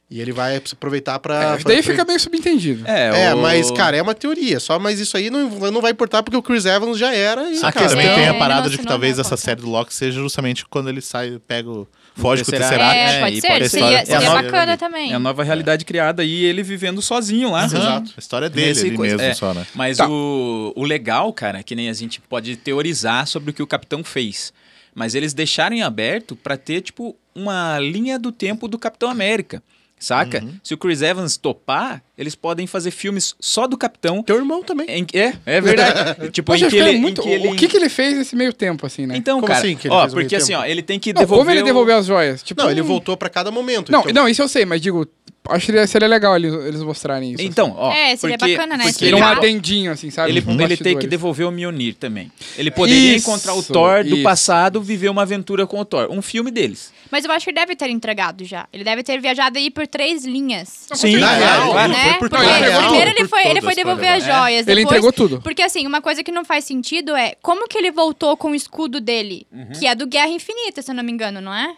[SPEAKER 4] E ele vai se aproveitar pra. pra-
[SPEAKER 6] É, Daí fica meio subentendido.
[SPEAKER 4] Ah, É,
[SPEAKER 3] o-
[SPEAKER 4] mas, cara, é uma teoria. Só, mas isso aí não, não vai importar porque o Chris Evans já era. E,
[SPEAKER 2] A
[SPEAKER 4] cara,
[SPEAKER 2] questão
[SPEAKER 5] É,
[SPEAKER 2] tem a
[SPEAKER 5] ele
[SPEAKER 2] parada
[SPEAKER 5] não
[SPEAKER 2] de que
[SPEAKER 5] assinou
[SPEAKER 2] talvez
[SPEAKER 5] nada,
[SPEAKER 2] essa
[SPEAKER 5] pode
[SPEAKER 2] série do Loki seja justamente quando ele sai, pega o, foge com o Tesseract.
[SPEAKER 5] É,
[SPEAKER 3] é,
[SPEAKER 5] pode
[SPEAKER 3] e
[SPEAKER 5] ser.
[SPEAKER 3] pode
[SPEAKER 2] ser
[SPEAKER 5] seria
[SPEAKER 2] história-
[SPEAKER 5] seria
[SPEAKER 2] é a nova-
[SPEAKER 5] bacana também.
[SPEAKER 3] É a nova realidade criada e ele vivendo sozinho lá.
[SPEAKER 2] Aham. A história dele
[SPEAKER 3] Nesse
[SPEAKER 2] ali
[SPEAKER 3] coisa-
[SPEAKER 2] mesmo
[SPEAKER 3] é,
[SPEAKER 2] só, né?
[SPEAKER 3] Mas o, o legal, cara, é que nem a gente pode teorizar sobre o que o capitão fez. Mas eles deixaram em aberto pra ter, tipo, uma linha do tempo do Capitão América. Saca? Se o Chris Evans topar, eles podem fazer filmes só do Capitão.
[SPEAKER 4] Teu irmão também.
[SPEAKER 3] em- é, é verdade. tipo,
[SPEAKER 6] Mas já
[SPEAKER 3] em que
[SPEAKER 6] fica
[SPEAKER 3] ele,
[SPEAKER 6] muito.
[SPEAKER 3] em que ele-
[SPEAKER 6] O que, que ele fez nesse meio tempo, assim, né?
[SPEAKER 3] Então,
[SPEAKER 4] Como
[SPEAKER 3] cara,
[SPEAKER 4] assim que ele
[SPEAKER 3] ó,
[SPEAKER 4] fez o meio
[SPEAKER 3] porque assim,
[SPEAKER 4] tempo?
[SPEAKER 3] ó, ele tem que
[SPEAKER 6] Não,
[SPEAKER 3] devolver.
[SPEAKER 6] como ele
[SPEAKER 3] o-
[SPEAKER 6] devolver as joias? Tipo,
[SPEAKER 4] Não, ele
[SPEAKER 6] um-
[SPEAKER 4] voltou pra cada momento.
[SPEAKER 6] Não,
[SPEAKER 4] então-
[SPEAKER 6] não, isso eu sei, mas digo, acho que seria legal eles, eles mostrarem isso.
[SPEAKER 3] Então, ó.
[SPEAKER 5] É, seria
[SPEAKER 3] porque-
[SPEAKER 5] bacana, né?
[SPEAKER 3] porque
[SPEAKER 6] assim.
[SPEAKER 5] Seria
[SPEAKER 6] Ele é um
[SPEAKER 5] legal.
[SPEAKER 6] adendinho, assim, sabe?
[SPEAKER 3] Ele,
[SPEAKER 6] Tipo,
[SPEAKER 3] ele tem que
[SPEAKER 6] bastidores.
[SPEAKER 3] devolver o Mjolnir também. Ele poderia
[SPEAKER 6] Isso,
[SPEAKER 3] encontrar o Thor do
[SPEAKER 6] isso.
[SPEAKER 3] passado, viver uma aventura com o Thor. Um filme deles.
[SPEAKER 5] Mas eu acho que ele deve ter entregado já. Ele deve ter viajado aí por três linhas.
[SPEAKER 3] Sim,
[SPEAKER 2] Ah, é,
[SPEAKER 3] claro,
[SPEAKER 2] ele
[SPEAKER 3] claro.
[SPEAKER 5] né?
[SPEAKER 2] foi por
[SPEAKER 5] Porque
[SPEAKER 2] todas,
[SPEAKER 4] ele
[SPEAKER 2] né?
[SPEAKER 4] entregou
[SPEAKER 5] primeiro ele
[SPEAKER 2] Por
[SPEAKER 5] foi, ele foi
[SPEAKER 2] todas,
[SPEAKER 5] devolver
[SPEAKER 2] pode
[SPEAKER 5] as joias.
[SPEAKER 6] Ele
[SPEAKER 5] depois-
[SPEAKER 6] entregou tudo.
[SPEAKER 5] Porque assim, uma coisa que não faz sentido é como que ele voltou com o escudo dele, que é do Guerra Infinita, se eu não me engano, não é?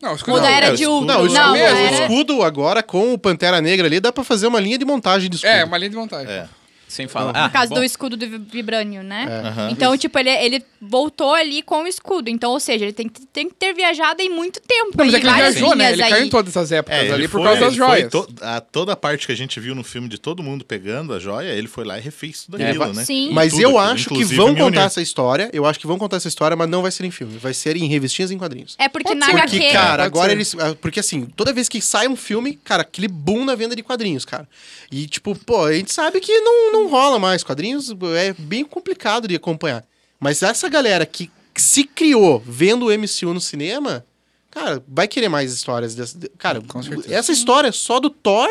[SPEAKER 6] Não, o escudo
[SPEAKER 5] Ou da
[SPEAKER 6] não.
[SPEAKER 5] Era
[SPEAKER 2] é, o
[SPEAKER 5] de
[SPEAKER 2] escudo-
[SPEAKER 5] Ultron.
[SPEAKER 4] Não, o escudo,
[SPEAKER 5] não,
[SPEAKER 4] o
[SPEAKER 5] era...
[SPEAKER 4] escudo agora com o Pantera Negra ali dá pra fazer uma linha de montagem de escudo.
[SPEAKER 6] É, uma linha de montagem.
[SPEAKER 2] É.
[SPEAKER 3] Sem falar. Ah,
[SPEAKER 5] Por causa
[SPEAKER 3] bom,
[SPEAKER 5] do escudo do vi- Vibranium, né?
[SPEAKER 6] É.
[SPEAKER 2] Aham.
[SPEAKER 5] Então, tipo, ele, ele voltou ali com o escudo. Então, ou seja, ele tem, que- tem que ter viajado em muito tempo.
[SPEAKER 6] Não, mas
[SPEAKER 5] em
[SPEAKER 6] é que ele
[SPEAKER 5] várias
[SPEAKER 6] viajou, né?
[SPEAKER 5] linhas
[SPEAKER 6] Ele
[SPEAKER 5] aí.
[SPEAKER 6] caiu em todas essas épocas
[SPEAKER 2] É,
[SPEAKER 6] ali
[SPEAKER 2] ele
[SPEAKER 6] por
[SPEAKER 2] foi-
[SPEAKER 6] causa das
[SPEAKER 2] ele foi
[SPEAKER 6] joias.
[SPEAKER 2] to- a, toda a parte que a gente viu no filme de todo mundo pegando a joia, ele foi lá e refez tudo
[SPEAKER 3] É,
[SPEAKER 2] aquilo,
[SPEAKER 3] vai-
[SPEAKER 2] né?
[SPEAKER 5] Sim.
[SPEAKER 4] Mas
[SPEAKER 2] Tudo
[SPEAKER 4] eu
[SPEAKER 2] aquilo,
[SPEAKER 4] acho que
[SPEAKER 2] inclusive
[SPEAKER 4] vão
[SPEAKER 2] Mjolnir.
[SPEAKER 4] contar essa história. Eu acho que vão contar essa história, mas não vai ser em filme. Vai ser em revistinhas e em quadrinhos.
[SPEAKER 5] É porque
[SPEAKER 6] Pode
[SPEAKER 5] na
[SPEAKER 6] ser.
[SPEAKER 5] HQ...
[SPEAKER 4] Porque, cara,
[SPEAKER 6] Pode
[SPEAKER 4] agora
[SPEAKER 6] ser.
[SPEAKER 4] eles. ah, Porque assim, toda vez que sai um filme, cara, aquele boom na venda de quadrinhos, cara. E, tipo, pô, a gente sabe que não, não rola mais. Quadrinhos é bem complicado de acompanhar. Mas essa galera que se criou vendo o MCU no cinema, cara, vai querer mais histórias dessa. de- Cara,
[SPEAKER 6] Com certeza.
[SPEAKER 4] essa história é só do Thor.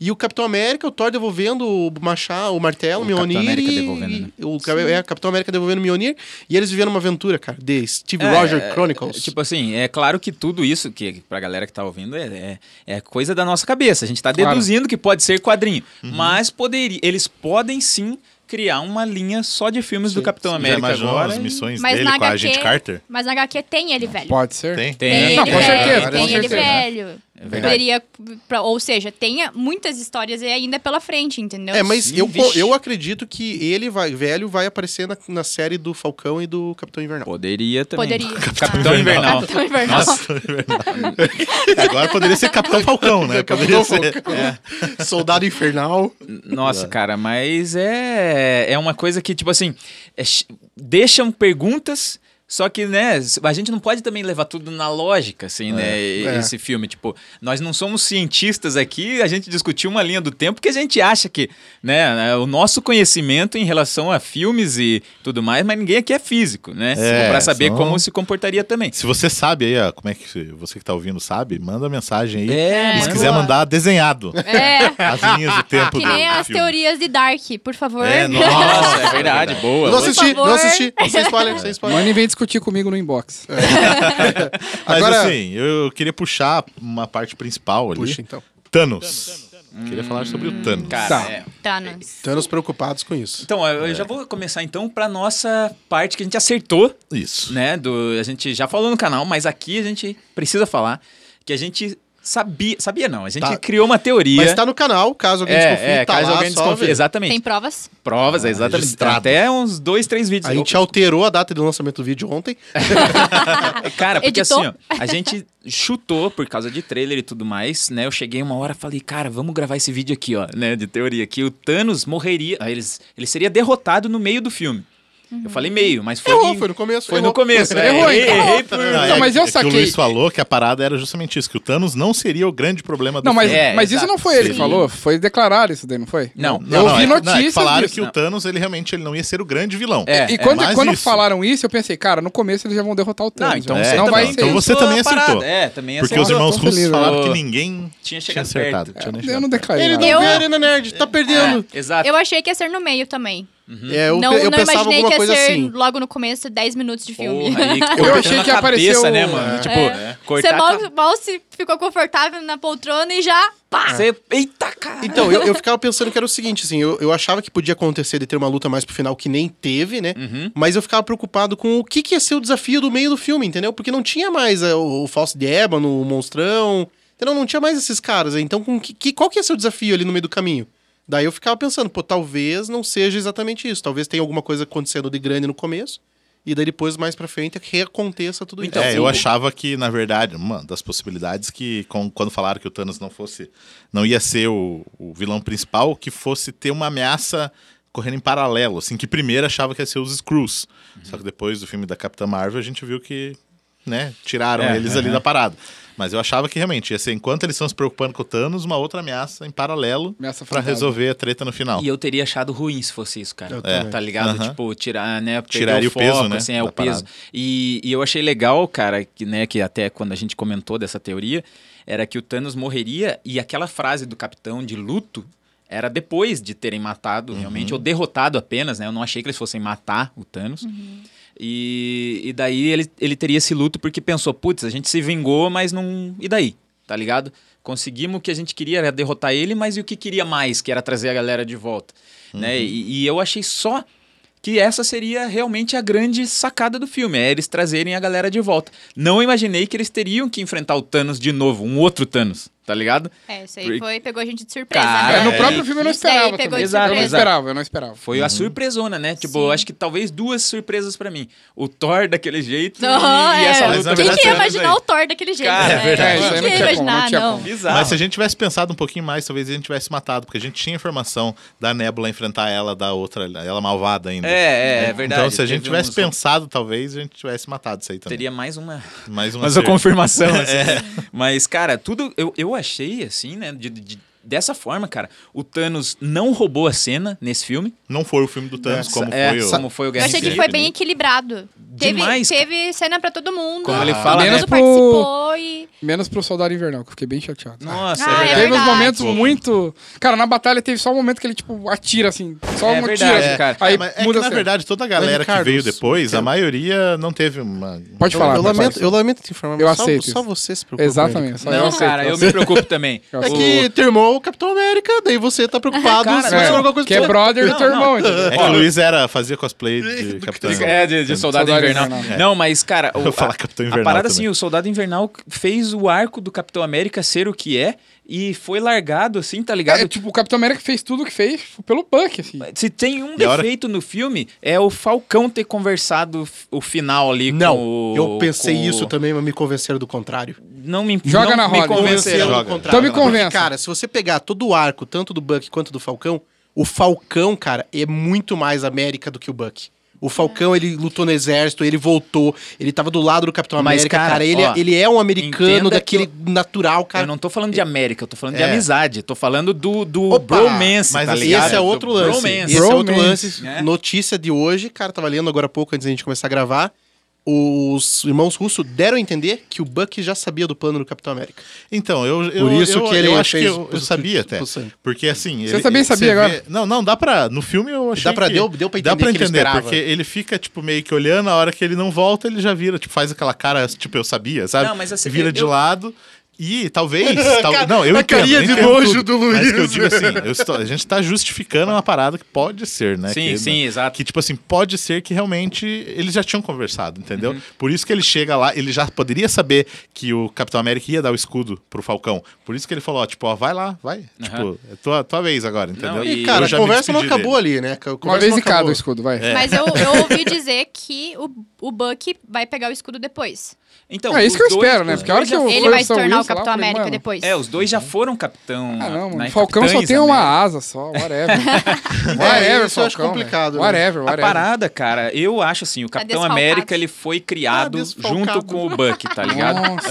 [SPEAKER 4] E o Capitão América, o Thor devolvendo o machado, o martelo, o
[SPEAKER 3] O Capitão
[SPEAKER 4] Mjolnir
[SPEAKER 3] América
[SPEAKER 4] e-
[SPEAKER 3] devolvendo, né?
[SPEAKER 4] e o, Cap- é, o Capitão América devolvendo o Mjolnir. E eles vivendo uma aventura, cara, de Steve
[SPEAKER 3] é,
[SPEAKER 4] Roger Chronicles.
[SPEAKER 3] é, Tipo assim, é claro que tudo isso, que pra galera que tá ouvindo, é, é, é coisa da nossa cabeça. A gente tá
[SPEAKER 6] Claro.
[SPEAKER 3] deduzindo que pode ser quadrinho. Mas poderia, eles podem sim criar uma linha só de filmes do Capitão
[SPEAKER 2] Já
[SPEAKER 3] América
[SPEAKER 2] imaginou
[SPEAKER 3] agora.
[SPEAKER 2] as
[SPEAKER 3] e-
[SPEAKER 2] missões
[SPEAKER 5] Mas
[SPEAKER 2] dele
[SPEAKER 5] na
[SPEAKER 2] com a
[SPEAKER 5] HQ
[SPEAKER 2] gente Carter?
[SPEAKER 5] Mas na HQ tem ele velho.
[SPEAKER 6] Pode ser.
[SPEAKER 2] Tem.
[SPEAKER 5] Tem,
[SPEAKER 6] Não,
[SPEAKER 5] ele
[SPEAKER 6] com
[SPEAKER 5] velho,
[SPEAKER 6] certeza,
[SPEAKER 5] tem
[SPEAKER 6] com
[SPEAKER 5] ele
[SPEAKER 6] certeza. É
[SPEAKER 5] velho.
[SPEAKER 3] verdade.
[SPEAKER 5] Poderia, pra- ou seja, tenha muitas histórias aí ainda pela frente, entendeu?
[SPEAKER 4] É, mas
[SPEAKER 3] Sim,
[SPEAKER 4] eu, co-
[SPEAKER 3] vixe.
[SPEAKER 4] eu acredito que ele vai, velho vai aparecer na, na série do Falcão e do Capitão Invernal.
[SPEAKER 3] Poderia também.
[SPEAKER 5] Poderia.
[SPEAKER 3] Capitão Invernal.
[SPEAKER 5] Capitão Invernal.
[SPEAKER 3] Nossa,
[SPEAKER 2] Agora poderia ser Capitão Falcão,
[SPEAKER 4] é
[SPEAKER 2] né? Poderia ser.
[SPEAKER 4] Soldado Infernal.
[SPEAKER 3] Nossa, cara, mas é, é uma coisa que, tipo assim, é ch- deixam perguntas, só que, né, a gente não pode também levar tudo na lógica, assim, né, e-
[SPEAKER 4] é.
[SPEAKER 3] esse filme. Tipo, nós não somos cientistas aqui, a gente discutiu uma linha do tempo que a gente acha que, né, o nosso conhecimento em relação a filmes e tudo mais, mas ninguém aqui é físico, né,
[SPEAKER 2] É,
[SPEAKER 3] pra saber
[SPEAKER 2] são-
[SPEAKER 3] como se comportaria também.
[SPEAKER 2] Se você sabe aí, ó, como é que você que tá ouvindo sabe, manda mensagem aí.
[SPEAKER 3] É,
[SPEAKER 2] e se
[SPEAKER 3] mano.
[SPEAKER 2] quiser mandar desenhado
[SPEAKER 5] É,
[SPEAKER 2] as linhas do tempo
[SPEAKER 5] que
[SPEAKER 2] do
[SPEAKER 5] nem as
[SPEAKER 2] filme.
[SPEAKER 5] teorias de Dark, por favor.
[SPEAKER 2] É,
[SPEAKER 3] Nossa, é verdade, boa.
[SPEAKER 4] Não assisti, não
[SPEAKER 5] favor.
[SPEAKER 4] assisti. Sem spoiler, sem spoiler.
[SPEAKER 6] Mano, vem discutir comigo no inbox.
[SPEAKER 2] Mas
[SPEAKER 4] Agora-
[SPEAKER 2] assim, eu queria puxar uma parte principal ali.
[SPEAKER 4] Puxa, então.
[SPEAKER 2] Thanos. Queria falar sobre o Thanos.
[SPEAKER 3] Cara,
[SPEAKER 6] Tá.
[SPEAKER 3] é.
[SPEAKER 5] Thanos.
[SPEAKER 4] Thanos preocupados com isso.
[SPEAKER 3] Então, eu eu já vou começar então pra nossa parte que a gente acertou,
[SPEAKER 2] Isso.
[SPEAKER 3] né? Do, a gente já falou no canal, mas aqui a gente precisa falar que a gente sabia. Sabia não, a gente
[SPEAKER 4] Tá.
[SPEAKER 3] criou uma teoria.
[SPEAKER 4] Mas tá no canal, caso alguém
[SPEAKER 3] é,
[SPEAKER 4] desconfie,
[SPEAKER 3] é,
[SPEAKER 4] tá
[SPEAKER 3] caso
[SPEAKER 4] lá,
[SPEAKER 3] alguém
[SPEAKER 4] só Ah,
[SPEAKER 3] desconfie.
[SPEAKER 4] ver.
[SPEAKER 3] Exatamente.
[SPEAKER 5] Tem provas?
[SPEAKER 3] Provas, é exatamente.
[SPEAKER 2] registrado.
[SPEAKER 3] Até uns dois, três vídeos.
[SPEAKER 4] A gente alterou a data de lançamento do vídeo ontem.
[SPEAKER 3] Cara, porque
[SPEAKER 5] Editou.
[SPEAKER 3] assim, ó, a gente chutou por causa de trailer e tudo mais, né? Eu cheguei uma hora e falei, cara, vamos gravar esse vídeo aqui, ó, né? De teoria, que o Thanos morreria. ah, Eles, ele seria derrotado no meio do filme. Eu falei meio, mas foi.
[SPEAKER 4] Errou,
[SPEAKER 3] em-
[SPEAKER 4] foi no começo.
[SPEAKER 3] foi no
[SPEAKER 4] errou.
[SPEAKER 3] começo, né?
[SPEAKER 6] Errou,
[SPEAKER 3] Errei,
[SPEAKER 6] então.
[SPEAKER 3] errei por.
[SPEAKER 6] Não, mas eu
[SPEAKER 2] é Que o
[SPEAKER 6] saquei.
[SPEAKER 2] Luiz falou que a parada era justamente isso, que o Thanos não seria o grande problema do
[SPEAKER 6] Não, mas,
[SPEAKER 2] filme.
[SPEAKER 3] É,
[SPEAKER 6] mas isso
[SPEAKER 3] exato.
[SPEAKER 6] não foi ele que
[SPEAKER 3] Sim.
[SPEAKER 6] falou. Foi declarar isso daí, não foi?
[SPEAKER 3] Não,
[SPEAKER 6] eu ouvi
[SPEAKER 2] é- é que
[SPEAKER 6] notícias
[SPEAKER 2] falaram
[SPEAKER 6] disso.
[SPEAKER 2] que o Thanos, ele realmente ele não ia ser o grande vilão.
[SPEAKER 3] É,
[SPEAKER 6] e quando,
[SPEAKER 2] mais
[SPEAKER 6] quando
[SPEAKER 2] isso.
[SPEAKER 6] falaram isso, eu pensei, cara, no começo eles já vão derrotar o Thanos.
[SPEAKER 3] Não, então
[SPEAKER 6] velho.
[SPEAKER 2] você
[SPEAKER 6] não é,
[SPEAKER 2] também-
[SPEAKER 6] vai ser
[SPEAKER 2] então
[SPEAKER 6] isso.
[SPEAKER 2] você também
[SPEAKER 3] a parada.
[SPEAKER 2] acertou.
[SPEAKER 3] É, também
[SPEAKER 2] Porque
[SPEAKER 3] acertou.
[SPEAKER 2] os irmãos
[SPEAKER 6] tô
[SPEAKER 2] russos
[SPEAKER 6] feliz,
[SPEAKER 2] falaram
[SPEAKER 3] eu-
[SPEAKER 2] que ninguém
[SPEAKER 3] Tinha
[SPEAKER 2] tinha,
[SPEAKER 3] chegado
[SPEAKER 2] acertado.
[SPEAKER 6] É,
[SPEAKER 2] tinha nem
[SPEAKER 6] eu
[SPEAKER 2] chegado.
[SPEAKER 6] não declarei
[SPEAKER 4] Ele
[SPEAKER 6] nada.
[SPEAKER 4] não
[SPEAKER 5] Eu-
[SPEAKER 4] viu a Arena Nerd, tá perdendo.
[SPEAKER 3] É, exato.
[SPEAKER 5] Eu achei que ia ser no meio também.
[SPEAKER 4] É, eu,
[SPEAKER 5] não
[SPEAKER 4] eu
[SPEAKER 5] não
[SPEAKER 4] pensava
[SPEAKER 5] imaginei que
[SPEAKER 4] alguma
[SPEAKER 5] ia
[SPEAKER 4] coisa
[SPEAKER 5] ser
[SPEAKER 4] assim.
[SPEAKER 5] logo no começo, 10 minutos de filme.
[SPEAKER 3] Porra, aí,
[SPEAKER 6] Eu
[SPEAKER 3] cortando
[SPEAKER 6] achei
[SPEAKER 3] a
[SPEAKER 6] que
[SPEAKER 3] cabeça,
[SPEAKER 6] apareceu-
[SPEAKER 3] né, tá. mano?
[SPEAKER 6] É.
[SPEAKER 3] Tipo,
[SPEAKER 5] um- É.
[SPEAKER 3] cortar
[SPEAKER 5] Você
[SPEAKER 3] a
[SPEAKER 5] mal, mal se ficou confortável na poltrona e já. Pá!
[SPEAKER 3] Você... Eita, cara!
[SPEAKER 4] Então, eu, eu ficava pensando que era o seguinte, assim, eu, eu achava que podia acontecer de ter uma luta mais pro final que nem teve, né?
[SPEAKER 2] Uhum.
[SPEAKER 4] Mas eu ficava preocupado com o que, que ia ser o desafio do meio do filme, entendeu? Porque não tinha mais é, o, o falso de ébano, o monstrão, entendeu? Não tinha mais esses caras. aí. Então, com que, que- qual que ia ser o desafio ali no meio do caminho? Daí eu ficava pensando, pô, talvez não seja exatamente isso. Talvez tenha alguma coisa acontecendo de grande no começo, e daí depois, mais pra frente, reaconteça tudo
[SPEAKER 3] Então,
[SPEAKER 4] isso.
[SPEAKER 2] é, eu
[SPEAKER 3] o-
[SPEAKER 2] achava que, na verdade, uma das possibilidades que, com- quando falaram que o Thanos não fosse, não ia ser o, o vilão principal, que fosse ter uma ameaça correndo em paralelo, assim, que primeiro achava que ia ser os Screws. Só que depois do filme da Capitã Marvel, a gente viu que, né, tiraram
[SPEAKER 3] É,
[SPEAKER 2] eles
[SPEAKER 3] é,
[SPEAKER 2] ali
[SPEAKER 3] é.
[SPEAKER 2] da parada. Mas eu achava que realmente ia ser, enquanto eles estão se preocupando com o Thanos, uma outra ameaça em paralelo
[SPEAKER 6] Ameaça
[SPEAKER 2] pra
[SPEAKER 6] fantasma.
[SPEAKER 2] resolver a treta no final.
[SPEAKER 3] E eu teria achado ruim se fosse isso, cara.
[SPEAKER 4] Eu também.
[SPEAKER 3] Tá ligado?
[SPEAKER 2] Aham.
[SPEAKER 3] Tipo, tirar, né? perder
[SPEAKER 2] Tiraria o
[SPEAKER 3] foco,
[SPEAKER 2] peso, né,
[SPEAKER 3] Assim, é,
[SPEAKER 2] da
[SPEAKER 3] o peso.
[SPEAKER 2] parada.
[SPEAKER 3] E, e eu achei legal, cara, que, né, que até quando a gente comentou dessa teoria, era que o Thanos morreria e aquela frase do capitão de luto era depois de terem matado
[SPEAKER 2] Uhum.
[SPEAKER 3] realmente, ou derrotado apenas, né? Eu não achei que eles fossem matar o Thanos. E, e daí ele, ele teria esse luto porque pensou, putz, a gente se vingou, mas não. E daí? Tá ligado? Conseguimos o que a gente queria, era derrotar ele, mas e o que queria mais, que era trazer a galera de volta.
[SPEAKER 2] Uhum.
[SPEAKER 3] Né? E, e eu achei só que essa seria realmente a grande sacada do filme, é eles trazerem a galera de volta. Não imaginei que eles teriam que enfrentar o Thanos de novo, um outro Thanos, tá ligado?
[SPEAKER 5] É, isso
[SPEAKER 3] Por-
[SPEAKER 5] aí foi, pegou a gente de surpresa.
[SPEAKER 3] Cara,
[SPEAKER 6] É,
[SPEAKER 5] né?
[SPEAKER 6] no
[SPEAKER 3] É,
[SPEAKER 6] próprio filme eu não
[SPEAKER 5] isso daí
[SPEAKER 6] esperava.
[SPEAKER 5] pegou
[SPEAKER 6] também.
[SPEAKER 5] de
[SPEAKER 6] eu não
[SPEAKER 3] surpresa.
[SPEAKER 6] esperava, eu não esperava.
[SPEAKER 3] Foi
[SPEAKER 2] Uhum.
[SPEAKER 3] a surpresona, né? Tipo,
[SPEAKER 5] Sim.
[SPEAKER 3] eu acho que talvez duas surpresas pra mim. O Thor daquele jeito
[SPEAKER 5] Não,
[SPEAKER 3] e, e essa
[SPEAKER 5] é.
[SPEAKER 2] Mas,
[SPEAKER 3] luta.
[SPEAKER 2] na
[SPEAKER 5] Quem
[SPEAKER 2] verdade,
[SPEAKER 5] que ia
[SPEAKER 2] é
[SPEAKER 5] imaginar o Thor daquele jeito?
[SPEAKER 3] Cara,
[SPEAKER 5] né?
[SPEAKER 2] é verdade.
[SPEAKER 5] Quem
[SPEAKER 2] Isso aí
[SPEAKER 5] que
[SPEAKER 2] não
[SPEAKER 5] ia
[SPEAKER 6] tinha como, não
[SPEAKER 5] imaginar,
[SPEAKER 6] tinha
[SPEAKER 5] não?
[SPEAKER 6] como.
[SPEAKER 3] Bizarro.
[SPEAKER 2] Mas se a gente tivesse pensado um pouquinho mais, talvez a gente tivesse matado, porque a gente tinha informação da Nebula enfrentar ela, da outra, ela malvada ainda.
[SPEAKER 3] É, é, é verdade.
[SPEAKER 2] Então, se a gente
[SPEAKER 3] Teve
[SPEAKER 2] tivesse
[SPEAKER 3] uns-
[SPEAKER 2] pensado, talvez a gente tivesse matado isso aí também.
[SPEAKER 3] Teria mais uma.
[SPEAKER 2] mais um
[SPEAKER 3] Mais uma
[SPEAKER 2] acerto.
[SPEAKER 3] confirmação. assim.
[SPEAKER 2] É.
[SPEAKER 3] Mas, cara, tudo. Eu, eu achei, assim, né? de- de- dessa forma, cara. O Thanos não roubou a cena nesse filme.
[SPEAKER 2] Não foi o filme do Thanos, como
[SPEAKER 3] é,
[SPEAKER 2] foi o...
[SPEAKER 3] como foi o
[SPEAKER 5] Eu
[SPEAKER 3] Guerra
[SPEAKER 5] achei que
[SPEAKER 2] Sim.
[SPEAKER 3] Infinita.
[SPEAKER 5] foi bem equilibrado. Teve,
[SPEAKER 3] Demais, cara.
[SPEAKER 5] teve cena pra todo mundo.
[SPEAKER 3] Como ele fala,
[SPEAKER 5] todo
[SPEAKER 6] né?
[SPEAKER 5] mundo participou e.
[SPEAKER 6] Menos pro Soldado Invernal, que eu fiquei bem chateado.
[SPEAKER 3] Nossa,
[SPEAKER 5] Ah, é
[SPEAKER 3] é verdade.
[SPEAKER 6] Teve uns
[SPEAKER 5] verdade.
[SPEAKER 6] momentos muito. Cara, na batalha teve só um momento que ele, tipo, atira assim. Só
[SPEAKER 3] É
[SPEAKER 6] um
[SPEAKER 3] verdade,
[SPEAKER 6] tiro. assim.
[SPEAKER 3] cara.
[SPEAKER 6] Aí
[SPEAKER 2] É, mas é que,
[SPEAKER 6] muda a
[SPEAKER 2] na
[SPEAKER 6] cena.
[SPEAKER 2] verdade, toda a galera que
[SPEAKER 4] Ricardo,
[SPEAKER 2] veio depois, a maioria não teve uma...
[SPEAKER 6] Pode
[SPEAKER 4] Eu,
[SPEAKER 6] falar.
[SPEAKER 4] eu
[SPEAKER 6] pode falar.
[SPEAKER 4] lamento, eu lamento te informar, mas
[SPEAKER 6] Eu
[SPEAKER 4] só,
[SPEAKER 6] aceito
[SPEAKER 4] só
[SPEAKER 6] isso.
[SPEAKER 4] você se preocupa. com ele, cara.
[SPEAKER 6] Exatamente. só eu
[SPEAKER 3] Não,
[SPEAKER 6] aceito,
[SPEAKER 3] cara, eu
[SPEAKER 6] aceito.
[SPEAKER 3] me preocupo também.
[SPEAKER 6] Eu
[SPEAKER 4] É
[SPEAKER 6] aceito.
[SPEAKER 4] que teu irmão é o Capitão América, daí você tá preocupado
[SPEAKER 3] Cara,
[SPEAKER 4] se
[SPEAKER 3] é.
[SPEAKER 4] aconteceu alguma coisa
[SPEAKER 6] que é
[SPEAKER 4] com você.
[SPEAKER 6] brother do
[SPEAKER 3] Não,
[SPEAKER 6] teu
[SPEAKER 3] não.
[SPEAKER 6] irmão,
[SPEAKER 2] É
[SPEAKER 6] entendeu?
[SPEAKER 2] que o Luiz era, fazia cosplay de Capitão...
[SPEAKER 3] É, de, de Soldado,
[SPEAKER 6] Soldado
[SPEAKER 3] Invernal.
[SPEAKER 4] é.
[SPEAKER 6] Invernal.
[SPEAKER 3] Não, mas, cara, o,
[SPEAKER 2] Eu ia falar
[SPEAKER 3] a-
[SPEAKER 2] Capitão
[SPEAKER 3] a
[SPEAKER 2] Invernal
[SPEAKER 3] parada
[SPEAKER 2] também.
[SPEAKER 3] assim, o Soldado Invernal fez o arco do Capitão América ser o que é e foi largado assim, tá ligado?
[SPEAKER 6] É, tipo, o Capitão América fez tudo o que fez pelo Buck, assim.
[SPEAKER 3] Se tem um
[SPEAKER 2] E a hora-
[SPEAKER 3] defeito no filme, é o Falcão ter conversado f- o final ali com o...
[SPEAKER 4] Não, eu pensei
[SPEAKER 3] com o-
[SPEAKER 4] isso também, mas me convenceram do contrário.
[SPEAKER 3] Não me,
[SPEAKER 6] Joga
[SPEAKER 3] não
[SPEAKER 6] na
[SPEAKER 3] me
[SPEAKER 6] roda.
[SPEAKER 3] convenceram.
[SPEAKER 2] Joga.
[SPEAKER 4] do contrário.
[SPEAKER 6] Então me
[SPEAKER 4] Porque,
[SPEAKER 6] convença.
[SPEAKER 4] Cara, se você pegar todo o arco, tanto do Buck quanto do Falcão, o Falcão, cara, é muito mais América do que o Buck. O Falcão, ele lutou no exército, ele voltou, ele tava do lado do Capitão
[SPEAKER 3] Mas,
[SPEAKER 4] América, cara,
[SPEAKER 3] cara,
[SPEAKER 4] ele,
[SPEAKER 3] ó,
[SPEAKER 4] ele é um
[SPEAKER 3] entenda
[SPEAKER 4] americano daquele natural, cara.
[SPEAKER 3] Eu não tô falando de América, eu tô falando de
[SPEAKER 2] É.
[SPEAKER 3] amizade. Tô falando do, do
[SPEAKER 4] Opa!
[SPEAKER 3] bromance,
[SPEAKER 2] Mas
[SPEAKER 3] tá
[SPEAKER 2] assim,
[SPEAKER 3] ligado?
[SPEAKER 4] Esse é outro
[SPEAKER 3] Do
[SPEAKER 4] lance.
[SPEAKER 3] bromance.
[SPEAKER 4] Esse é outro
[SPEAKER 6] Bromance.
[SPEAKER 4] lance.
[SPEAKER 3] É.
[SPEAKER 4] Notícia de hoje, cara, tava lendo agora há pouco antes da gente começar a gravar. Os irmãos russos deram a entender que o Buck já sabia do plano do Capitão América.
[SPEAKER 2] Então, eu, eu,
[SPEAKER 4] Por isso
[SPEAKER 2] eu,
[SPEAKER 4] que ele
[SPEAKER 2] eu acho que
[SPEAKER 4] fez
[SPEAKER 2] eu, eu
[SPEAKER 4] por-
[SPEAKER 2] sabia até.
[SPEAKER 4] por sangue.
[SPEAKER 2] Porque assim.
[SPEAKER 6] Você também sabia
[SPEAKER 2] vê-
[SPEAKER 6] agora?
[SPEAKER 2] Não, não, dá pra. No filme eu achei.
[SPEAKER 4] Dá pra-
[SPEAKER 2] que,
[SPEAKER 4] deu- deu pra
[SPEAKER 2] Dá pra
[SPEAKER 4] entender que ele
[SPEAKER 2] entender,
[SPEAKER 4] esperava.
[SPEAKER 2] porque ele fica, tipo, meio que olhando, a hora que ele não volta, ele já vira, tipo, faz aquela cara, tipo, eu sabia, sabe?
[SPEAKER 3] Não, mas assim,
[SPEAKER 2] Vira
[SPEAKER 3] eu-
[SPEAKER 2] de lado. E talvez. tal-
[SPEAKER 4] Cara,
[SPEAKER 2] Não, eu
[SPEAKER 4] a
[SPEAKER 2] entendo,
[SPEAKER 4] carinha
[SPEAKER 2] eu
[SPEAKER 4] de
[SPEAKER 2] entendo
[SPEAKER 4] nojo
[SPEAKER 2] tudo,
[SPEAKER 4] do
[SPEAKER 2] Mas
[SPEAKER 4] Luiz.
[SPEAKER 2] que eu digo assim, eu estou- a gente tá justificando uma parada que pode ser, né?
[SPEAKER 3] Sim,
[SPEAKER 2] que,
[SPEAKER 3] sim, exato.
[SPEAKER 2] Que, tipo assim, pode ser que realmente eles já tinham conversado, entendeu? Por isso que ele chega lá, ele já poderia saber que o Capitão América ia dar o escudo pro Falcão. Por isso que ele falou, ó, tipo, ó, vai lá, vai. Tipo, é tua, tua vez agora, entendeu?
[SPEAKER 3] Não,
[SPEAKER 4] E,
[SPEAKER 3] E
[SPEAKER 4] cara,
[SPEAKER 2] Eu já
[SPEAKER 4] a
[SPEAKER 2] me
[SPEAKER 4] conversa não
[SPEAKER 2] despedi
[SPEAKER 4] acabou
[SPEAKER 2] dele.
[SPEAKER 4] ali, né? A conversa
[SPEAKER 6] Uma vez
[SPEAKER 4] não
[SPEAKER 6] em cada
[SPEAKER 4] acabou.
[SPEAKER 6] o escudo, vai.
[SPEAKER 3] É.
[SPEAKER 5] Mas eu, eu ouvi dizer que o, o Buck vai pegar o escudo depois.
[SPEAKER 3] Então,
[SPEAKER 6] É
[SPEAKER 3] os
[SPEAKER 6] isso que eu
[SPEAKER 3] dois-
[SPEAKER 6] espero, né?
[SPEAKER 3] os
[SPEAKER 6] Porque a hora
[SPEAKER 3] dois
[SPEAKER 6] que
[SPEAKER 3] já
[SPEAKER 6] eu-
[SPEAKER 5] Ele
[SPEAKER 6] foi
[SPEAKER 5] vai
[SPEAKER 6] o
[SPEAKER 5] se
[SPEAKER 6] Sam
[SPEAKER 5] tornar o
[SPEAKER 6] Wilson lá,
[SPEAKER 5] Capitão
[SPEAKER 6] eu falei,
[SPEAKER 5] América
[SPEAKER 6] mano.
[SPEAKER 5] depois.
[SPEAKER 3] É, os dois já foram capitão. na-
[SPEAKER 6] Ah, não,
[SPEAKER 3] na
[SPEAKER 6] mano. O Falcão só
[SPEAKER 3] Capitães né?
[SPEAKER 6] tem uma
[SPEAKER 3] América.
[SPEAKER 6] asa só, whatever. whatever,
[SPEAKER 4] isso eu acho
[SPEAKER 6] Falcão, né?
[SPEAKER 4] complicado, né?
[SPEAKER 6] Whatever,
[SPEAKER 3] A
[SPEAKER 6] whatever.
[SPEAKER 3] parada, cara, eu acho assim, o Capitão
[SPEAKER 5] desfalcado.
[SPEAKER 3] América ele foi criado
[SPEAKER 4] Tá desfalcado.
[SPEAKER 3] junto com o Buck, tá ligado?
[SPEAKER 6] Nossa.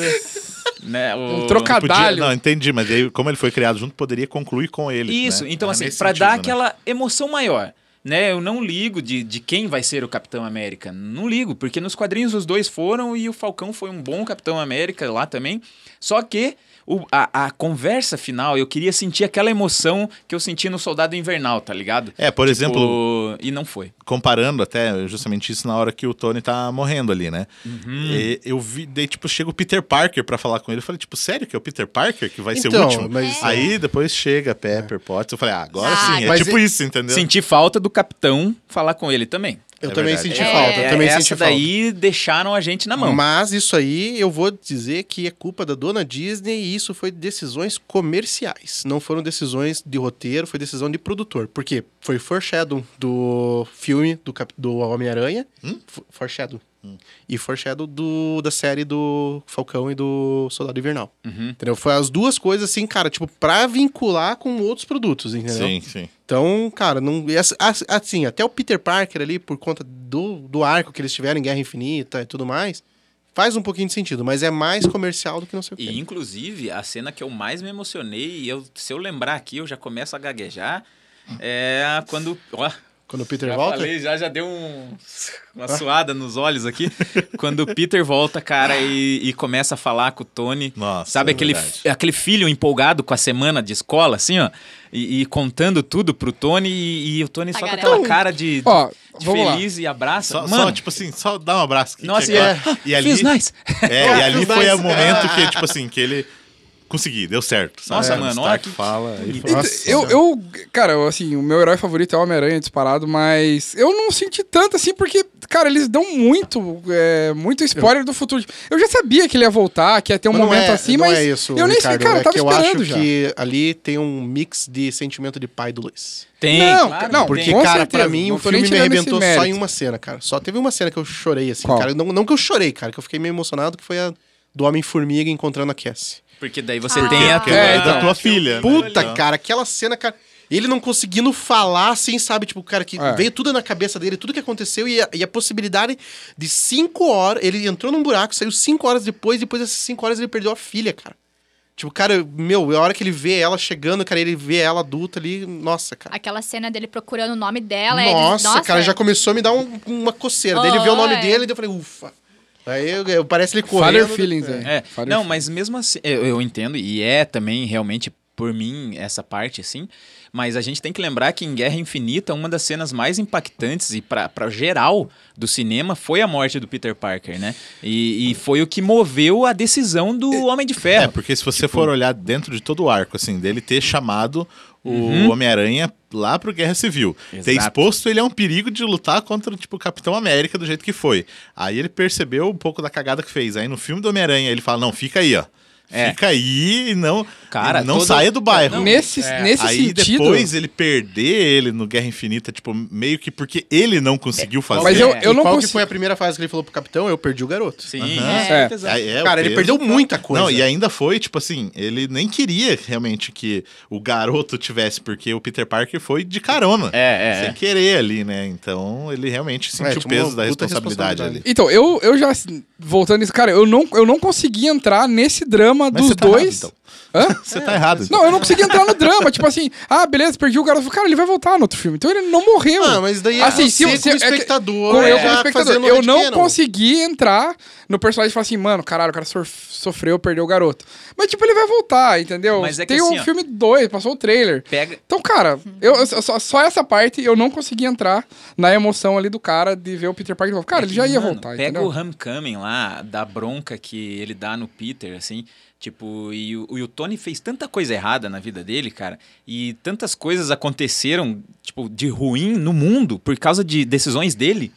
[SPEAKER 3] Ah, né, o...
[SPEAKER 6] Um trocadilho.
[SPEAKER 2] Podia,
[SPEAKER 6] Cadalho.
[SPEAKER 2] não, entendi, mas aí, como ele foi criado junto, poderia concluir com ele.
[SPEAKER 3] Isso,
[SPEAKER 2] né?
[SPEAKER 3] então
[SPEAKER 2] É
[SPEAKER 3] assim,
[SPEAKER 2] nesse
[SPEAKER 3] pra
[SPEAKER 2] sentido,
[SPEAKER 3] dar
[SPEAKER 2] né?
[SPEAKER 3] aquela emoção maior. Né, eu não ligo de, de quem vai ser o Capitão América. Não ligo, porque nos quadrinhos os dois foram e o Falcão foi um bom Capitão América lá também. Só que o- a, a conversa final, eu queria sentir aquela emoção que eu senti no Soldado Invernal, tá ligado?
[SPEAKER 2] É, por exemplo,
[SPEAKER 3] O- E não foi.
[SPEAKER 2] comparando até justamente isso na hora que o Tony tá morrendo ali, né? E eu vi, daí, tipo, chega o Peter Parker pra falar com ele. Eu falei, tipo, sério que é o Peter Parker que vai ser o
[SPEAKER 4] Então,
[SPEAKER 2] último? É.
[SPEAKER 4] mas- É.
[SPEAKER 2] Aí depois chega Pepper Potts. Eu falei, ah, agora
[SPEAKER 5] Ah,
[SPEAKER 2] sim, é
[SPEAKER 4] mas
[SPEAKER 2] tipo
[SPEAKER 4] e-
[SPEAKER 2] isso, entendeu?
[SPEAKER 3] Senti falta do Capitão falar com ele também.
[SPEAKER 4] Eu
[SPEAKER 2] É
[SPEAKER 4] também
[SPEAKER 2] verdade.
[SPEAKER 4] senti
[SPEAKER 5] É,
[SPEAKER 4] falta, eu também
[SPEAKER 3] essa
[SPEAKER 4] senti falta.
[SPEAKER 3] daí deixaram a gente na mão.
[SPEAKER 4] Mas isso aí eu vou dizer que é culpa da dona Disney e isso foi decisões comerciais. Não foram decisões de roteiro, foi decisão de produtor. Porque foi foreshadow do filme do, Cap- do Homem-Aranha. F- Foreshadow. E foreshadow do, da série do Falcão e do Soldado Invernal.
[SPEAKER 3] Uhum.
[SPEAKER 4] Entendeu? Foi as duas coisas assim, cara, tipo, pra vincular com outros produtos, entendeu?
[SPEAKER 2] Sim, sim.
[SPEAKER 4] Então, cara, não, e as- as- assim, até o Peter Parker ali, por conta do, do arco que eles tiveram em Guerra Infinita e tudo mais, faz um pouquinho de sentido, mas é mais comercial do que não sei o
[SPEAKER 3] E
[SPEAKER 4] quê.
[SPEAKER 3] inclusive, a cena que eu mais me emocionei, e eu, se eu lembrar aqui, eu já começo a gaguejar, é a quando. Ó,
[SPEAKER 4] Quando o Peter
[SPEAKER 3] já
[SPEAKER 4] volta,
[SPEAKER 3] falei, já, já deu um- uma suada nos olhos aqui. quando o Peter volta, cara, e, e começa a falar com o Tony.
[SPEAKER 2] Nossa,
[SPEAKER 3] Sabe
[SPEAKER 2] é
[SPEAKER 3] aquele,
[SPEAKER 2] verdade.
[SPEAKER 3] fi- aquele filho empolgado com a semana de escola, assim, ó? E, e contando tudo pro Tony, e, e o Tony só com
[SPEAKER 5] Tagarela.
[SPEAKER 3] aquela cara de,
[SPEAKER 6] Ó,
[SPEAKER 3] de
[SPEAKER 6] vamos lá.
[SPEAKER 3] feliz e abraça.
[SPEAKER 2] Só,
[SPEAKER 3] Mano,
[SPEAKER 2] só, tipo assim, só dá um abraço. que-
[SPEAKER 3] nossa,
[SPEAKER 2] que
[SPEAKER 3] e,
[SPEAKER 2] agora-
[SPEAKER 3] é,
[SPEAKER 2] e ali,
[SPEAKER 3] "Feels nice.
[SPEAKER 2] é, e ali
[SPEAKER 4] Fiz
[SPEAKER 2] foi o
[SPEAKER 4] nice.
[SPEAKER 2] momento que, tipo assim, que ele... Consegui, deu certo. sabe?
[SPEAKER 3] Nossa,
[SPEAKER 2] Quando o
[SPEAKER 3] mano,
[SPEAKER 2] Stark
[SPEAKER 3] olha que-
[SPEAKER 2] fala. ele
[SPEAKER 6] Então,
[SPEAKER 2] fala, "Nossa,
[SPEAKER 6] eu, eu, cara, eu, assim, o meu herói favorito é o Homem-Aranha disparado, mas eu não senti tanto assim, porque, cara, eles dão muito, é, muito spoiler do futuro. Eu já sabia que ele ia voltar, que ia ter um
[SPEAKER 4] Mas não
[SPEAKER 6] momento
[SPEAKER 4] é-
[SPEAKER 6] assim,
[SPEAKER 4] não
[SPEAKER 6] mas
[SPEAKER 4] é isso,
[SPEAKER 6] eu nem sei,
[SPEAKER 4] Ricardo,
[SPEAKER 6] cara,
[SPEAKER 4] é
[SPEAKER 6] eu tava
[SPEAKER 4] que eu
[SPEAKER 6] esperando
[SPEAKER 4] acho
[SPEAKER 6] já.
[SPEAKER 4] que ali tem um mix de sentimento de pai do Luiz.
[SPEAKER 3] Tem.
[SPEAKER 6] Não,
[SPEAKER 3] claro,
[SPEAKER 6] não,
[SPEAKER 3] tem.
[SPEAKER 4] Porque,
[SPEAKER 6] Com
[SPEAKER 4] cara,
[SPEAKER 6] certeza,
[SPEAKER 4] pra mim
[SPEAKER 6] não
[SPEAKER 4] o
[SPEAKER 6] tô
[SPEAKER 4] filme
[SPEAKER 6] nem
[SPEAKER 4] me
[SPEAKER 6] tirando esse
[SPEAKER 4] arrebentou só em
[SPEAKER 6] mérito.
[SPEAKER 4] uma cena, cara. Só teve uma cena que eu chorei, assim,
[SPEAKER 6] Qual?
[SPEAKER 4] cara. Não, não que eu chorei, cara, que eu fiquei meio emocionado, que foi a do Homem-Formiga encontrando a Cassie.
[SPEAKER 3] Porque daí você
[SPEAKER 5] Ah.
[SPEAKER 3] tem a
[SPEAKER 5] Porque
[SPEAKER 2] que é,
[SPEAKER 6] então.
[SPEAKER 2] da tua filha. né?
[SPEAKER 4] Puta,
[SPEAKER 2] Então.
[SPEAKER 4] cara, aquela cena, cara. Ele não conseguindo falar, assim, sabe? Tipo, cara, que
[SPEAKER 6] É.
[SPEAKER 4] veio tudo na cabeça dele, tudo que aconteceu e a, e a possibilidade de cinco horas. Ele entrou num buraco, saiu cinco horas depois, depois dessas cinco horas ele perdeu a filha, cara. Tipo, cara, meu, a hora que ele vê ela chegando, cara, ele vê ela adulta ali, nossa, cara.
[SPEAKER 5] Aquela cena dele procurando o nome dela. é des-
[SPEAKER 4] nossa, cara, já começou a me dar um- uma coceira. Daí ele vê o nome
[SPEAKER 5] Oi.
[SPEAKER 4] dele e eu falei, ufa. Aí eu, eu- parece ele correndo.
[SPEAKER 6] Father feelings,
[SPEAKER 4] é.
[SPEAKER 6] aí.
[SPEAKER 3] É,
[SPEAKER 6] Father
[SPEAKER 3] não,
[SPEAKER 6] feelings.
[SPEAKER 3] mas mesmo assim, eu, eu entendo, e é também realmente por mim essa parte, assim, mas a gente tem que lembrar que em Guerra Infinita, uma das cenas mais impactantes e pra, pra geral do cinema foi a morte do Peter Parker, né? E, e foi o que moveu a decisão do Homem de
[SPEAKER 2] É,
[SPEAKER 3] Ferro.
[SPEAKER 2] porque se você for olhar dentro de todo o arco, assim, dele ter chamado o Homem-Aranha lá pro Guerra Civil. Ter
[SPEAKER 3] Uhum. Exato.
[SPEAKER 2] exposto ele a um perigo de lutar contra, tipo, o Capitão América do jeito que foi. Aí ele percebeu um pouco da cagada que fez. Aí no filme do Homem-Aranha ele fala, não, fica aí, ó.
[SPEAKER 3] É.
[SPEAKER 2] Fica aí e não,
[SPEAKER 3] Cara,
[SPEAKER 2] e não
[SPEAKER 3] todo- é.
[SPEAKER 2] saia do bairro.
[SPEAKER 6] nesse, nesse
[SPEAKER 2] aí
[SPEAKER 6] sentido...
[SPEAKER 2] depois ele perder ele no Guerra Infinita, tipo, meio que porque ele não conseguiu fazer.
[SPEAKER 6] Mas eu,
[SPEAKER 3] É,
[SPEAKER 6] eu
[SPEAKER 4] E
[SPEAKER 6] não
[SPEAKER 4] qual que
[SPEAKER 6] consigo...
[SPEAKER 4] foi a primeira fase que ele falou pro capitão? Eu perdi o garoto.
[SPEAKER 3] Sim,
[SPEAKER 6] É.
[SPEAKER 3] certeza.
[SPEAKER 2] Aí é o
[SPEAKER 4] Cara, ele
[SPEAKER 2] peso.
[SPEAKER 4] perdeu muita coisa.
[SPEAKER 2] Não, e ainda foi, tipo assim, ele nem queria realmente que o garoto tivesse, porque o Peter Parker foi de carona.
[SPEAKER 3] É, é,
[SPEAKER 2] Sem
[SPEAKER 3] é.
[SPEAKER 2] querer ali, né? Então ele realmente sentiu
[SPEAKER 4] tipo,
[SPEAKER 2] o peso
[SPEAKER 4] uma
[SPEAKER 2] da
[SPEAKER 4] puta
[SPEAKER 2] responsabilidade,
[SPEAKER 4] responsabilidade.
[SPEAKER 6] Então, eu, eu já, assim, voltando nisso, cara, eu não, eu não consegui entrar nesse drama
[SPEAKER 2] Mas
[SPEAKER 6] Um dos
[SPEAKER 2] você tá
[SPEAKER 6] dois.
[SPEAKER 2] errado,
[SPEAKER 6] Hã?
[SPEAKER 2] ali. Você tá errado. então.
[SPEAKER 6] Não, eu não consegui entrar no drama. Tipo assim, ah, beleza, perdi o garoto. Cara, ele vai voltar no outro filme. Então ele não morreu.
[SPEAKER 4] Ah, mas daí é
[SPEAKER 6] assim,
[SPEAKER 4] você
[SPEAKER 6] se, se,
[SPEAKER 4] como
[SPEAKER 6] é que-
[SPEAKER 4] espectador,
[SPEAKER 6] como eu
[SPEAKER 4] é,
[SPEAKER 6] como
[SPEAKER 4] fazendo
[SPEAKER 6] espectador.
[SPEAKER 4] o
[SPEAKER 6] Eu
[SPEAKER 4] Red
[SPEAKER 6] não
[SPEAKER 4] Cannon.
[SPEAKER 6] consegui entrar no personagem e falar assim, mano, caralho, o cara sof- sofreu, perdeu o garoto. Mas, tipo, ele vai voltar, entendeu?
[SPEAKER 3] Mas é que
[SPEAKER 6] Tem
[SPEAKER 3] assim,
[SPEAKER 6] o
[SPEAKER 3] ó.
[SPEAKER 6] filme 2, passou o trailer.
[SPEAKER 3] Pega,
[SPEAKER 6] Então, cara, eu, eu- só, só essa parte eu não consegui entrar na emoção ali do cara de ver o Peter Parker de novo. Cara,
[SPEAKER 3] É
[SPEAKER 6] ele
[SPEAKER 3] que,
[SPEAKER 6] já ia
[SPEAKER 3] mano,
[SPEAKER 6] voltar,
[SPEAKER 3] Pega
[SPEAKER 6] entendeu?
[SPEAKER 3] o Homecoming lá, da bronca que ele dá no Peter, assim. Tipo, e o, e o Tony fez tanta coisa errada na vida dele, cara, e tantas coisas aconteceram, tipo, de ruim no mundo por causa de decisões dele,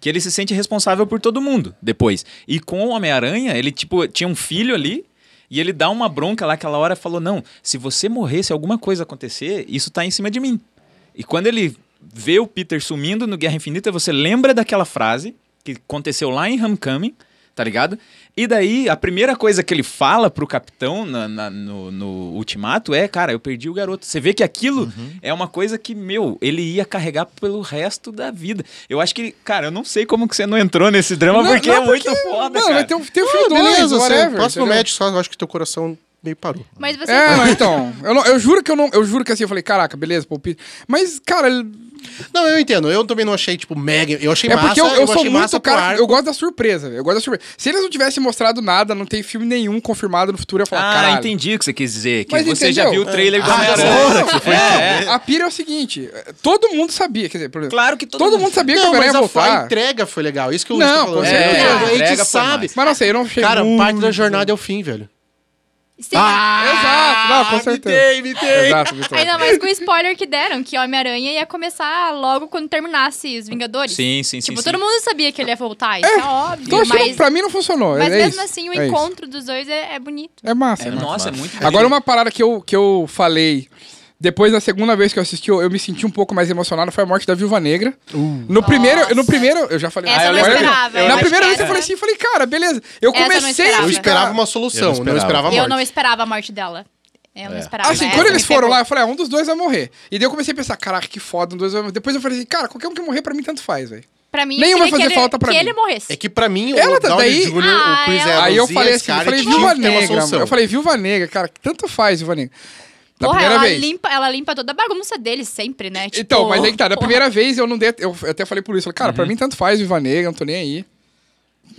[SPEAKER 3] que ele se sente responsável por todo mundo depois. E com o Homem-Aranha, ele, tipo, tinha um filho ali. E ele dá uma bronca lá aquela hora e falou: Não, se você morrer, se alguma coisa acontecer, isso tá em cima de mim. E quando ele vê o Peter sumindo no Guerra Infinita, você lembra daquela frase que aconteceu lá em Homecoming, tá ligado? E daí, a primeira coisa que ele fala pro capitão na- na- no, no Ultimato é: Cara, eu perdi o garoto. Você vê que aquilo
[SPEAKER 6] Uhum.
[SPEAKER 3] é uma coisa que, meu, ele ia carregar pelo resto da vida. Eu acho que, cara, eu não sei como que você não entrou nesse drama, porque é muito foda,
[SPEAKER 6] Não,
[SPEAKER 3] cara. Ah,
[SPEAKER 6] vai ter um, tem um filme do Lenz,
[SPEAKER 4] Beleza, você,
[SPEAKER 6] whatever.
[SPEAKER 4] próximo
[SPEAKER 6] entendeu?
[SPEAKER 4] médico, só eu acho que teu coração meio parou.
[SPEAKER 5] Mas você.
[SPEAKER 6] É, não, então. Eu, não- eu juro que eu não. Eu juro que assim, eu falei, caraca, beleza, pô, o Peter. Mas, cara, ele-
[SPEAKER 4] Não, eu entendo. Eu também não achei, tipo, mega. Eu achei
[SPEAKER 6] é
[SPEAKER 4] massa.
[SPEAKER 6] porque eu, eu sou
[SPEAKER 4] achei massa
[SPEAKER 6] muito
[SPEAKER 4] pro
[SPEAKER 6] cara.
[SPEAKER 4] arco.
[SPEAKER 6] Eu gosto da surpresa, velho. Eu gosto da surpresa. Se eles não tivessem mostrado nada, não tem filme nenhum confirmado no futuro, eu ia falar,
[SPEAKER 3] Ah,
[SPEAKER 6] caralho.
[SPEAKER 3] entendi o que você quis dizer. Que
[SPEAKER 6] Mas
[SPEAKER 3] você já
[SPEAKER 6] entendeu?
[SPEAKER 3] viu o trailer do
[SPEAKER 2] Ah, agora que
[SPEAKER 3] Homem-Aranha.
[SPEAKER 2] você foi
[SPEAKER 3] É, é.
[SPEAKER 6] A pira é o seguinte: eh, todo mundo sabia, quer dizer, por exemplo,
[SPEAKER 3] Claro que todo,
[SPEAKER 6] todo, mundo sabia que o
[SPEAKER 4] Não,
[SPEAKER 6] Homem-Aranha
[SPEAKER 4] mas
[SPEAKER 6] ia
[SPEAKER 4] a, a
[SPEAKER 6] voltar.
[SPEAKER 4] entrega foi legal. Isso que eu
[SPEAKER 6] Não,
[SPEAKER 4] estou
[SPEAKER 6] com
[SPEAKER 4] falando.
[SPEAKER 6] certeza.
[SPEAKER 4] É,
[SPEAKER 3] A
[SPEAKER 4] a
[SPEAKER 3] entrega
[SPEAKER 4] gente
[SPEAKER 3] foi
[SPEAKER 4] sabe.
[SPEAKER 6] Mas não sei, eu não achei.
[SPEAKER 4] Cara,
[SPEAKER 6] muito-
[SPEAKER 4] parte da jornada é o fim, velho.
[SPEAKER 5] Sim.
[SPEAKER 3] Ah!
[SPEAKER 6] Exato, não, com
[SPEAKER 3] Mitei,
[SPEAKER 6] certeza.
[SPEAKER 3] mitei.
[SPEAKER 6] Exato, Vitor.
[SPEAKER 5] Ainda mais com o spoiler que deram, que Homem-Aranha ia começar logo quando terminasse os Vingadores.
[SPEAKER 3] Sim, sim, sim.
[SPEAKER 5] Tipo,
[SPEAKER 3] sim.
[SPEAKER 5] todo mundo sabia que ele ia voltar, isso é, óbvio.
[SPEAKER 6] Então, isso não-
[SPEAKER 5] mas
[SPEAKER 6] pra mim não funcionou.
[SPEAKER 5] mas
[SPEAKER 6] é
[SPEAKER 5] mesmo
[SPEAKER 6] isso,
[SPEAKER 5] assim, o
[SPEAKER 6] é isso.
[SPEAKER 5] encontro dos dois é, é bonito.
[SPEAKER 6] É massa.
[SPEAKER 3] É,
[SPEAKER 6] né?
[SPEAKER 3] nossa, é muito
[SPEAKER 6] Agora, uma parada que eu, que eu falei. Depois da segunda vez que eu assisti, eu, eu me senti um pouco mais emocionado. Foi a morte da Viúva Negra.
[SPEAKER 4] Uh.
[SPEAKER 6] No primeiro, no primeiro, eu já falei.
[SPEAKER 5] Essa
[SPEAKER 6] Ah,
[SPEAKER 5] eu não
[SPEAKER 6] olha,
[SPEAKER 5] esperava, eu
[SPEAKER 6] Na
[SPEAKER 5] não
[SPEAKER 6] primeira vez eu
[SPEAKER 5] esperava.
[SPEAKER 6] falei assim, eu falei, cara, beleza. Eu
[SPEAKER 5] Essa eu não
[SPEAKER 6] comecei a
[SPEAKER 5] esperava.
[SPEAKER 4] Eu
[SPEAKER 5] Eu
[SPEAKER 6] ficar-
[SPEAKER 4] esperava uma solução,
[SPEAKER 2] Eu
[SPEAKER 4] não
[SPEAKER 2] não
[SPEAKER 4] esperava,
[SPEAKER 2] esperava.
[SPEAKER 4] a
[SPEAKER 5] Eu
[SPEAKER 4] morte.
[SPEAKER 5] não esperava a morte dela. Eu
[SPEAKER 3] É.
[SPEAKER 5] não esperava.
[SPEAKER 6] Assim,
[SPEAKER 5] Essa
[SPEAKER 6] quando
[SPEAKER 5] me
[SPEAKER 6] eles foram
[SPEAKER 5] pegou.
[SPEAKER 6] lá, eu falei, ah, um dos dois vai morrer. E daí eu comecei a pensar, caraca, que foda, um dos dois vai morrer. Depois eu falei assim, cara, qualquer um que morrer pra mim, tanto faz, velho.
[SPEAKER 5] Pra mim,
[SPEAKER 6] Nenhum
[SPEAKER 5] eu
[SPEAKER 6] vai
[SPEAKER 5] queria
[SPEAKER 6] fazer
[SPEAKER 5] que ele,
[SPEAKER 6] falta pra
[SPEAKER 5] que
[SPEAKER 6] mim.
[SPEAKER 5] ele morresse.
[SPEAKER 4] É que pra mim, o
[SPEAKER 6] Ela tá
[SPEAKER 4] Downey
[SPEAKER 6] daí-
[SPEAKER 4] Jr.,
[SPEAKER 5] Ah,
[SPEAKER 4] o Chris
[SPEAKER 5] ela-
[SPEAKER 4] Evans
[SPEAKER 6] Aí eu
[SPEAKER 4] e a
[SPEAKER 6] falei assim, eu
[SPEAKER 4] Scarlett
[SPEAKER 6] falei,
[SPEAKER 4] tinham
[SPEAKER 6] viúva
[SPEAKER 4] que ter uma
[SPEAKER 6] negra.
[SPEAKER 4] solução.
[SPEAKER 6] mano. Eu falei, viúva negra, cara, que tanto faz, viúva negra. Na
[SPEAKER 5] Porra,
[SPEAKER 6] primeira
[SPEAKER 5] ela
[SPEAKER 6] vez.
[SPEAKER 5] limpa, ela limpa toda a bagunça dele sempre, né? Tipo,
[SPEAKER 6] Então, mas aí que tá, na
[SPEAKER 5] porra.
[SPEAKER 6] primeira vez eu não dei. Eu até falei por isso. eu Falei, cara, pra mim tanto faz, Viva Negra, não tô nem aí.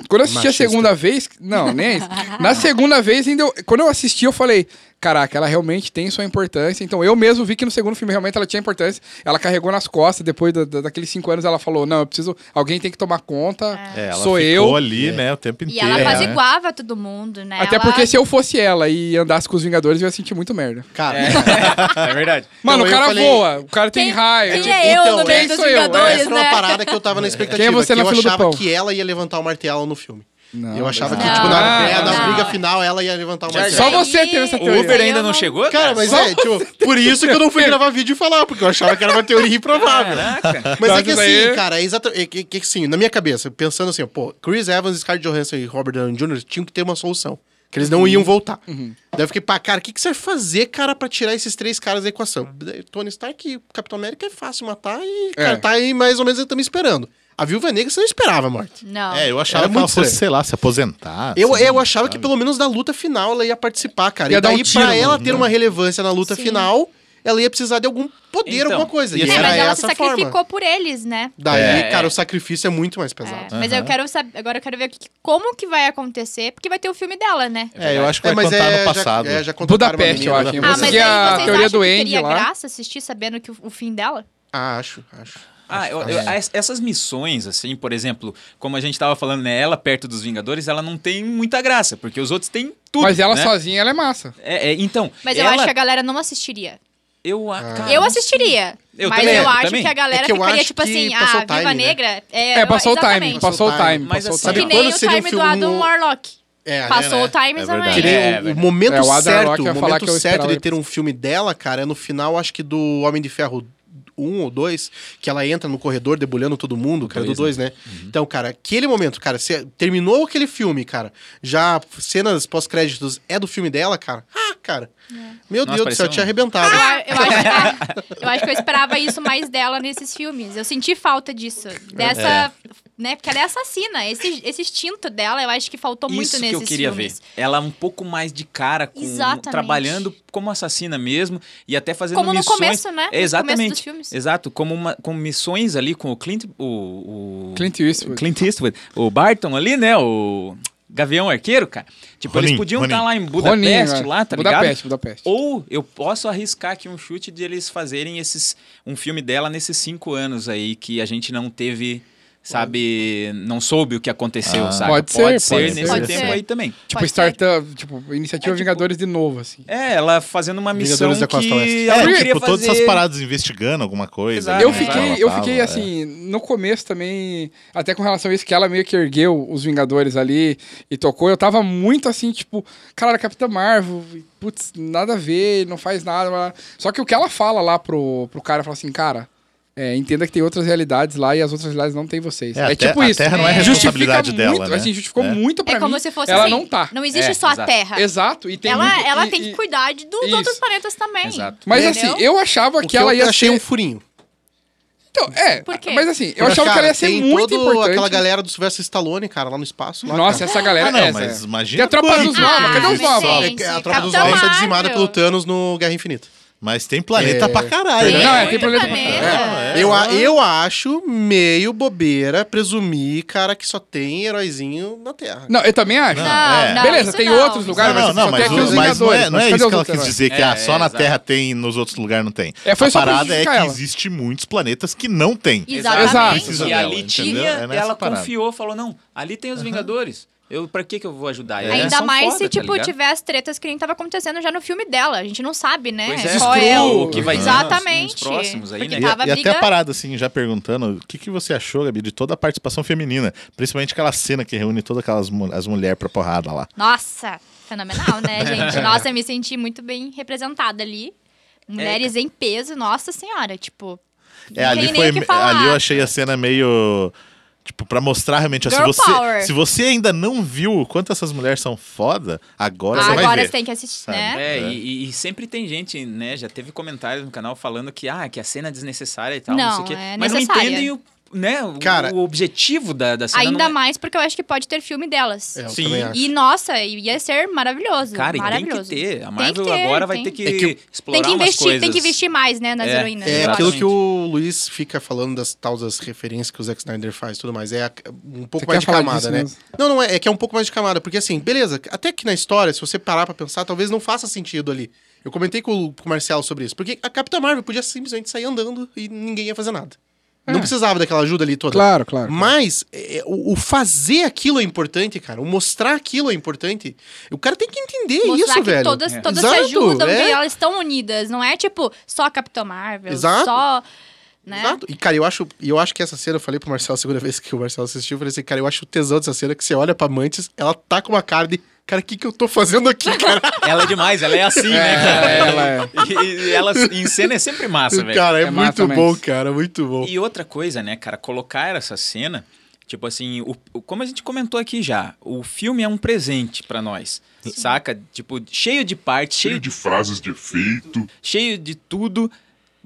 [SPEAKER 6] Quando eu assisti
[SPEAKER 4] Machista.
[SPEAKER 6] a segunda vez. Não, nem é isso. Na segunda vez, ainda eu- quando eu assisti, eu falei: caraca, ela realmente tem sua importância. Então eu mesmo vi que no segundo filme realmente ela tinha importância. Ela carregou nas costas, depois da- da- daqueles cinco anos, ela falou: não, eu preciso. Alguém tem que tomar conta.
[SPEAKER 2] É, ela
[SPEAKER 6] sou
[SPEAKER 2] ficou
[SPEAKER 6] eu.
[SPEAKER 2] ali, né, o tempo
[SPEAKER 5] E
[SPEAKER 2] inteiro.
[SPEAKER 5] ela
[SPEAKER 2] né?
[SPEAKER 5] apaziguava todo mundo, né?
[SPEAKER 6] Até
[SPEAKER 5] Ela-
[SPEAKER 6] porque se eu fosse ela e andasse com os Vingadores, eu ia sentir muito merda.
[SPEAKER 4] Cara,
[SPEAKER 3] É verdade.
[SPEAKER 6] Mano,
[SPEAKER 4] eu
[SPEAKER 6] o cara
[SPEAKER 4] falei-
[SPEAKER 6] voa, o cara tem
[SPEAKER 5] Quem-
[SPEAKER 6] raio.
[SPEAKER 5] quem
[SPEAKER 6] tipo,
[SPEAKER 5] é eu
[SPEAKER 4] então,
[SPEAKER 5] no
[SPEAKER 4] quem
[SPEAKER 5] meio dos
[SPEAKER 6] sou eu?
[SPEAKER 5] Vingadores,
[SPEAKER 4] Essa era uma
[SPEAKER 5] né?
[SPEAKER 4] parada que eu tava na expectativa.
[SPEAKER 6] Quem é você
[SPEAKER 4] que
[SPEAKER 6] na
[SPEAKER 4] eu
[SPEAKER 6] fila do
[SPEAKER 4] achava
[SPEAKER 6] pão?
[SPEAKER 4] que ela ia levantar o martelo no filme.
[SPEAKER 6] Não,
[SPEAKER 4] eu achava que,
[SPEAKER 5] não.
[SPEAKER 4] tipo, na,
[SPEAKER 6] Não,
[SPEAKER 4] é, na
[SPEAKER 5] não.
[SPEAKER 4] briga final ela ia levantar o
[SPEAKER 3] Já-
[SPEAKER 4] martelo.
[SPEAKER 6] Só
[SPEAKER 5] Aí-
[SPEAKER 6] você teve essa
[SPEAKER 3] O
[SPEAKER 6] teoria.
[SPEAKER 3] Uber ainda
[SPEAKER 5] Então, Eu um
[SPEAKER 3] não
[SPEAKER 5] não-
[SPEAKER 3] chegou?
[SPEAKER 4] Cara, mas
[SPEAKER 6] Só
[SPEAKER 4] é, tipo, por isso que eu não fui gravar vídeo e falar, porque eu achava que era uma teoria improvável.
[SPEAKER 3] Caraca.
[SPEAKER 4] Mas
[SPEAKER 6] Não,
[SPEAKER 4] é que
[SPEAKER 6] isso
[SPEAKER 4] assim,
[SPEAKER 6] daí-
[SPEAKER 4] cara, é exatamente. é que, que assim, na minha cabeça, pensando assim, pô, Chris Evans, Scarlett Johansson e Robert Downey Jr. tinham que ter uma solução. Que eles não iam voltar. Daí eu fiquei, pá, cara, o que, que você vai fazer, cara, pra tirar esses três caras da equação? Daí Tony Stark e Capitão América é fácil matar e,
[SPEAKER 6] É.
[SPEAKER 4] cara, tá aí mais ou menos estamos esperando. A Viúva Negra você não esperava a morte.
[SPEAKER 5] Não.
[SPEAKER 2] É, eu achava
[SPEAKER 4] Era
[SPEAKER 2] que ela
[SPEAKER 4] muito
[SPEAKER 2] fosse,
[SPEAKER 4] estranho.
[SPEAKER 2] sei lá, se
[SPEAKER 6] Ah,
[SPEAKER 2] aposentar.
[SPEAKER 4] Eu,
[SPEAKER 2] assim,
[SPEAKER 4] eu achava que
[SPEAKER 2] sabe?
[SPEAKER 4] pelo menos da luta final ela ia participar, cara.
[SPEAKER 6] Ia
[SPEAKER 4] e
[SPEAKER 6] dar um
[SPEAKER 4] daí,
[SPEAKER 6] tiro,
[SPEAKER 4] pra ela
[SPEAKER 6] mano.
[SPEAKER 4] ter uma relevância na luta
[SPEAKER 5] Sim.
[SPEAKER 4] final, ela ia precisar de algum poder,
[SPEAKER 3] Então,
[SPEAKER 4] alguma coisa.
[SPEAKER 2] é,
[SPEAKER 4] E
[SPEAKER 5] É,
[SPEAKER 4] era
[SPEAKER 5] mas ela se
[SPEAKER 4] essa forma.
[SPEAKER 5] sacrificou por eles, né?
[SPEAKER 4] Daí,
[SPEAKER 3] É.
[SPEAKER 4] cara, o sacrifício é muito mais pesado.
[SPEAKER 5] É, Mas eu quero saber, agora eu quero ver o que- como que vai acontecer, porque vai ter o filme dela, né?
[SPEAKER 2] É, eu acho que
[SPEAKER 4] É,
[SPEAKER 2] vai
[SPEAKER 4] mas
[SPEAKER 2] contar
[SPEAKER 4] é,
[SPEAKER 2] no passado.
[SPEAKER 4] Já, é, já contrataram uma
[SPEAKER 6] Budapeste, eu
[SPEAKER 4] menina.
[SPEAKER 6] acho. hein?
[SPEAKER 2] Ah, mas
[SPEAKER 6] Você
[SPEAKER 2] aí
[SPEAKER 6] vê a
[SPEAKER 5] vocês
[SPEAKER 6] teoria
[SPEAKER 5] acham
[SPEAKER 6] do
[SPEAKER 5] que
[SPEAKER 6] Andy
[SPEAKER 5] teria
[SPEAKER 6] lá.
[SPEAKER 5] graça assistir sabendo que o, o fim dela?
[SPEAKER 4] Ah, acho, acho.
[SPEAKER 3] Ah, eu-
[SPEAKER 4] acho,
[SPEAKER 3] eu-
[SPEAKER 4] acho.
[SPEAKER 3] es- essas missões, assim, por exemplo, como a gente tava falando, né? Ela perto dos Vingadores, ela não tem muita graça, porque os outros têm tudo.
[SPEAKER 6] Mas ela
[SPEAKER 3] né?
[SPEAKER 6] sozinha, ela é massa.
[SPEAKER 3] É, é, então.
[SPEAKER 5] Mas
[SPEAKER 3] ela-
[SPEAKER 5] eu acho que a galera não assistiria.
[SPEAKER 3] Eu, a- cara,
[SPEAKER 5] eu assistiria.
[SPEAKER 3] Eu
[SPEAKER 5] mas
[SPEAKER 3] também,
[SPEAKER 5] eu
[SPEAKER 3] eu
[SPEAKER 5] acho
[SPEAKER 3] também.
[SPEAKER 5] que a galera
[SPEAKER 4] É que eu
[SPEAKER 5] ficaria
[SPEAKER 4] acho
[SPEAKER 5] tipo
[SPEAKER 4] que
[SPEAKER 5] assim,
[SPEAKER 4] passou
[SPEAKER 5] ah,
[SPEAKER 4] o time, né?
[SPEAKER 5] Viva Negra.
[SPEAKER 6] É, passou o
[SPEAKER 5] exatamente.
[SPEAKER 6] timing, passou o time.
[SPEAKER 3] Mas
[SPEAKER 6] passou o
[SPEAKER 3] assim,
[SPEAKER 5] Que
[SPEAKER 6] timing.
[SPEAKER 4] Sabe quando
[SPEAKER 5] nem o
[SPEAKER 4] você
[SPEAKER 5] time
[SPEAKER 4] viu
[SPEAKER 5] do
[SPEAKER 4] um-
[SPEAKER 5] Adam Warlock.
[SPEAKER 4] É, né?
[SPEAKER 5] Passou tá o time
[SPEAKER 2] É
[SPEAKER 5] também.
[SPEAKER 2] verdade.
[SPEAKER 4] Que nem
[SPEAKER 3] É,
[SPEAKER 4] o, o
[SPEAKER 3] verdade.
[SPEAKER 4] momento
[SPEAKER 6] É, o Adam Rock
[SPEAKER 4] certo,
[SPEAKER 6] ia
[SPEAKER 4] o
[SPEAKER 6] falar que
[SPEAKER 4] momento
[SPEAKER 6] eu
[SPEAKER 4] certo
[SPEAKER 6] esperava
[SPEAKER 4] de
[SPEAKER 6] ele-
[SPEAKER 4] ter um filme dela, cara, é no final, acho que do Homem de Ferro 1 ou 2, que ela entra no corredor debulhando todo mundo, cara, do 2, né?
[SPEAKER 6] Uhum.
[SPEAKER 4] Então, cara, aquele momento, cara, você terminou aquele filme, cara, já cenas pós-créditos é do filme dela, cara. Ah, cara. Meu
[SPEAKER 3] Nossa,
[SPEAKER 4] Deus do
[SPEAKER 3] parecia
[SPEAKER 4] céu, eu tinha
[SPEAKER 3] um-
[SPEAKER 4] arrebentado.
[SPEAKER 5] Eu, eu acho que, eu acho que eu esperava isso mais dela nesses filmes. Eu senti falta disso. Dessa. Né? Porque ela é assassina. Esse, esse instinto dela, eu acho que faltou muito
[SPEAKER 3] Isso
[SPEAKER 5] nesses
[SPEAKER 3] que eu queria
[SPEAKER 5] filmes.
[SPEAKER 3] ver. Ela um pouco mais de cara, com,
[SPEAKER 5] Exatamente.
[SPEAKER 3] trabalhando como assassina mesmo e até fazendo
[SPEAKER 5] Como no
[SPEAKER 3] missões.
[SPEAKER 5] começo, né? No começo
[SPEAKER 3] Exatamente.
[SPEAKER 5] dos filmes.
[SPEAKER 3] Exato, como uma, com missões ali com o Clint, o, o
[SPEAKER 6] Clint Eastwood.
[SPEAKER 3] Clint Eastwood, o Barton ali, né? O Gavião Arqueiro, cara. Tipo,
[SPEAKER 2] Ronin,
[SPEAKER 3] eles podiam
[SPEAKER 2] Ronin.
[SPEAKER 3] estar lá em Budapeste,
[SPEAKER 6] Roninho,
[SPEAKER 3] lá, tá
[SPEAKER 6] é. Budapeste,
[SPEAKER 3] ligado?
[SPEAKER 6] Budapeste.
[SPEAKER 3] Ou eu posso arriscar aqui um chute de eles fazerem esses um filme dela nesses cinco anos aí que a gente não teve sabe, não soube o que aconteceu,
[SPEAKER 2] Ah.
[SPEAKER 3] sabe?
[SPEAKER 6] Pode ser,
[SPEAKER 3] pode ser
[SPEAKER 6] pode
[SPEAKER 3] nesse
[SPEAKER 5] ser.
[SPEAKER 3] tempo
[SPEAKER 5] Pode
[SPEAKER 3] aí
[SPEAKER 5] ser.
[SPEAKER 3] também.
[SPEAKER 6] Tipo,
[SPEAKER 5] Pode É, ser.
[SPEAKER 6] startup, tipo, iniciativa Vingadores de novo, assim.
[SPEAKER 3] É, ela fazendo uma missão
[SPEAKER 4] Vingadores da Costa
[SPEAKER 3] que
[SPEAKER 4] Oeste.
[SPEAKER 3] ela
[SPEAKER 2] É,
[SPEAKER 3] não queria
[SPEAKER 2] tipo, todas
[SPEAKER 3] fazer.
[SPEAKER 2] essas paradas investigando alguma coisa.
[SPEAKER 3] Exato.
[SPEAKER 2] né?
[SPEAKER 6] Eu
[SPEAKER 3] Ah,
[SPEAKER 6] fiquei,
[SPEAKER 2] Ela
[SPEAKER 6] eu
[SPEAKER 2] tava,
[SPEAKER 6] fiquei
[SPEAKER 2] é.
[SPEAKER 6] assim, no começo também, até com relação a isso, que ela meio que ergueu os Vingadores ali e tocou. Eu tava muito assim, tipo, cara, Capitã Marvel, e, putz, nada a ver, não faz nada. blá, blá. Só que o que ela fala lá pro, pro cara, fala assim, cara, é, entenda que tem outras realidades lá e as outras realidades não tem vocês.
[SPEAKER 2] É,
[SPEAKER 6] É,
[SPEAKER 2] a
[SPEAKER 6] tipo
[SPEAKER 2] Te- a
[SPEAKER 6] isso.
[SPEAKER 2] Terra não é
[SPEAKER 6] Justifica
[SPEAKER 2] responsabilidade
[SPEAKER 6] muito,
[SPEAKER 2] dela, né?
[SPEAKER 6] Assim, justificou
[SPEAKER 2] É.
[SPEAKER 6] muito pra
[SPEAKER 5] É como
[SPEAKER 6] mim.
[SPEAKER 5] se fosse
[SPEAKER 6] ela
[SPEAKER 5] assim.
[SPEAKER 6] não tá.
[SPEAKER 5] Não existe
[SPEAKER 3] É,
[SPEAKER 5] só
[SPEAKER 3] exato.
[SPEAKER 5] a Terra.
[SPEAKER 6] Exato. E tem
[SPEAKER 5] ela
[SPEAKER 6] muito-
[SPEAKER 5] ela
[SPEAKER 6] e-
[SPEAKER 5] tem
[SPEAKER 6] e-
[SPEAKER 5] que cuidar de- dos
[SPEAKER 6] Isso.
[SPEAKER 5] outros planetas também.
[SPEAKER 3] Exato.
[SPEAKER 6] Mas
[SPEAKER 5] entendeu?
[SPEAKER 6] assim, eu achava
[SPEAKER 4] O
[SPEAKER 6] que ela
[SPEAKER 4] eu
[SPEAKER 6] ia
[SPEAKER 4] achei
[SPEAKER 6] ser...
[SPEAKER 4] um furinho.
[SPEAKER 6] Então, é,
[SPEAKER 5] Por quê?
[SPEAKER 6] mas assim, eu
[SPEAKER 4] Mas,
[SPEAKER 6] achava que
[SPEAKER 4] cara,
[SPEAKER 6] ela ia ser
[SPEAKER 4] tem
[SPEAKER 6] muito
[SPEAKER 4] todo
[SPEAKER 6] importante.
[SPEAKER 4] aquela galera do Sylvester Stallone, cara, lá no espaço. Lá,
[SPEAKER 6] Nossa,
[SPEAKER 4] cara.
[SPEAKER 6] essa galera
[SPEAKER 2] Ah, não,
[SPEAKER 6] é essa.
[SPEAKER 2] mas
[SPEAKER 6] é.
[SPEAKER 2] imagina
[SPEAKER 6] Tem a tropa
[SPEAKER 2] quanto.
[SPEAKER 6] dos novos, cadê os
[SPEAKER 5] Ah,
[SPEAKER 6] novos?
[SPEAKER 5] gente,
[SPEAKER 4] É, a tropa dos
[SPEAKER 2] tá
[SPEAKER 5] Capitão
[SPEAKER 4] Novos foi
[SPEAKER 5] Marvel.
[SPEAKER 4] dizimada pelo Thanos no Guerra Infinita.
[SPEAKER 2] Mas tem planeta
[SPEAKER 4] É.
[SPEAKER 2] pra caralho,
[SPEAKER 5] Tem
[SPEAKER 2] né?
[SPEAKER 6] Não, é, tem
[SPEAKER 5] muito
[SPEAKER 6] problema.
[SPEAKER 5] planeta.
[SPEAKER 2] É.
[SPEAKER 4] Eu, a- eu acho meio bobeira presumir, cara, que só tem heróizinho na Terra.
[SPEAKER 6] Não, eu também acho.
[SPEAKER 3] É.
[SPEAKER 5] Não, não,
[SPEAKER 6] Beleza,
[SPEAKER 5] isso
[SPEAKER 6] tem
[SPEAKER 5] não.
[SPEAKER 6] outros lugares,
[SPEAKER 2] não,
[SPEAKER 6] mas
[SPEAKER 2] não,
[SPEAKER 6] só
[SPEAKER 2] mas,
[SPEAKER 6] tem aqueles
[SPEAKER 2] o- mas não é,
[SPEAKER 6] Vingadores,
[SPEAKER 2] não
[SPEAKER 6] mas
[SPEAKER 2] é
[SPEAKER 6] cadê
[SPEAKER 2] isso
[SPEAKER 6] os
[SPEAKER 2] que ela
[SPEAKER 6] outros
[SPEAKER 2] quis
[SPEAKER 6] heróis?
[SPEAKER 2] dizer, que
[SPEAKER 3] É,
[SPEAKER 2] ah, só
[SPEAKER 3] é,
[SPEAKER 2] na
[SPEAKER 3] exato.
[SPEAKER 2] Terra tem e nos outros lugares não tem.
[SPEAKER 6] É, foi
[SPEAKER 2] a
[SPEAKER 6] só pra
[SPEAKER 2] parada é que
[SPEAKER 6] justificar ela.
[SPEAKER 2] existe muitos planetas que não tem.
[SPEAKER 6] Exato.
[SPEAKER 5] Exatamente.
[SPEAKER 2] Precisa
[SPEAKER 3] E
[SPEAKER 2] dela,
[SPEAKER 3] ali
[SPEAKER 2] entendeu?
[SPEAKER 3] tinha,
[SPEAKER 2] É nessa
[SPEAKER 3] ela
[SPEAKER 2] parada.
[SPEAKER 3] confiou, falou, não, ali tem os Vingadores. Eu, pra que que eu vou ajudar? Eles
[SPEAKER 5] Ainda
[SPEAKER 3] são
[SPEAKER 5] mais
[SPEAKER 3] foda,
[SPEAKER 5] se,
[SPEAKER 3] tá
[SPEAKER 5] tipo,
[SPEAKER 3] ligado?
[SPEAKER 5] tiver as tretas que nem tava acontecendo já no filme dela. A gente não sabe, né?
[SPEAKER 3] Pois é,
[SPEAKER 5] Qual é
[SPEAKER 3] Screw,
[SPEAKER 5] o
[SPEAKER 3] que vai ter nos- nos
[SPEAKER 5] Exatamente.
[SPEAKER 3] próximos aí,
[SPEAKER 5] Porque
[SPEAKER 3] né?
[SPEAKER 2] Uhum. E,
[SPEAKER 5] tava
[SPEAKER 2] e até
[SPEAKER 5] briga...
[SPEAKER 2] a parada, assim, já perguntando, o que, que você achou, Gabi, de toda a participação feminina? Principalmente aquela cena que reúne todas aquelas mu- as mulheres pra porrada lá.
[SPEAKER 5] Nossa, fenomenal, né, gente? Nossa, eu me senti muito bem representada ali. Mulheres
[SPEAKER 4] É.
[SPEAKER 5] em peso, nossa senhora, tipo.
[SPEAKER 2] É,
[SPEAKER 5] não
[SPEAKER 2] ali
[SPEAKER 5] tem
[SPEAKER 2] foi.
[SPEAKER 5] nem o que falar.
[SPEAKER 2] Ali eu achei a cena meio. Tipo, pra mostrar realmente. ó, Se
[SPEAKER 5] Girl
[SPEAKER 2] você,
[SPEAKER 5] power.
[SPEAKER 2] se você ainda não viu o quanto essas mulheres são foda, agora você
[SPEAKER 5] Ah,
[SPEAKER 2] vai
[SPEAKER 5] agora
[SPEAKER 2] ver.
[SPEAKER 5] você tem que assistir,
[SPEAKER 2] sabe?
[SPEAKER 5] né?
[SPEAKER 3] É,
[SPEAKER 2] É.
[SPEAKER 3] E, e- e sempre tem gente, né? Já teve comentários no canal falando que, ah, que a cena é desnecessária e tal, não,
[SPEAKER 5] Não,
[SPEAKER 3] sei o quê.
[SPEAKER 5] é
[SPEAKER 3] mas não
[SPEAKER 5] necessária.
[SPEAKER 3] entendem o, né, o,
[SPEAKER 4] Cara,
[SPEAKER 3] o objetivo da, da cena.
[SPEAKER 5] Ainda
[SPEAKER 3] não é-
[SPEAKER 5] mais porque eu acho que pode ter filme delas.
[SPEAKER 4] É, eu
[SPEAKER 3] Sim.
[SPEAKER 4] também acho.
[SPEAKER 5] E nossa, ia ser maravilhoso.
[SPEAKER 3] Cara, e tem que
[SPEAKER 5] maravilhoso.
[SPEAKER 3] ter. A
[SPEAKER 5] Tem
[SPEAKER 3] Marvel
[SPEAKER 5] que ter,
[SPEAKER 3] agora vai
[SPEAKER 5] tem.
[SPEAKER 3] ter que,
[SPEAKER 4] É que-
[SPEAKER 3] explorar
[SPEAKER 5] Tem que
[SPEAKER 3] umas
[SPEAKER 5] investir, tem
[SPEAKER 3] coisas.
[SPEAKER 5] que investir mais, né, nas
[SPEAKER 3] É,
[SPEAKER 5] heroínas.
[SPEAKER 4] É
[SPEAKER 5] eu
[SPEAKER 4] aquilo
[SPEAKER 5] acho.
[SPEAKER 4] que o Luiz fica falando das tal das referências que o Zack Snyder faz e tudo mais. É a- um pouco
[SPEAKER 6] Você
[SPEAKER 4] mais
[SPEAKER 6] quer
[SPEAKER 4] de
[SPEAKER 6] falar
[SPEAKER 4] camada,
[SPEAKER 6] disso
[SPEAKER 4] né?
[SPEAKER 6] mesmo?
[SPEAKER 4] Não, não é. É que é um pouco mais de camada. Porque assim, beleza, até que na história, se você parar pra pensar, talvez não faça sentido ali. Eu comentei com o, com o Marcelo sobre isso. Porque a Capitã Marvel podia simplesmente sair andando e ninguém ia fazer nada. Não precisava daquela ajuda ali toda.
[SPEAKER 6] É. Claro, claro.
[SPEAKER 4] Mas é, o, o fazer aquilo é importante, cara. O mostrar aquilo é importante. O cara tem que entender
[SPEAKER 5] Mostrar
[SPEAKER 4] isso,
[SPEAKER 5] que
[SPEAKER 4] velho.
[SPEAKER 5] todas,
[SPEAKER 4] É.
[SPEAKER 5] todas
[SPEAKER 4] Exato,
[SPEAKER 5] se ajudam,
[SPEAKER 4] é.
[SPEAKER 5] que elas estão unidas. Não é tipo só a Capitão Marvel,
[SPEAKER 4] Exato.
[SPEAKER 5] só. Né?
[SPEAKER 4] Exato. E, cara, eu acho, e eu acho que essa cena, eu falei pro Marcelo a segunda vez que o Marcelo assistiu, eu falei assim, cara, eu acho o tesão dessa cena que você olha pra Mantis, ela tá com uma cara de, cara, o que que eu tô fazendo aqui, cara?
[SPEAKER 3] Ela é demais, ela é assim, né, cara?
[SPEAKER 6] ela é.
[SPEAKER 3] E, e ela em cena é sempre massa, velho.
[SPEAKER 4] cara, é,
[SPEAKER 6] É massa
[SPEAKER 4] muito bom,
[SPEAKER 6] mesmo.
[SPEAKER 4] cara, muito bom.
[SPEAKER 3] E outra coisa, né, cara, colocar essa cena, tipo assim, o, o- como a gente comentou aqui já, o filme é um presente pra nós, saca? Tipo, cheio de partes, cheio,
[SPEAKER 7] cheio de frases de efeito.
[SPEAKER 3] cheio de tudo.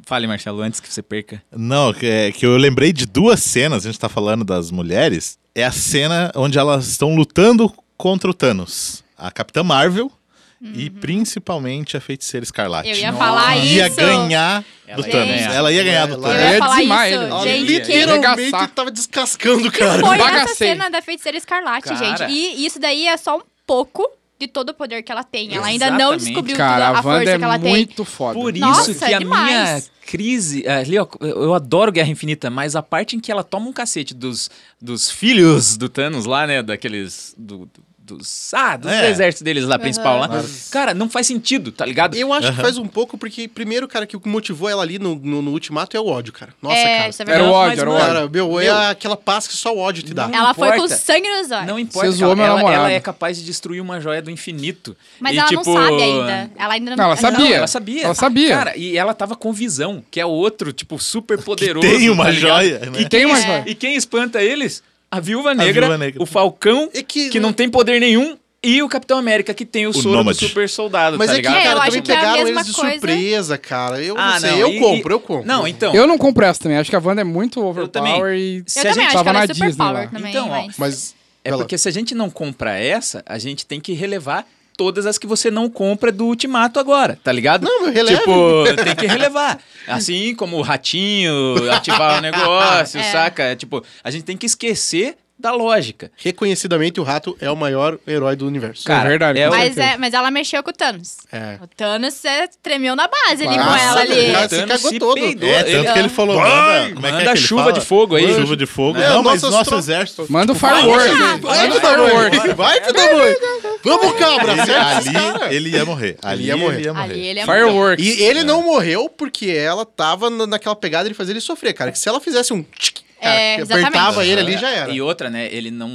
[SPEAKER 3] Fale, Marcelo, antes que você perca.
[SPEAKER 2] Não, que, é, que eu lembrei de duas cenas, a gente tá falando das mulheres. É a cena onde elas estão lutando contra o Thanos. A Capitã Marvel e principalmente a Feiticeira Escarlate.
[SPEAKER 5] Uhum. Eu ia falar isso.
[SPEAKER 2] Ia ganhar
[SPEAKER 3] Ela
[SPEAKER 2] do
[SPEAKER 5] ia
[SPEAKER 2] Thanos.
[SPEAKER 3] ganhar.
[SPEAKER 2] Ela ia ganhar do
[SPEAKER 4] Ela
[SPEAKER 5] Eu
[SPEAKER 2] Thanos.
[SPEAKER 5] ia
[SPEAKER 6] É,
[SPEAKER 5] falar
[SPEAKER 6] dizimar
[SPEAKER 5] isso.
[SPEAKER 6] ele.
[SPEAKER 4] Ela
[SPEAKER 5] Gente, quem
[SPEAKER 4] literalmente
[SPEAKER 6] Arregaçar.
[SPEAKER 4] tava descascando, cara.
[SPEAKER 5] foi essa
[SPEAKER 6] Bagacei.
[SPEAKER 5] cena da feiticeira escarlate,
[SPEAKER 3] Cara.
[SPEAKER 5] gente? E isso daí é só um pouco de todo o poder que ela tem. Ela ainda não
[SPEAKER 3] Exatamente.
[SPEAKER 5] descobriu
[SPEAKER 6] Cara,
[SPEAKER 5] toda
[SPEAKER 6] a
[SPEAKER 5] a força
[SPEAKER 6] Wanda é
[SPEAKER 5] que ela tem.
[SPEAKER 6] muito foda.
[SPEAKER 3] Por
[SPEAKER 5] Nossa, é
[SPEAKER 3] isso que a minha
[SPEAKER 5] demais.
[SPEAKER 3] crise. é, Ali, ó, eu adoro Guerra Infinita, mas a parte em que ela toma um cacete dos, dos filhos do Thanos lá, né? Daqueles. do- do- dos, ah, dos
[SPEAKER 2] É.
[SPEAKER 3] exércitos deles lá, principal lá.
[SPEAKER 4] Mas-
[SPEAKER 3] Cara, não faz sentido, tá ligado?
[SPEAKER 4] Eu acho que faz um pouco, porque primeiro, cara, que o que motivou ela ali no, no, no ultimato é o ódio, cara. Nossa,
[SPEAKER 5] É,
[SPEAKER 4] cara.
[SPEAKER 5] isso é
[SPEAKER 6] Era o
[SPEAKER 5] verdade.
[SPEAKER 6] ódio,
[SPEAKER 3] Mas,
[SPEAKER 6] era o
[SPEAKER 3] mano,
[SPEAKER 6] ódio.
[SPEAKER 4] Cara, meu,
[SPEAKER 3] Meu.
[SPEAKER 4] é aquela paz que só o ódio te dá.
[SPEAKER 3] Não.
[SPEAKER 5] Ela foi com
[SPEAKER 3] importa.
[SPEAKER 5] sangue nos olhos.
[SPEAKER 3] Não importa,
[SPEAKER 6] Você
[SPEAKER 3] cara,
[SPEAKER 6] zoou meu
[SPEAKER 3] ela,
[SPEAKER 6] namorado.
[SPEAKER 3] ela é capaz de destruir uma joia do infinito.
[SPEAKER 5] Mas
[SPEAKER 3] E,
[SPEAKER 5] ela
[SPEAKER 3] tipo,
[SPEAKER 5] não sabe ainda. Ela ainda
[SPEAKER 6] Não, ela sabia.
[SPEAKER 3] Ela sabia.
[SPEAKER 6] Ela sabia.
[SPEAKER 3] Cara, e ela tava com visão, que é outro, tipo, super poderoso.
[SPEAKER 2] Tem uma
[SPEAKER 3] tá ligado?
[SPEAKER 2] joia, né?
[SPEAKER 3] E
[SPEAKER 6] Tem
[SPEAKER 3] quem,
[SPEAKER 6] uma
[SPEAKER 3] es-
[SPEAKER 6] joia.
[SPEAKER 3] E quem espanta eles? A Viúva Negra,
[SPEAKER 2] Viúva Negra.
[SPEAKER 3] o Falcão,
[SPEAKER 4] É
[SPEAKER 3] que,
[SPEAKER 4] que-
[SPEAKER 3] não tem poder nenhum, e o Capitão América, que tem o, soro
[SPEAKER 2] Nômade.
[SPEAKER 3] do super soldado,
[SPEAKER 4] Mas
[SPEAKER 3] tá
[SPEAKER 4] é que,
[SPEAKER 3] ligado?
[SPEAKER 5] É,
[SPEAKER 4] cara,
[SPEAKER 5] eu acho
[SPEAKER 4] também
[SPEAKER 5] que é a
[SPEAKER 4] pegaram
[SPEAKER 5] mesma
[SPEAKER 4] eles de
[SPEAKER 5] coisa.
[SPEAKER 4] surpresa, cara. Eu
[SPEAKER 3] Ah,
[SPEAKER 4] não sei,
[SPEAKER 3] não,
[SPEAKER 4] eu
[SPEAKER 3] e-
[SPEAKER 4] compro, eu compro.
[SPEAKER 3] Não, então...
[SPEAKER 6] Eu não compro essa também. Acho que a Wanda é muito
[SPEAKER 3] também.
[SPEAKER 6] overpower e...
[SPEAKER 3] Se
[SPEAKER 5] Eu
[SPEAKER 3] a gente
[SPEAKER 5] também acho
[SPEAKER 6] tava
[SPEAKER 5] que ela
[SPEAKER 6] na
[SPEAKER 5] é super
[SPEAKER 6] Disney lá.
[SPEAKER 5] power também.
[SPEAKER 3] Então, ó,
[SPEAKER 5] mas-
[SPEAKER 4] Mas.
[SPEAKER 3] É
[SPEAKER 4] Vai lá.
[SPEAKER 3] porque se a gente não compra essa, a gente tem que relevar todas as que você não compra do Ultimato agora, tá ligado?
[SPEAKER 4] Não, eu relevo.
[SPEAKER 3] Tipo, tem que relevar. Assim como o ratinho, ativar o negócio,
[SPEAKER 5] É.
[SPEAKER 3] saca? Tipo, a gente tem que esquecer da lógica.
[SPEAKER 4] Reconhecidamente, o rato é o maior herói do universo.
[SPEAKER 3] Cara,
[SPEAKER 6] verdade,
[SPEAKER 3] é o-
[SPEAKER 6] com certeza.
[SPEAKER 5] Mas, é, mas ela mexeu com o Thanos.
[SPEAKER 4] É.
[SPEAKER 5] O Thanos é, tremeu na base ali com
[SPEAKER 4] Nossa,
[SPEAKER 5] ela ali.
[SPEAKER 4] cara, se cagou todo.
[SPEAKER 3] peidou.
[SPEAKER 2] É, tanto que ele falou. Manda, como é que é
[SPEAKER 3] manda
[SPEAKER 2] que ele
[SPEAKER 3] chuva
[SPEAKER 2] fala?
[SPEAKER 3] de fogo aí.
[SPEAKER 2] Chuva de fogo.
[SPEAKER 4] É,
[SPEAKER 2] Não, mas
[SPEAKER 4] nossas
[SPEAKER 2] nosso
[SPEAKER 4] tro-
[SPEAKER 2] exército.
[SPEAKER 6] Manda o firework.
[SPEAKER 5] lá, Ah, vai
[SPEAKER 6] Manda o
[SPEAKER 4] Vai,
[SPEAKER 6] firework.
[SPEAKER 4] Vai, vai, Fidamor! Vamos, cabra!
[SPEAKER 2] Ele-
[SPEAKER 4] acerta esses
[SPEAKER 2] ali
[SPEAKER 4] caras.
[SPEAKER 2] ele ia morrer. Ali
[SPEAKER 4] ia
[SPEAKER 2] ia
[SPEAKER 4] morrer.
[SPEAKER 2] morrer. ia
[SPEAKER 5] Ali
[SPEAKER 2] morrer.
[SPEAKER 5] ele é
[SPEAKER 6] Firework.
[SPEAKER 4] E ele não morreu porque ela tava na- naquela pegada de fazer ele sofrer, cara. Que se ela fizesse um tchic, cara,
[SPEAKER 5] É,
[SPEAKER 4] que
[SPEAKER 5] exatamente.
[SPEAKER 4] apertava ele ali, já era.
[SPEAKER 3] E outra, né? Ele não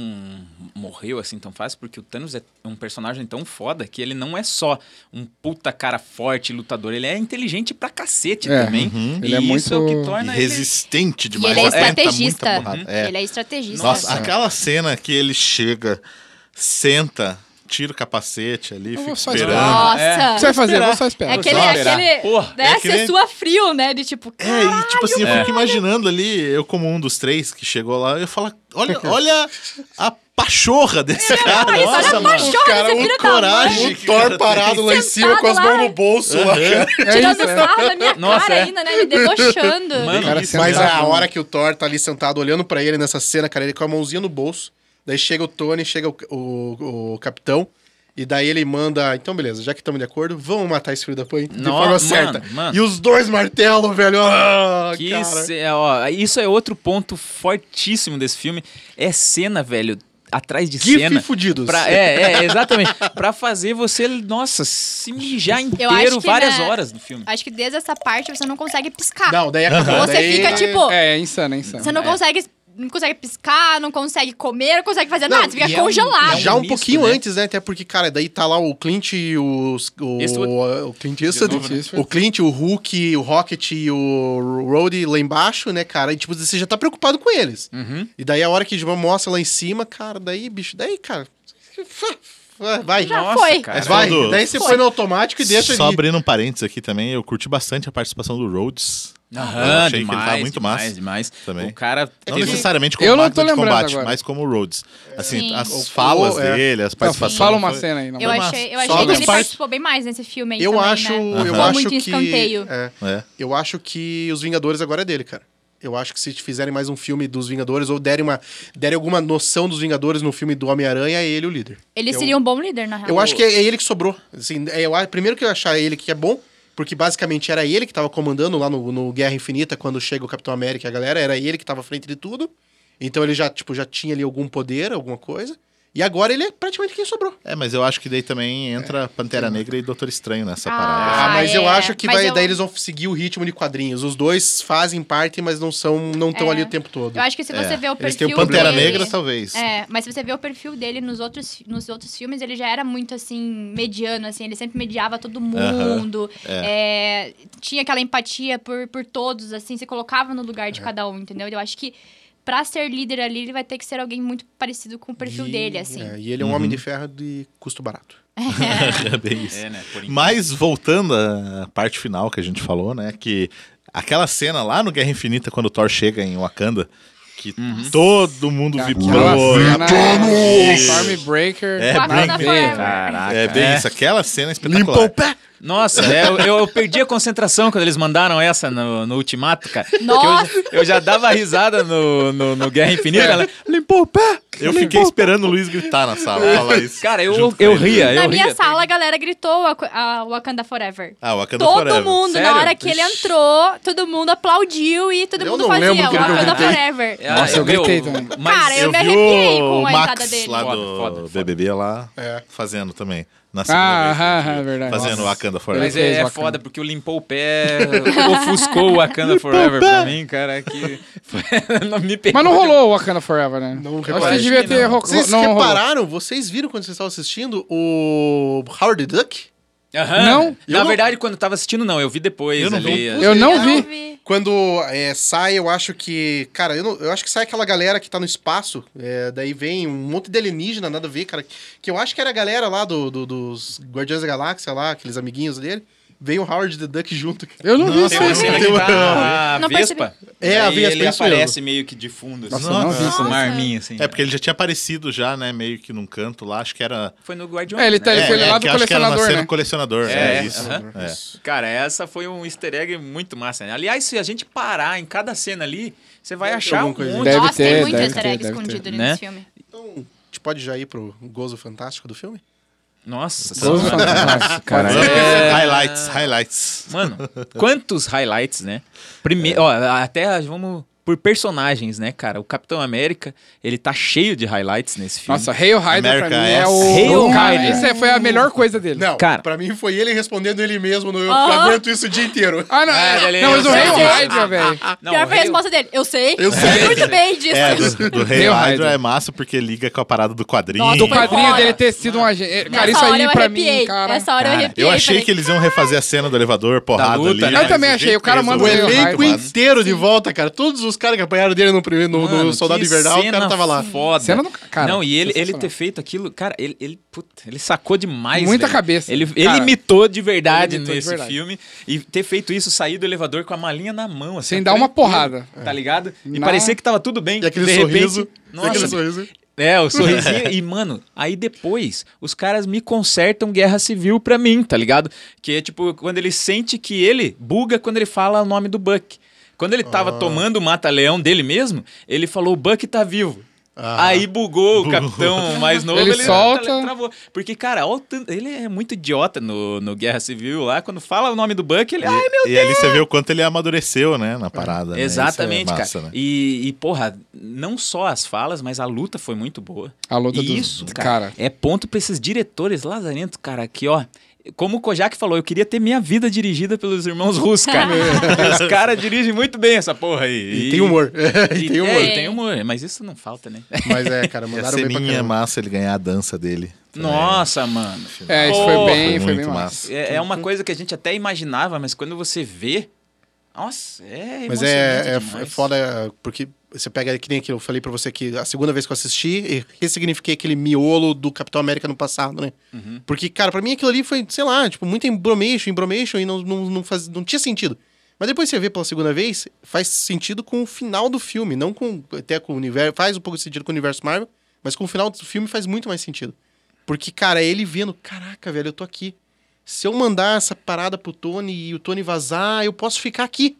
[SPEAKER 3] morreu assim tão fácil, porque o Thanos é um personagem tão foda que ele não é só um puta cara forte, lutador. Ele é inteligente pra cacete
[SPEAKER 6] É,
[SPEAKER 3] também. E
[SPEAKER 6] Ele é
[SPEAKER 3] isso é o
[SPEAKER 6] muito-
[SPEAKER 3] que
[SPEAKER 2] E
[SPEAKER 3] torna ele...
[SPEAKER 2] resistente
[SPEAKER 5] E
[SPEAKER 2] demais.
[SPEAKER 5] ele é
[SPEAKER 2] aguenta muita
[SPEAKER 5] estrategista.
[SPEAKER 2] porrada. tá É.
[SPEAKER 5] Ele é estrategista.
[SPEAKER 2] Nossa,
[SPEAKER 5] cara.
[SPEAKER 2] aquela cena que ele chega, senta, tira o capacete ali,
[SPEAKER 6] Eu
[SPEAKER 2] fica
[SPEAKER 6] vou só
[SPEAKER 2] esperando.
[SPEAKER 6] esperar.
[SPEAKER 5] Nossa.
[SPEAKER 6] O que você vai fazer? Eu vou só
[SPEAKER 5] É
[SPEAKER 6] esperar.
[SPEAKER 5] aquele,
[SPEAKER 2] Só
[SPEAKER 3] esperar.
[SPEAKER 5] aquele
[SPEAKER 3] Porra.
[SPEAKER 5] né,
[SPEAKER 2] É aquele-
[SPEAKER 5] você sua frio, né? De tipo,
[SPEAKER 2] É,
[SPEAKER 5] cara,
[SPEAKER 2] e tipo assim, eu fico imaginando ali, eu como um dos três que chegou lá, eu falo, olha, olha a pachorra desse cara.
[SPEAKER 5] é Ah, olha a
[SPEAKER 2] Nossa, mano.
[SPEAKER 5] pachorra
[SPEAKER 2] cara,
[SPEAKER 5] desse
[SPEAKER 2] um
[SPEAKER 5] filho da
[SPEAKER 2] coragem. que o cara tem.
[SPEAKER 4] lá em
[SPEAKER 5] cima, com as mãos no
[SPEAKER 4] bolso.
[SPEAKER 6] É
[SPEAKER 5] tirando
[SPEAKER 6] isso, é.
[SPEAKER 5] sarro da minha
[SPEAKER 3] Nossa,
[SPEAKER 5] cara
[SPEAKER 3] é.
[SPEAKER 5] ainda, né? Me debochando.
[SPEAKER 3] Mano,
[SPEAKER 6] Cara,
[SPEAKER 3] isso-
[SPEAKER 4] Mas é a
[SPEAKER 6] Sensato.
[SPEAKER 4] hora que o Thor tá ali sentado olhando pra ele nessa cena, cara, ele com a mãozinha no bolso. Daí chega o Tony, chega o, o- o capitão. E daí ele manda. Então, beleza, já que estamos de acordo, vamos matar esse filho da pãe de
[SPEAKER 3] Nó-
[SPEAKER 4] forma
[SPEAKER 3] mano,
[SPEAKER 4] certa.
[SPEAKER 3] mano.
[SPEAKER 4] E os dois martelos, velho. Ah,
[SPEAKER 3] Que
[SPEAKER 4] cara.
[SPEAKER 3] ce- ó, isso é outro ponto fortíssimo desse filme. É cena, velho, atrás de
[SPEAKER 4] GIF
[SPEAKER 3] cena.
[SPEAKER 4] fudidos.
[SPEAKER 3] Pra- é, é, exatamente. pra fazer você, nossa, se mijar inteiro
[SPEAKER 5] que
[SPEAKER 3] várias
[SPEAKER 5] na-
[SPEAKER 3] horas no filme.
[SPEAKER 5] Acho que desde essa parte você não consegue piscar.
[SPEAKER 4] Não, daí acabou.
[SPEAKER 5] Ou
[SPEAKER 4] daí-
[SPEAKER 5] você fica tipo,
[SPEAKER 6] É, é insano, é insano.
[SPEAKER 5] você não consegue. Não consegue piscar, não consegue comer, não consegue fazer nada, você
[SPEAKER 4] e
[SPEAKER 5] fica
[SPEAKER 4] é um-
[SPEAKER 5] congelado.
[SPEAKER 4] já um
[SPEAKER 3] misto,
[SPEAKER 4] pouquinho
[SPEAKER 3] né?
[SPEAKER 4] antes, né? Até porque, cara, daí tá lá o Clint e os, o,
[SPEAKER 3] Eastwood.
[SPEAKER 4] o Clint Eastwood.
[SPEAKER 6] novo, né?
[SPEAKER 4] O Clint, o Hulk, o Rocket e o Rhodey lá embaixo, né, cara? E, tipo, você já tá preocupado com eles. E daí a hora que tipo, mostra lá em cima, cara, daí, bicho, daí, cara... Vai.
[SPEAKER 5] Já foi.
[SPEAKER 3] cara.
[SPEAKER 2] Mas
[SPEAKER 4] Vai,
[SPEAKER 2] Falando-
[SPEAKER 4] daí você foi no automático e deixa
[SPEAKER 2] Só
[SPEAKER 4] ali.
[SPEAKER 2] abrindo um parênteses aqui também, eu curti bastante a participação do Rhodes. Eu
[SPEAKER 3] Aham,
[SPEAKER 2] achei que ele
[SPEAKER 3] demais,
[SPEAKER 2] tava muito
[SPEAKER 3] demais,
[SPEAKER 2] massa.
[SPEAKER 3] demais.
[SPEAKER 2] também.
[SPEAKER 3] O cara
[SPEAKER 2] Não
[SPEAKER 3] teve-
[SPEAKER 2] necessariamente como
[SPEAKER 6] Eu não
[SPEAKER 2] máquina
[SPEAKER 6] tô
[SPEAKER 2] de
[SPEAKER 6] lembrando
[SPEAKER 2] combate,
[SPEAKER 6] agora.
[SPEAKER 2] mas como o Rhodes. Assim,
[SPEAKER 5] Sim.
[SPEAKER 2] as falas
[SPEAKER 4] Ou- é.
[SPEAKER 2] dele, as
[SPEAKER 6] Não,
[SPEAKER 2] participações.
[SPEAKER 6] fala uma
[SPEAKER 2] foi-
[SPEAKER 6] cena aí. Não.
[SPEAKER 5] Eu
[SPEAKER 2] Mas
[SPEAKER 5] achei, eu
[SPEAKER 2] só um
[SPEAKER 5] achei que
[SPEAKER 2] das partes-
[SPEAKER 5] ele participou bem mais nesse filme aí
[SPEAKER 4] Eu
[SPEAKER 5] também,
[SPEAKER 4] acho,
[SPEAKER 5] né?
[SPEAKER 4] eu
[SPEAKER 5] Ficou
[SPEAKER 4] acho
[SPEAKER 5] muito em
[SPEAKER 4] que
[SPEAKER 5] escanteio.
[SPEAKER 4] é.
[SPEAKER 2] É.
[SPEAKER 4] Eu acho que os Vingadores agora é dele, cara. Eu acho que se fizerem mais um filme dos Vingadores ou derem, uma, derem alguma noção dos Vingadores no filme do Homem-Aranha, é ele o líder.
[SPEAKER 5] Ele
[SPEAKER 4] Eu-
[SPEAKER 5] seria um bom líder, na real.
[SPEAKER 4] Eu acho que é ele que sobrou. Assim, é, eu, a- primeiro que eu achar ele que é bom, porque basicamente era ele que tava comandando lá no, no Guerra Infinita, quando chega o Capitão América e a galera, era ele que tava à frente de tudo. Então ele já, tipo, já tinha ali algum poder, alguma coisa. E agora ele é praticamente quem sobrou.
[SPEAKER 2] É, mas eu acho que daí também
[SPEAKER 6] É.
[SPEAKER 2] entra Pantera Negra e Doutor Estranho nessa
[SPEAKER 5] Ah.
[SPEAKER 2] parada.
[SPEAKER 4] Ah, mas
[SPEAKER 5] é.
[SPEAKER 4] eu acho que
[SPEAKER 5] Mas
[SPEAKER 4] vai,
[SPEAKER 5] eu-
[SPEAKER 4] daí eles vão seguir o ritmo de quadrinhos. Os dois fazem parte, mas não são, não estão
[SPEAKER 5] É.
[SPEAKER 4] ali o tempo todo.
[SPEAKER 5] Eu acho que se você vê o
[SPEAKER 2] É. Eles
[SPEAKER 5] perfil
[SPEAKER 2] têm o Pantera
[SPEAKER 5] dele-
[SPEAKER 2] Negra, talvez.
[SPEAKER 5] É, mas se você vê o perfil dele nos outros, nos outros filmes, ele já era muito, assim, mediano, assim. Ele sempre mediava todo mundo. é, tinha aquela empatia por, por todos, assim. Se colocava no lugar
[SPEAKER 3] É.
[SPEAKER 5] de cada um, entendeu? Eu acho que pra ser líder ali, ele vai ter que ser alguém muito parecido com o perfil
[SPEAKER 4] E-
[SPEAKER 5] dele, assim.
[SPEAKER 4] é, e ele é um homem de ferro de custo barato.
[SPEAKER 2] É bem isso.
[SPEAKER 3] É, né, por enquanto.
[SPEAKER 2] Mas voltando à parte final que a gente falou, né? Que aquela cena lá no Guerra Infinita, quando o Thor chega em Wakanda, que
[SPEAKER 5] Uhum.
[SPEAKER 2] todo mundo
[SPEAKER 6] Aquela
[SPEAKER 2] vibrou.
[SPEAKER 6] cena-
[SPEAKER 2] Thanos!
[SPEAKER 6] Farm Breaker.
[SPEAKER 2] tá É,
[SPEAKER 6] nada
[SPEAKER 2] Breaker.
[SPEAKER 6] a ver.
[SPEAKER 3] Caraca.
[SPEAKER 2] É bem isso, aquela cena é espetacular.
[SPEAKER 4] pé!
[SPEAKER 3] Nossa, é, eu, eu perdi a concentração quando eles mandaram essa no, no Ultimato, cara. Porque
[SPEAKER 5] Nossa!
[SPEAKER 3] Eu, já- eu já dava risada no, no, no Guerra Infinita. Né?
[SPEAKER 2] É.
[SPEAKER 6] Limpou o pé.
[SPEAKER 2] Eu fiquei esperando o Luiz gritar na sala, falar isso.
[SPEAKER 3] Cara, eu,
[SPEAKER 2] junto com
[SPEAKER 3] eu
[SPEAKER 2] ele.
[SPEAKER 3] ria, eu
[SPEAKER 5] Na
[SPEAKER 3] ria.
[SPEAKER 5] minha sala, a galera gritou a, a Wakanda Forever.
[SPEAKER 2] Ah, Wakanda
[SPEAKER 5] Todo
[SPEAKER 2] Forever.
[SPEAKER 5] mundo,
[SPEAKER 3] Sério?
[SPEAKER 5] na hora que ele
[SPEAKER 3] Ixi.
[SPEAKER 5] entrou, todo mundo aplaudiu e todo
[SPEAKER 4] Eu
[SPEAKER 5] mundo
[SPEAKER 4] não
[SPEAKER 5] fazia
[SPEAKER 4] lembro o que que eu
[SPEAKER 5] Wakanda
[SPEAKER 4] gritei.
[SPEAKER 5] Forever.
[SPEAKER 3] Ah,
[SPEAKER 6] Nossa, eu
[SPEAKER 3] meu,
[SPEAKER 6] gritei também.
[SPEAKER 3] Mas
[SPEAKER 5] Cara, eu
[SPEAKER 3] eu...
[SPEAKER 5] me
[SPEAKER 2] vi
[SPEAKER 5] arrepiei com
[SPEAKER 2] o
[SPEAKER 5] a
[SPEAKER 2] Max
[SPEAKER 5] entrada dele.
[SPEAKER 2] lá
[SPEAKER 3] Foda,
[SPEAKER 2] do
[SPEAKER 3] foda, foda.
[SPEAKER 2] BBB lá
[SPEAKER 4] É.
[SPEAKER 2] fazendo também. Na segunda
[SPEAKER 6] Ah,
[SPEAKER 2] vez, né,
[SPEAKER 6] ah, ah, verdade.
[SPEAKER 2] fazendo
[SPEAKER 6] Nossa.
[SPEAKER 2] Wakanda Forever.
[SPEAKER 3] Mas é, é
[SPEAKER 6] Wakanda.
[SPEAKER 3] foda, porque o limpou o pé, ofuscou o Wakanda Forever pra mim, cara, que foi- não me pegou.
[SPEAKER 6] Mas não rolou o Wakanda Forever, né?
[SPEAKER 4] Não
[SPEAKER 6] Acho
[SPEAKER 4] reparei.
[SPEAKER 6] que devia ter ro-
[SPEAKER 4] Vocês
[SPEAKER 6] não rolou.
[SPEAKER 4] repararam? Vocês viram quando vocês estavam assistindo o Howard the Duck?
[SPEAKER 3] Aham.
[SPEAKER 6] Não?
[SPEAKER 3] Na
[SPEAKER 4] Eu não-
[SPEAKER 3] verdade, quando eu tava assistindo, não, eu vi depois
[SPEAKER 2] Eu não
[SPEAKER 3] ali.
[SPEAKER 6] Eu não
[SPEAKER 5] Eu não
[SPEAKER 6] vi.
[SPEAKER 5] vi.
[SPEAKER 4] Quando é, sai, eu acho que. Cara, eu, não- eu acho que sai aquela galera que tá no espaço. é, daí vem um monte de alienígena, nada a ver, cara. Que eu acho que era a galera lá do, do- dos Guardiões da Galáxia, lá, aqueles amiguinhos dele. vem o Howard the Duck junto. cara.
[SPEAKER 6] Eu não, vi isso
[SPEAKER 3] Tem uma
[SPEAKER 6] aí.
[SPEAKER 3] cena que tá a
[SPEAKER 5] Não
[SPEAKER 3] Vespa.
[SPEAKER 4] É, a
[SPEAKER 3] daí
[SPEAKER 4] Vespa,
[SPEAKER 3] Ele
[SPEAKER 4] isso
[SPEAKER 3] aparece meio que de fundo, assim.
[SPEAKER 6] Nossa, não vi
[SPEAKER 3] com
[SPEAKER 6] isso.
[SPEAKER 3] uma arminha, assim.
[SPEAKER 2] É porque ele já tinha aparecido já, né? Meio que num canto lá, acho que era.
[SPEAKER 3] Foi no Guardiões.
[SPEAKER 6] É, ele tá-
[SPEAKER 3] né?
[SPEAKER 6] ele foi lá do
[SPEAKER 2] que acho que era na
[SPEAKER 6] colecionador,
[SPEAKER 2] cena
[SPEAKER 6] né?
[SPEAKER 2] do colecionador. É,
[SPEAKER 3] É,
[SPEAKER 2] isso.
[SPEAKER 3] aham.
[SPEAKER 2] É.
[SPEAKER 3] Cara, essa foi um easter egg muito massa. Né? Aliás, se a gente parar em cada cena ali, você vai
[SPEAKER 4] Deve ter
[SPEAKER 3] achar um
[SPEAKER 4] alguma coisa.
[SPEAKER 3] monte.
[SPEAKER 5] Nossa,
[SPEAKER 8] Deve ter,
[SPEAKER 5] tem muito
[SPEAKER 8] deve
[SPEAKER 5] easter
[SPEAKER 8] ter,
[SPEAKER 5] egg
[SPEAKER 8] deve
[SPEAKER 5] escondido
[SPEAKER 8] ter.
[SPEAKER 5] ali
[SPEAKER 3] Né?
[SPEAKER 5] nesse filme.
[SPEAKER 4] Então, a gente pode já ir pro gozo fantástico do filme?
[SPEAKER 3] Nossa,
[SPEAKER 8] Todos
[SPEAKER 3] senhora.
[SPEAKER 8] fantasmas, cara.
[SPEAKER 2] Vamos- É. Highlights, highlights.
[SPEAKER 3] Mano, quantos highlights, né?
[SPEAKER 6] É.
[SPEAKER 3] Primeiro, ó, até vamos por personagens, né, cara? O Capitão América, ele tá cheio de highlights nesse filme.
[SPEAKER 6] Nossa, Hail Hydra pra
[SPEAKER 2] America
[SPEAKER 6] mim é
[SPEAKER 2] S.
[SPEAKER 6] o.
[SPEAKER 3] Hail
[SPEAKER 6] Cara,
[SPEAKER 3] Hydra.
[SPEAKER 6] Essa foi a melhor coisa dele.
[SPEAKER 4] Não,
[SPEAKER 3] Cara.
[SPEAKER 4] pra mim foi ele respondendo ele mesmo no Eu
[SPEAKER 5] Aham.
[SPEAKER 4] aguento isso o dia inteiro.
[SPEAKER 6] Ah, não.
[SPEAKER 3] Ah, ele-
[SPEAKER 6] não, mas o
[SPEAKER 3] eu sei,
[SPEAKER 6] Hail
[SPEAKER 5] eu sei.
[SPEAKER 6] Hydra, velho.
[SPEAKER 3] Ah, Não,
[SPEAKER 5] Pior
[SPEAKER 3] o
[SPEAKER 5] foi a
[SPEAKER 3] Hail-
[SPEAKER 5] resposta dele. Eu sei.
[SPEAKER 4] Eu sei.
[SPEAKER 5] Muito bem disso.
[SPEAKER 2] É, do, do Rei
[SPEAKER 6] Meu
[SPEAKER 2] Hydra
[SPEAKER 6] Hydra.
[SPEAKER 2] é massa porque liga com a parada do quadrinho.
[SPEAKER 5] Nossa,
[SPEAKER 6] Do
[SPEAKER 5] Foi
[SPEAKER 6] quadrinho
[SPEAKER 5] foda.
[SPEAKER 6] dele ter sido um agente. Cara,
[SPEAKER 5] Nessa
[SPEAKER 6] isso
[SPEAKER 5] hora
[SPEAKER 6] aí
[SPEAKER 5] eu
[SPEAKER 6] pra
[SPEAKER 5] arrepiei.
[SPEAKER 6] mim, cara.
[SPEAKER 5] Essa hora eu arrepiei.
[SPEAKER 2] eu achei
[SPEAKER 5] falei,
[SPEAKER 2] que eles iam refazer a cena do elevador, porrada
[SPEAKER 3] luta,
[SPEAKER 2] ali.
[SPEAKER 3] né?
[SPEAKER 2] mas
[SPEAKER 6] Eu também
[SPEAKER 2] do
[SPEAKER 6] achei,
[SPEAKER 2] jeito
[SPEAKER 6] o cara
[SPEAKER 2] que né,
[SPEAKER 6] manda
[SPEAKER 4] O
[SPEAKER 2] resolveu,
[SPEAKER 6] Hail
[SPEAKER 4] elenco
[SPEAKER 2] foi massa.
[SPEAKER 4] inteiro de volta, cara. Todos os caras que apanharam dele no, primeiro, no, no
[SPEAKER 3] Mano,
[SPEAKER 4] Soldado
[SPEAKER 3] que
[SPEAKER 4] Invernal, o cara
[SPEAKER 3] cena
[SPEAKER 4] tava lá.
[SPEAKER 3] Foda.
[SPEAKER 6] Cena do- cara,
[SPEAKER 3] não, e ele, ele
[SPEAKER 6] sensacional.
[SPEAKER 3] ter feito aquilo, cara, ele, ele, puta, ele sacou demais.
[SPEAKER 6] Muita
[SPEAKER 3] velho.
[SPEAKER 6] cabeça.
[SPEAKER 3] Ele,
[SPEAKER 6] Cara,
[SPEAKER 3] ele imitou de verdade
[SPEAKER 6] ele imitou de
[SPEAKER 3] nesse
[SPEAKER 6] verdade.
[SPEAKER 3] filme. E ter feito isso, sair do elevador com a malinha na mão, assim.
[SPEAKER 6] Sem dar uma porrada.
[SPEAKER 3] Tá ligado? E
[SPEAKER 6] Na-
[SPEAKER 3] parecia que tava tudo bem.
[SPEAKER 4] E aquele
[SPEAKER 3] de repente-
[SPEAKER 4] sorriso. e
[SPEAKER 3] Nossa,
[SPEAKER 4] aquele sorriso.
[SPEAKER 3] É, o sorrisinho. e, mano, aí depois os caras me consertam guerra civil pra mim, tá ligado? Que é tipo, quando ele sente que ele buga quando ele fala o nome do Buck. Quando ele tava tomando o mata-leão dele mesmo, ele falou: o Buck tá vivo.
[SPEAKER 4] Ah.
[SPEAKER 3] Aí bugou o capitão mais novo.
[SPEAKER 6] Ele solta.
[SPEAKER 3] tra- Travou. Porque, cara, olha o tanto- ele é muito idiota no, no Guerra Civil lá. Quando fala o nome do Buck, ele. Ai, meu
[SPEAKER 2] E ali você vê o quanto ele amadureceu, né, na parada. né? Isso é
[SPEAKER 3] Exatamente,
[SPEAKER 2] massa,
[SPEAKER 3] cara.
[SPEAKER 2] né?
[SPEAKER 3] E, e, porra, não só as falas, mas a luta foi muito boa.
[SPEAKER 6] A luta
[SPEAKER 3] e
[SPEAKER 6] do-
[SPEAKER 3] isso,
[SPEAKER 6] do
[SPEAKER 3] cara,
[SPEAKER 6] cara.
[SPEAKER 3] É ponto pra esses diretores lazarentos, cara, que, ó. Como o Kojak falou, eu queria ter minha vida dirigida pelos irmãos russos, cara. Os caras dirigem muito bem essa porra aí.
[SPEAKER 4] E tem humor.
[SPEAKER 3] E,
[SPEAKER 4] e tem humor.
[SPEAKER 3] É, e tem humor, mas isso não falta, né?
[SPEAKER 4] Mas é, cara,
[SPEAKER 2] E a
[SPEAKER 4] mandaram bem pra
[SPEAKER 2] ceninha é
[SPEAKER 4] caramba.
[SPEAKER 2] massa ele ganhar a dança dele. também.
[SPEAKER 3] Nossa, mano.
[SPEAKER 6] É, isso foi
[SPEAKER 3] Porra,
[SPEAKER 6] bem, foi bem
[SPEAKER 2] muito
[SPEAKER 6] massa.
[SPEAKER 3] É, é uma coisa que a gente até imaginava, mas quando você vê. Nossa, é.
[SPEAKER 4] Mas é, é,
[SPEAKER 3] emocionante
[SPEAKER 4] é
[SPEAKER 3] demais.
[SPEAKER 4] foda, porque você pega, que nem aquilo, eu falei pra você que a segunda vez que eu assisti, e ressignifiquei aquele miolo do Capitão América no passado, né? Porque, cara, pra mim aquilo ali foi, sei lá, tipo, muito embromation, embromation, e não, não, não, faz, não tinha sentido. Mas depois você vê pela segunda vez, faz sentido com o final do filme, não com, até com o universo, faz um pouco de sentido com o universo Marvel, mas com o final do filme faz muito mais sentido. Porque, cara, ele vendo, caraca, velho, eu tô aqui. Se eu mandar essa parada pro Tony e o Tony vazar, eu posso ficar aqui.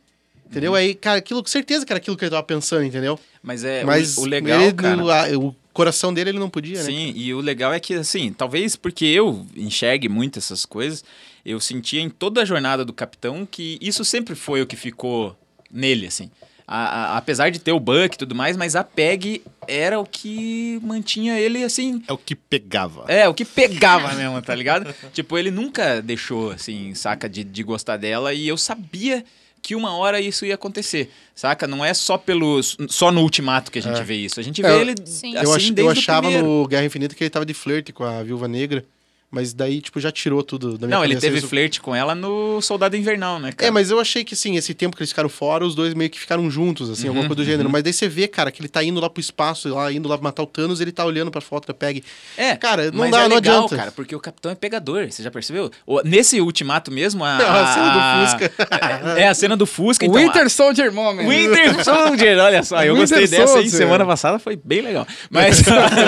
[SPEAKER 4] Entendeu? Aí, cara, aquilo, com certeza que era aquilo que ele tava pensando, entendeu?
[SPEAKER 3] Mas é.
[SPEAKER 4] Mas
[SPEAKER 3] o, o legal.
[SPEAKER 4] ele-
[SPEAKER 3] cara,
[SPEAKER 4] o- a- o coração dele ele não podia, né?
[SPEAKER 3] Sim, e o legal é que, assim, talvez porque eu enxergue muito essas coisas, eu sentia em toda a jornada do capitão que isso sempre foi o que ficou nele, assim. A- a- apesar de ter o Buck e tudo mais, mas a Peg era o que mantinha ele, assim.
[SPEAKER 2] É o que pegava.
[SPEAKER 3] É, o que pegava mesmo, tá ligado? tipo, ele nunca deixou, assim, saca, de, de gostar dela e eu sabia que uma hora isso ia acontecer, saca? Não é só pelo só no ultimato que a gente vê isso. A gente vê
[SPEAKER 6] É,
[SPEAKER 3] ele assim
[SPEAKER 5] Sim. Eu
[SPEAKER 4] eu, ach-
[SPEAKER 3] desde
[SPEAKER 4] eu
[SPEAKER 3] o
[SPEAKER 4] achava
[SPEAKER 3] primeiro.
[SPEAKER 4] no Guerra Infinita que ele tava de flerte com a Viúva Negra, mas daí, tipo, já tirou tudo da minha
[SPEAKER 3] Não, ele
[SPEAKER 4] cabeça.
[SPEAKER 3] teve
[SPEAKER 4] Isso-
[SPEAKER 3] flerte com ela no Soldado Invernal, né, cara?
[SPEAKER 4] É, mas eu achei que, assim, esse tempo que eles ficaram fora, os dois meio que ficaram juntos, assim,
[SPEAKER 3] Uhum,
[SPEAKER 4] alguma coisa do gênero. Mas daí você vê, cara, que ele tá indo lá pro espaço, lá indo lá matar o Thanos, ele tá olhando pra foto da Peg.
[SPEAKER 3] É,
[SPEAKER 4] cara, não
[SPEAKER 3] mas
[SPEAKER 4] dá,
[SPEAKER 3] é
[SPEAKER 4] não
[SPEAKER 3] legal,
[SPEAKER 4] adianta.
[SPEAKER 3] cara, porque o Capitão é pegador, você já percebeu? O- nesse ultimato mesmo, a...
[SPEAKER 4] Não, a cena do
[SPEAKER 3] Fusca. É, é, a cena do Fusca, então...
[SPEAKER 6] Winter Soldier Moment.
[SPEAKER 3] a- Winter Soldier, olha só, eu
[SPEAKER 6] Winter
[SPEAKER 3] gostei dessa aí,
[SPEAKER 6] Soldier.
[SPEAKER 3] semana passada foi bem legal. Mas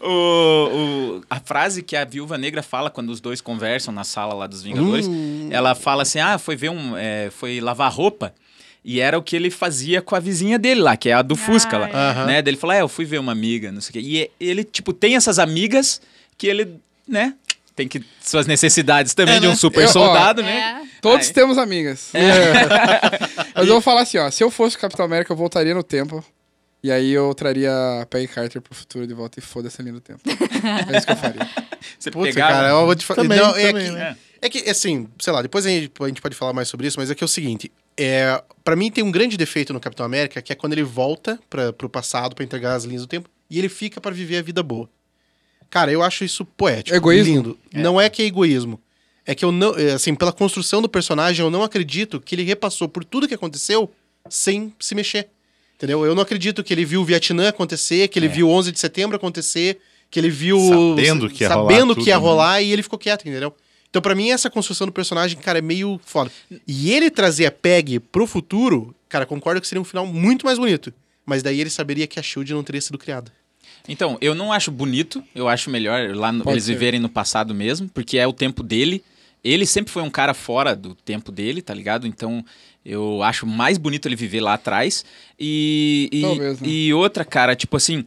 [SPEAKER 3] o, o- a frase que a Viúva Negra fala quando os dois conversam na sala lá dos Vingadores,
[SPEAKER 6] Hum.
[SPEAKER 3] ela fala assim, ah, foi ver um, é, foi lavar roupa, e era o que ele fazia com a vizinha dele lá, que é a do Fusca lá.
[SPEAKER 6] Ah.
[SPEAKER 4] Aham.
[SPEAKER 3] né? Daí ele fala, é, eu fui ver uma amiga, não sei o quê. E é- ele, tipo, tem essas amigas que ele, né, tem que... Suas necessidades também de um super
[SPEAKER 6] É, Eu- ó,
[SPEAKER 3] soldado, né?
[SPEAKER 5] É.
[SPEAKER 6] Todos
[SPEAKER 3] Aí-
[SPEAKER 6] temos amigas.
[SPEAKER 3] É.
[SPEAKER 6] Mas eu vou falar assim, ó. Se eu fosse o Capitão América, eu voltaria no tempo. E aí eu traria a Peggy Carter pro futuro de volta e foda-se a linha do tempo. É isso que eu faria.
[SPEAKER 3] Você
[SPEAKER 4] Putz,
[SPEAKER 3] pegava-
[SPEAKER 4] cara, eu vou te falar.
[SPEAKER 2] Também,
[SPEAKER 4] Não, é,
[SPEAKER 2] também,
[SPEAKER 4] que,
[SPEAKER 3] né?
[SPEAKER 4] é que, assim, sei lá, depois a gente, a gente pode falar mais sobre isso, mas é que é o seguinte: é, para mim tem um grande defeito no Capitão América, que é quando ele volta pra, pro passado pra entregar as linhas do tempo e ele fica pra viver a vida boa. Cara, eu acho isso poético.
[SPEAKER 6] Egoísmo?
[SPEAKER 4] Lindo. Não é que é egoísmo. É que eu não. é, Assim, pela construção do personagem, eu não acredito que ele repassou por tudo que aconteceu sem se mexer. Entendeu? Eu não acredito que ele viu o Vietnã acontecer, que ele viu o 11 de setembro acontecer, que ele viu.
[SPEAKER 2] É. Sabendo que ia rolar
[SPEAKER 4] sabendo que ia
[SPEAKER 2] tudo, né?
[SPEAKER 4] rolar, e ele ficou quieto, entendeu? Então, pra mim, essa construção do personagem, cara, é meio foda. E ele trazer a Peg pro futuro, cara, concordo que seria um final muito mais bonito. Mas daí ele saberia que a Shield não teria sido criada.
[SPEAKER 3] Então, eu não acho bonito, eu acho melhor lá no-
[SPEAKER 6] Pode
[SPEAKER 3] eles
[SPEAKER 6] ser.
[SPEAKER 3] viverem no passado mesmo, porque é o tempo dele. Ele sempre foi um cara fora do tempo dele, tá ligado? Então, eu acho mais bonito ele viver lá atrás. E, e,
[SPEAKER 6] Talvez, né?
[SPEAKER 3] e outra, cara, tipo assim,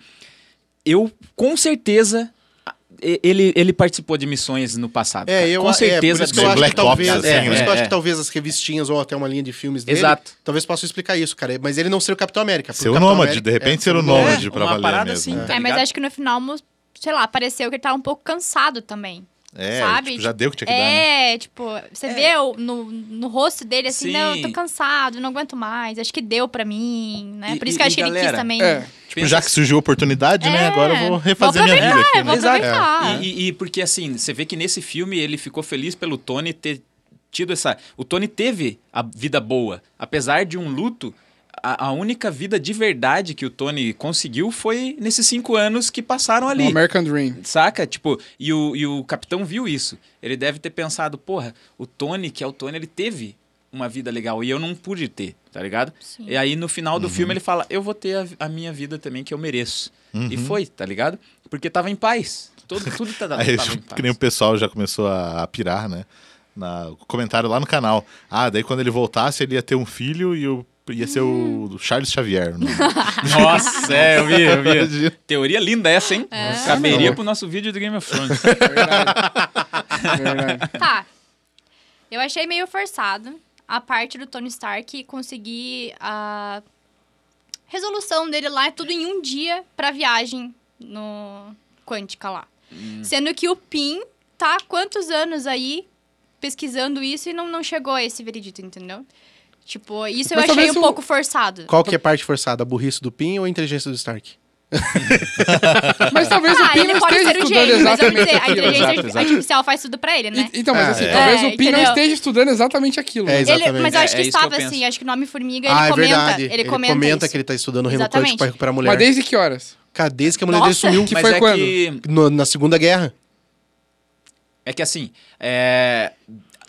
[SPEAKER 3] eu com certeza. a- e- Ele, ele participou de missões no passado. cara. com certeza.
[SPEAKER 4] É, por isso que eu
[SPEAKER 2] do
[SPEAKER 4] acho
[SPEAKER 2] Black
[SPEAKER 4] que talvez,
[SPEAKER 2] Ops,
[SPEAKER 4] é,
[SPEAKER 2] assim,
[SPEAKER 4] por isso
[SPEAKER 3] né?
[SPEAKER 4] que eu acho
[SPEAKER 3] É,
[SPEAKER 4] que
[SPEAKER 3] é.
[SPEAKER 4] talvez as revistinhas ou até uma linha de filmes dele,
[SPEAKER 3] Exato.
[SPEAKER 4] talvez possam explicar isso, cara. Mas ele não ser o Capitão América. porque
[SPEAKER 2] Ser o
[SPEAKER 4] Capitão
[SPEAKER 2] nômade,
[SPEAKER 4] América-
[SPEAKER 2] de repente
[SPEAKER 4] é,
[SPEAKER 2] ser o
[SPEAKER 4] é,
[SPEAKER 2] nômade.
[SPEAKER 3] É,
[SPEAKER 2] pra
[SPEAKER 3] uma
[SPEAKER 2] valer
[SPEAKER 3] parada
[SPEAKER 2] mesmo,
[SPEAKER 3] assim,
[SPEAKER 2] né?
[SPEAKER 3] tá
[SPEAKER 5] é, mas
[SPEAKER 3] ligado?
[SPEAKER 5] acho que no final, mo- sei lá, pareceu que ele tava um pouco cansado também.
[SPEAKER 2] É,
[SPEAKER 5] Sabe?
[SPEAKER 2] tipo, já deu o que tinha que dar, né?
[SPEAKER 5] É, tipo, você vê o- no, no rosto dele assim,
[SPEAKER 3] Sim.
[SPEAKER 5] não, eu tô cansado, não aguento mais, acho que deu pra mim, né?
[SPEAKER 3] E-
[SPEAKER 5] Por
[SPEAKER 3] e-
[SPEAKER 5] isso que eu acho
[SPEAKER 3] e
[SPEAKER 5] que ele quis
[SPEAKER 3] galera,
[SPEAKER 5] também.
[SPEAKER 6] É.
[SPEAKER 2] Tipo, já que surgiu a oportunidade, né?
[SPEAKER 5] É,
[SPEAKER 2] Agora eu vou
[SPEAKER 5] vou
[SPEAKER 2] refazer minha vida aqui,
[SPEAKER 3] é,
[SPEAKER 5] aproveitar,
[SPEAKER 2] né?
[SPEAKER 5] É, vou aproveitar.
[SPEAKER 3] E, e- e porque assim, você vê que nesse filme ele ficou feliz pelo Tony ter tido essa. O Tony teve a vida boa. Apesar de um luto, a, a única vida de verdade que o Tony conseguiu foi nesses cinco anos que passaram
[SPEAKER 6] O
[SPEAKER 3] ali.
[SPEAKER 6] um American Dream.
[SPEAKER 3] Saca? Tipo, e o, e o capitão viu isso. Ele deve ter pensado, porra, o Tony, que é o Tony, ele teve uma vida legal e eu não pude ter, tá ligado?
[SPEAKER 5] Sim.
[SPEAKER 3] E aí no final
[SPEAKER 6] Uhum.
[SPEAKER 3] do filme ele fala, eu vou ter a, a minha vida também que eu mereço. E
[SPEAKER 6] Uhum.
[SPEAKER 3] foi, tá ligado? Porque tava em paz. Todo, tudo tá dado.
[SPEAKER 2] Aí,
[SPEAKER 3] tava em
[SPEAKER 2] que nem
[SPEAKER 6] um
[SPEAKER 2] o
[SPEAKER 3] paz.
[SPEAKER 2] pessoal já começou a a pirar, né? Na, o comentário lá no canal. Ah, daí quando ele voltasse, ele ia ter um filho e o, ia ser o Charles Xavier. né? Não,
[SPEAKER 3] Nossa, é, eu vi, eu vi. Teoria linda essa, hein? Caberia pro nosso vídeo do Game of Thrones.
[SPEAKER 6] Verdade. Verdade.
[SPEAKER 5] Tá. Eu achei meio forçado a parte do Tony Stark conseguir a resolução dele lá, é tudo em um dia pra viagem no Quântica lá. Sendo que o Pin tá há quantos anos aí pesquisando isso e não, não chegou a esse veredito, entendeu? Tipo, isso eu
[SPEAKER 6] Mas
[SPEAKER 5] achei
[SPEAKER 6] talvez
[SPEAKER 5] um
[SPEAKER 6] o-
[SPEAKER 5] pouco forçado.
[SPEAKER 4] Qual que é a parte forçada? A burrice do Pin ou a inteligência do Stark?
[SPEAKER 6] Mas talvez o
[SPEAKER 5] Ah,
[SPEAKER 6] Pino
[SPEAKER 5] ele pode
[SPEAKER 6] esteja
[SPEAKER 5] ser um
[SPEAKER 6] estudando
[SPEAKER 5] gênio, mas vamos
[SPEAKER 6] exatamente
[SPEAKER 5] dizer, a
[SPEAKER 6] aquilo.
[SPEAKER 5] inteligência
[SPEAKER 3] Exato, exato.
[SPEAKER 5] artificial faz tudo pra ele, né?
[SPEAKER 6] E- Então, mas assim,
[SPEAKER 5] É.
[SPEAKER 6] talvez
[SPEAKER 5] É,
[SPEAKER 6] o Pino
[SPEAKER 5] entendeu?
[SPEAKER 6] esteja estudando exatamente aquilo. né?
[SPEAKER 4] É,
[SPEAKER 5] Ele-
[SPEAKER 4] exatamente.
[SPEAKER 5] mas eu acho
[SPEAKER 3] É, é
[SPEAKER 5] que
[SPEAKER 3] isso que eu
[SPEAKER 5] estava
[SPEAKER 3] penso.
[SPEAKER 5] assim, acho que o nome Formiga,
[SPEAKER 4] ah,
[SPEAKER 5] ele,
[SPEAKER 4] é
[SPEAKER 5] comenta,
[SPEAKER 4] verdade.
[SPEAKER 5] ele comenta. isso.
[SPEAKER 4] que ele tá estudando reino
[SPEAKER 5] Exatamente.
[SPEAKER 4] quântico pra recuperar a mulher.
[SPEAKER 6] Mas desde que horas?
[SPEAKER 4] Cara, desde que a mulher dele
[SPEAKER 5] Nossa.
[SPEAKER 4] sumiu
[SPEAKER 6] Que
[SPEAKER 3] Mas
[SPEAKER 6] foi
[SPEAKER 3] é
[SPEAKER 6] quando?
[SPEAKER 3] que-
[SPEAKER 4] no- na Segunda Guerra.
[SPEAKER 3] É que assim, é,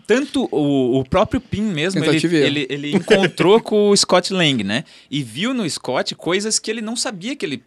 [SPEAKER 3] tanto o, o próprio Pin mesmo, ele,
[SPEAKER 6] Tentativa e erro.
[SPEAKER 3] ele, ele encontrou com o Scott Lang, né? E viu no Scott coisas que ele não sabia que ele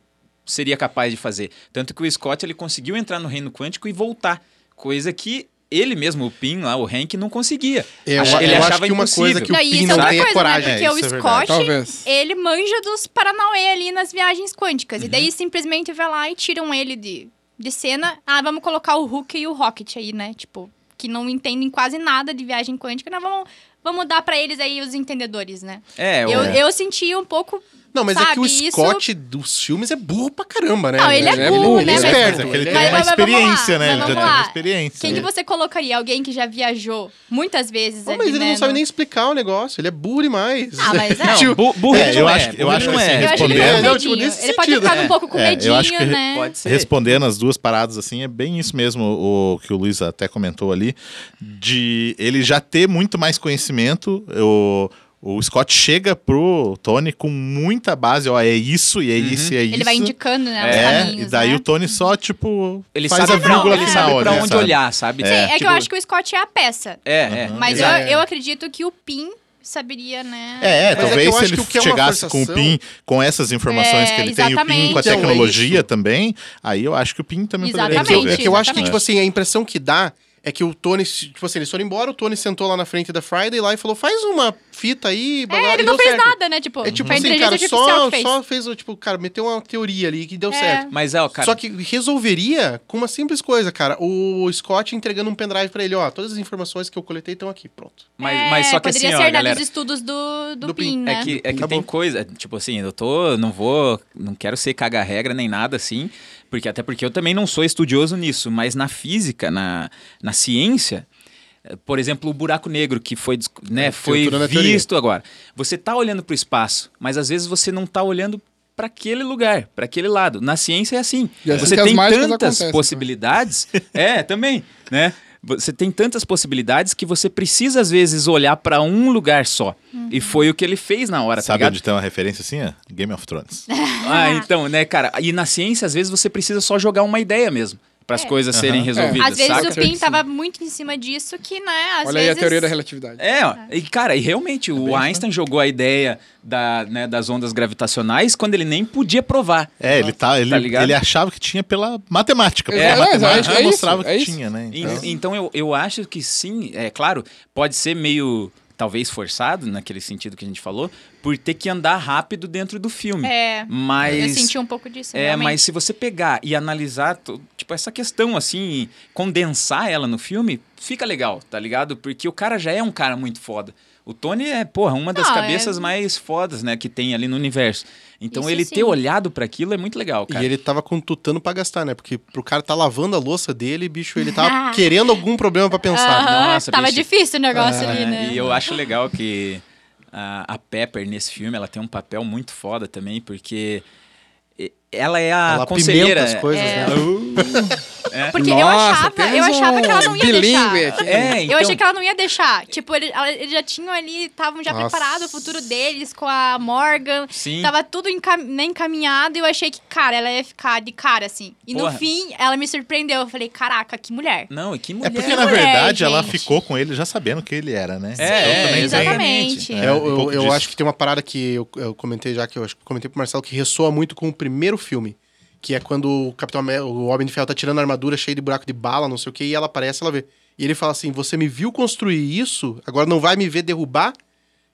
[SPEAKER 3] seria capaz de fazer. Tanto que o Scott ele conseguiu entrar no reino quântico e voltar, coisa que ele mesmo, o Pin lá, o Hank, não conseguia.
[SPEAKER 4] Eu,
[SPEAKER 3] Acho-
[SPEAKER 4] eu
[SPEAKER 3] ele
[SPEAKER 4] acho
[SPEAKER 3] achava
[SPEAKER 4] que uma coisa
[SPEAKER 3] impossível.
[SPEAKER 4] que o
[SPEAKER 5] Não, e
[SPEAKER 4] Pin
[SPEAKER 5] isso é
[SPEAKER 4] não
[SPEAKER 5] outra
[SPEAKER 4] tem é
[SPEAKER 5] coisa,
[SPEAKER 4] coragem.
[SPEAKER 5] né? Porque
[SPEAKER 2] é,
[SPEAKER 5] o
[SPEAKER 2] isso é
[SPEAKER 5] Scott,
[SPEAKER 6] Talvez.
[SPEAKER 5] ele manja dos Paranauê ali nas viagens quânticas. E
[SPEAKER 3] Uhum.
[SPEAKER 5] daí simplesmente vai lá e tiram ele de, de cena. Ah, vamos colocar o Hulk e o Rocket aí, né? Tipo, que não entendem quase nada de viagem quântica. Nós vamos, vamos dar pra eles aí os entendedores, né?
[SPEAKER 3] É, o-
[SPEAKER 5] Eu, eu senti um pouco.
[SPEAKER 4] Não, mas é que o
[SPEAKER 5] sabe, isso-
[SPEAKER 4] Scott dos filmes é burro pra caramba, né?
[SPEAKER 5] Não, ele
[SPEAKER 6] ele é
[SPEAKER 5] é burro,
[SPEAKER 6] burro,
[SPEAKER 5] né?
[SPEAKER 4] ele é esperto,
[SPEAKER 2] Porque ele
[SPEAKER 4] Mas-
[SPEAKER 2] tem uma
[SPEAKER 5] mas vamos lá,
[SPEAKER 2] experiência, né?
[SPEAKER 5] mas
[SPEAKER 2] Ele já
[SPEAKER 5] vamos
[SPEAKER 2] tem uma
[SPEAKER 5] lá.
[SPEAKER 2] experiência.
[SPEAKER 5] Quem que
[SPEAKER 2] né?
[SPEAKER 5] você colocaria? Alguém que já viajou muitas vezes
[SPEAKER 4] Não,
[SPEAKER 5] ali,
[SPEAKER 4] mas ele
[SPEAKER 5] né?
[SPEAKER 4] não sabe
[SPEAKER 5] no-
[SPEAKER 4] nem explicar o negócio. Ele é burro demais.
[SPEAKER 5] Ah, mas é.
[SPEAKER 3] Não, bu- burro
[SPEAKER 2] É,
[SPEAKER 3] ele
[SPEAKER 2] eu
[SPEAKER 3] não
[SPEAKER 2] acho
[SPEAKER 3] é,
[SPEAKER 2] que- eu
[SPEAKER 3] burro
[SPEAKER 2] acho
[SPEAKER 3] ele
[SPEAKER 2] que
[SPEAKER 3] não
[SPEAKER 2] assim,
[SPEAKER 3] é.
[SPEAKER 5] Eu acho que ele,
[SPEAKER 2] respondendo-
[SPEAKER 5] tem um
[SPEAKER 4] Não, tipo,
[SPEAKER 5] medinho.
[SPEAKER 4] nesse
[SPEAKER 5] ele pode ter
[SPEAKER 4] sentido,
[SPEAKER 5] ficado
[SPEAKER 4] né?
[SPEAKER 5] um pouco com
[SPEAKER 2] É, eu acho
[SPEAKER 5] medinho,
[SPEAKER 2] que
[SPEAKER 5] né?
[SPEAKER 3] Pode ser.
[SPEAKER 2] Respondendo as duas paradas, assim, é bem isso mesmo o, o que o Luiz até comentou ali, de ele já ter muito mais conhecimento. O, o Scott chega pro Tony com muita base, ó, é isso, e é isso, e é isso.
[SPEAKER 5] Ele vai indicando, né? os
[SPEAKER 2] É,
[SPEAKER 5] caminhos,
[SPEAKER 2] e daí
[SPEAKER 5] né?
[SPEAKER 2] o Tony só, tipo,
[SPEAKER 3] Ele
[SPEAKER 2] faz
[SPEAKER 3] sabe,
[SPEAKER 2] a vírgula
[SPEAKER 5] ele
[SPEAKER 2] na
[SPEAKER 5] sabe
[SPEAKER 2] hora,
[SPEAKER 3] pra
[SPEAKER 2] né,
[SPEAKER 3] onde
[SPEAKER 2] sabe? Uhum.
[SPEAKER 3] olhar, sabe?
[SPEAKER 5] Sim, é que eu
[SPEAKER 3] Tipo,
[SPEAKER 5] acho que o Scott é a peça.
[SPEAKER 3] É, é.
[SPEAKER 5] Mas eu,
[SPEAKER 4] Exato.
[SPEAKER 5] eu acredito que o Pin saberia, né?
[SPEAKER 2] É, é,
[SPEAKER 4] Mas é que
[SPEAKER 2] talvez
[SPEAKER 4] eu
[SPEAKER 2] se
[SPEAKER 4] acho
[SPEAKER 2] ele
[SPEAKER 4] que o que é uma
[SPEAKER 2] chegasse com o
[SPEAKER 4] forçação-
[SPEAKER 2] PIN, com essas informações
[SPEAKER 5] É,
[SPEAKER 2] que ele tem, o PIN com a
[SPEAKER 5] exatamente.
[SPEAKER 4] Então, é
[SPEAKER 2] tecnologia também, aí eu acho que o PIN também poderia
[SPEAKER 5] Exatamente.
[SPEAKER 2] resolver.
[SPEAKER 4] É que eu acho que,
[SPEAKER 2] É.
[SPEAKER 4] tipo assim, a impressão que dá é que o Tony, tipo assim, eles foram embora, o Tony sentou lá na frente da Friday lá e falou, faz uma fita aí, blá, blá,
[SPEAKER 5] É, ele
[SPEAKER 4] e
[SPEAKER 5] não
[SPEAKER 4] deu
[SPEAKER 5] fez
[SPEAKER 4] certo.
[SPEAKER 5] nada, né? Tipo,
[SPEAKER 4] É tipo
[SPEAKER 5] foi a
[SPEAKER 4] assim,
[SPEAKER 5] inteligência
[SPEAKER 4] cara,
[SPEAKER 5] artificial
[SPEAKER 4] só
[SPEAKER 5] que fez.
[SPEAKER 4] só fez, tipo, cara, meteu uma teoria ali que deu
[SPEAKER 5] É.
[SPEAKER 4] certo.
[SPEAKER 3] Mas é, ó, cara.
[SPEAKER 4] Só que resolveria com uma simples coisa, cara. O Scott entregando um pendrive pra ele, ó, todas as informações que eu coletei estão aqui, pronto.
[SPEAKER 3] mas, mas
[SPEAKER 5] É,
[SPEAKER 3] só que
[SPEAKER 5] poderia
[SPEAKER 3] assim, ó,
[SPEAKER 5] ser né,
[SPEAKER 3] galera.
[SPEAKER 5] dos estudos do, do,
[SPEAKER 4] Do
[SPEAKER 5] Pin,
[SPEAKER 4] Pin.
[SPEAKER 5] né?
[SPEAKER 3] É que, é que
[SPEAKER 6] Tá
[SPEAKER 4] Acabou.
[SPEAKER 3] tem coisa, tipo assim, eu tô, não vou, não quero ser caga-regra nem nada assim, porque até porque eu também não sou estudioso nisso, mas na física, na, na ciência, eh, por exemplo, o buraco negro que foi, dis-
[SPEAKER 6] É,
[SPEAKER 3] né, foi
[SPEAKER 4] teoria da teoria.
[SPEAKER 3] visto agora. Você tá olhando para o espaço, mas às vezes você não tá olhando para aquele lugar, para aquele lado. Na ciência é assim.
[SPEAKER 6] E é assim
[SPEAKER 3] você
[SPEAKER 6] que as
[SPEAKER 3] tem
[SPEAKER 6] mágicas
[SPEAKER 3] tantas
[SPEAKER 6] acontecem, né?
[SPEAKER 3] possibilidades, é, também, né? Você tem tantas possibilidades que você precisa às vezes olhar para um lugar só.
[SPEAKER 5] Uhum.
[SPEAKER 3] E foi o que ele fez na hora, tá
[SPEAKER 2] Sabe
[SPEAKER 3] ligado?
[SPEAKER 2] onde tem uma referência assim? ó? Game of Thrones.
[SPEAKER 3] Ah, então, né, cara? E na ciência, às vezes, você precisa só jogar uma ideia mesmo. para as coisas
[SPEAKER 2] É.
[SPEAKER 3] serem resolvidas.
[SPEAKER 5] É. Às vezes
[SPEAKER 3] saca?
[SPEAKER 5] o Pim tava muito em cima disso, que, né, às
[SPEAKER 6] Olha aí
[SPEAKER 5] vezes...
[SPEAKER 6] a teoria da relatividade.
[SPEAKER 3] É, ó. e cara, e
[SPEAKER 2] É
[SPEAKER 3] realmente o
[SPEAKER 2] assim.
[SPEAKER 3] Einstein jogou a ideia da, né, das ondas gravitacionais quando ele nem podia provar.
[SPEAKER 2] É, ele, tá, ele,
[SPEAKER 3] Tá ligado?
[SPEAKER 2] ele achava que tinha pela matemática. Porque
[SPEAKER 6] É,
[SPEAKER 2] a
[SPEAKER 6] é,
[SPEAKER 2] matemática
[SPEAKER 6] é isso,
[SPEAKER 2] mostrava
[SPEAKER 6] é
[SPEAKER 2] que
[SPEAKER 6] isso.
[SPEAKER 2] tinha, né?
[SPEAKER 3] E-
[SPEAKER 2] Então,
[SPEAKER 3] Então, eu, eu acho que sim, é claro, pode ser meio talvez forçado naquele sentido que a gente falou, por ter que andar rápido dentro do filme.
[SPEAKER 5] É,
[SPEAKER 3] mas
[SPEAKER 5] eu senti um pouco disso,
[SPEAKER 3] É,
[SPEAKER 5] realmente.
[SPEAKER 3] mas se você pegar e analisar, to- tipo, essa questão, assim, e condensar ela no filme, fica legal, tá ligado? Porque o cara já é um cara muito foda. O Tony é, porra, uma das
[SPEAKER 5] Não,
[SPEAKER 3] cabeças
[SPEAKER 5] é-
[SPEAKER 3] mais fodas, né, que tem ali no universo. Então
[SPEAKER 5] Isso
[SPEAKER 3] ele
[SPEAKER 5] sim.
[SPEAKER 3] ter olhado pra aquilo é muito legal, cara.
[SPEAKER 4] E ele tava com tutano pra gastar, né? Porque pro cara tá lavando a louça dele, bicho, ele tava querendo algum problema pra pensar.
[SPEAKER 5] Aham,
[SPEAKER 3] Nossa,
[SPEAKER 5] tava
[SPEAKER 3] bicho.
[SPEAKER 5] difícil o negócio
[SPEAKER 3] É,
[SPEAKER 5] ali, né?
[SPEAKER 3] E eu acho legal que a, a Pepper nesse filme, ela tem um papel muito foda também, porque e- ela é a
[SPEAKER 4] Ela
[SPEAKER 3] conselheira.
[SPEAKER 4] pimenta as coisas,
[SPEAKER 5] É.
[SPEAKER 4] né?
[SPEAKER 5] Porque eu
[SPEAKER 6] Nossa,
[SPEAKER 5] achava, eu
[SPEAKER 6] temos
[SPEAKER 5] achava que ela
[SPEAKER 6] um
[SPEAKER 5] não ia
[SPEAKER 6] bilíngue
[SPEAKER 5] deixar.
[SPEAKER 6] aqui.
[SPEAKER 3] É, então,
[SPEAKER 5] Eu achei que ela não ia deixar. Tipo, ele- ela- eles já tinham ali, estavam já
[SPEAKER 4] Nossa.
[SPEAKER 5] preparado o futuro deles com a Morgan.
[SPEAKER 3] Sim.
[SPEAKER 5] Tava tudo encam né, encaminhado e eu achei que, cara, ela ia ficar de cara, assim. E
[SPEAKER 3] Porra.
[SPEAKER 5] no fim, ela me surpreendeu. Eu falei, caraca, que mulher.
[SPEAKER 3] Não, e que
[SPEAKER 2] É
[SPEAKER 3] mulher. né?
[SPEAKER 2] porque,
[SPEAKER 5] Mulher,
[SPEAKER 2] na verdade, ela
[SPEAKER 5] gente.
[SPEAKER 2] ficou com ele já sabendo que ele era, né?
[SPEAKER 3] É,
[SPEAKER 2] também tem-
[SPEAKER 5] exatamente.
[SPEAKER 2] É,
[SPEAKER 4] É, eu,
[SPEAKER 2] um pouco
[SPEAKER 4] eu- eu
[SPEAKER 2] disso.
[SPEAKER 4] acho que tem uma parada que eu, eu comentei já, que eu acho que comentei pro Marcelo, que ressoa muito com o primeiro filme. Que é quando o Capitão Amé- o Homem de Ferro tá tirando a armadura cheia de buraco de bala, não sei o que, e ela aparece, ela vê. E ele fala assim: Você me viu construir isso, agora não vai me ver derrubar.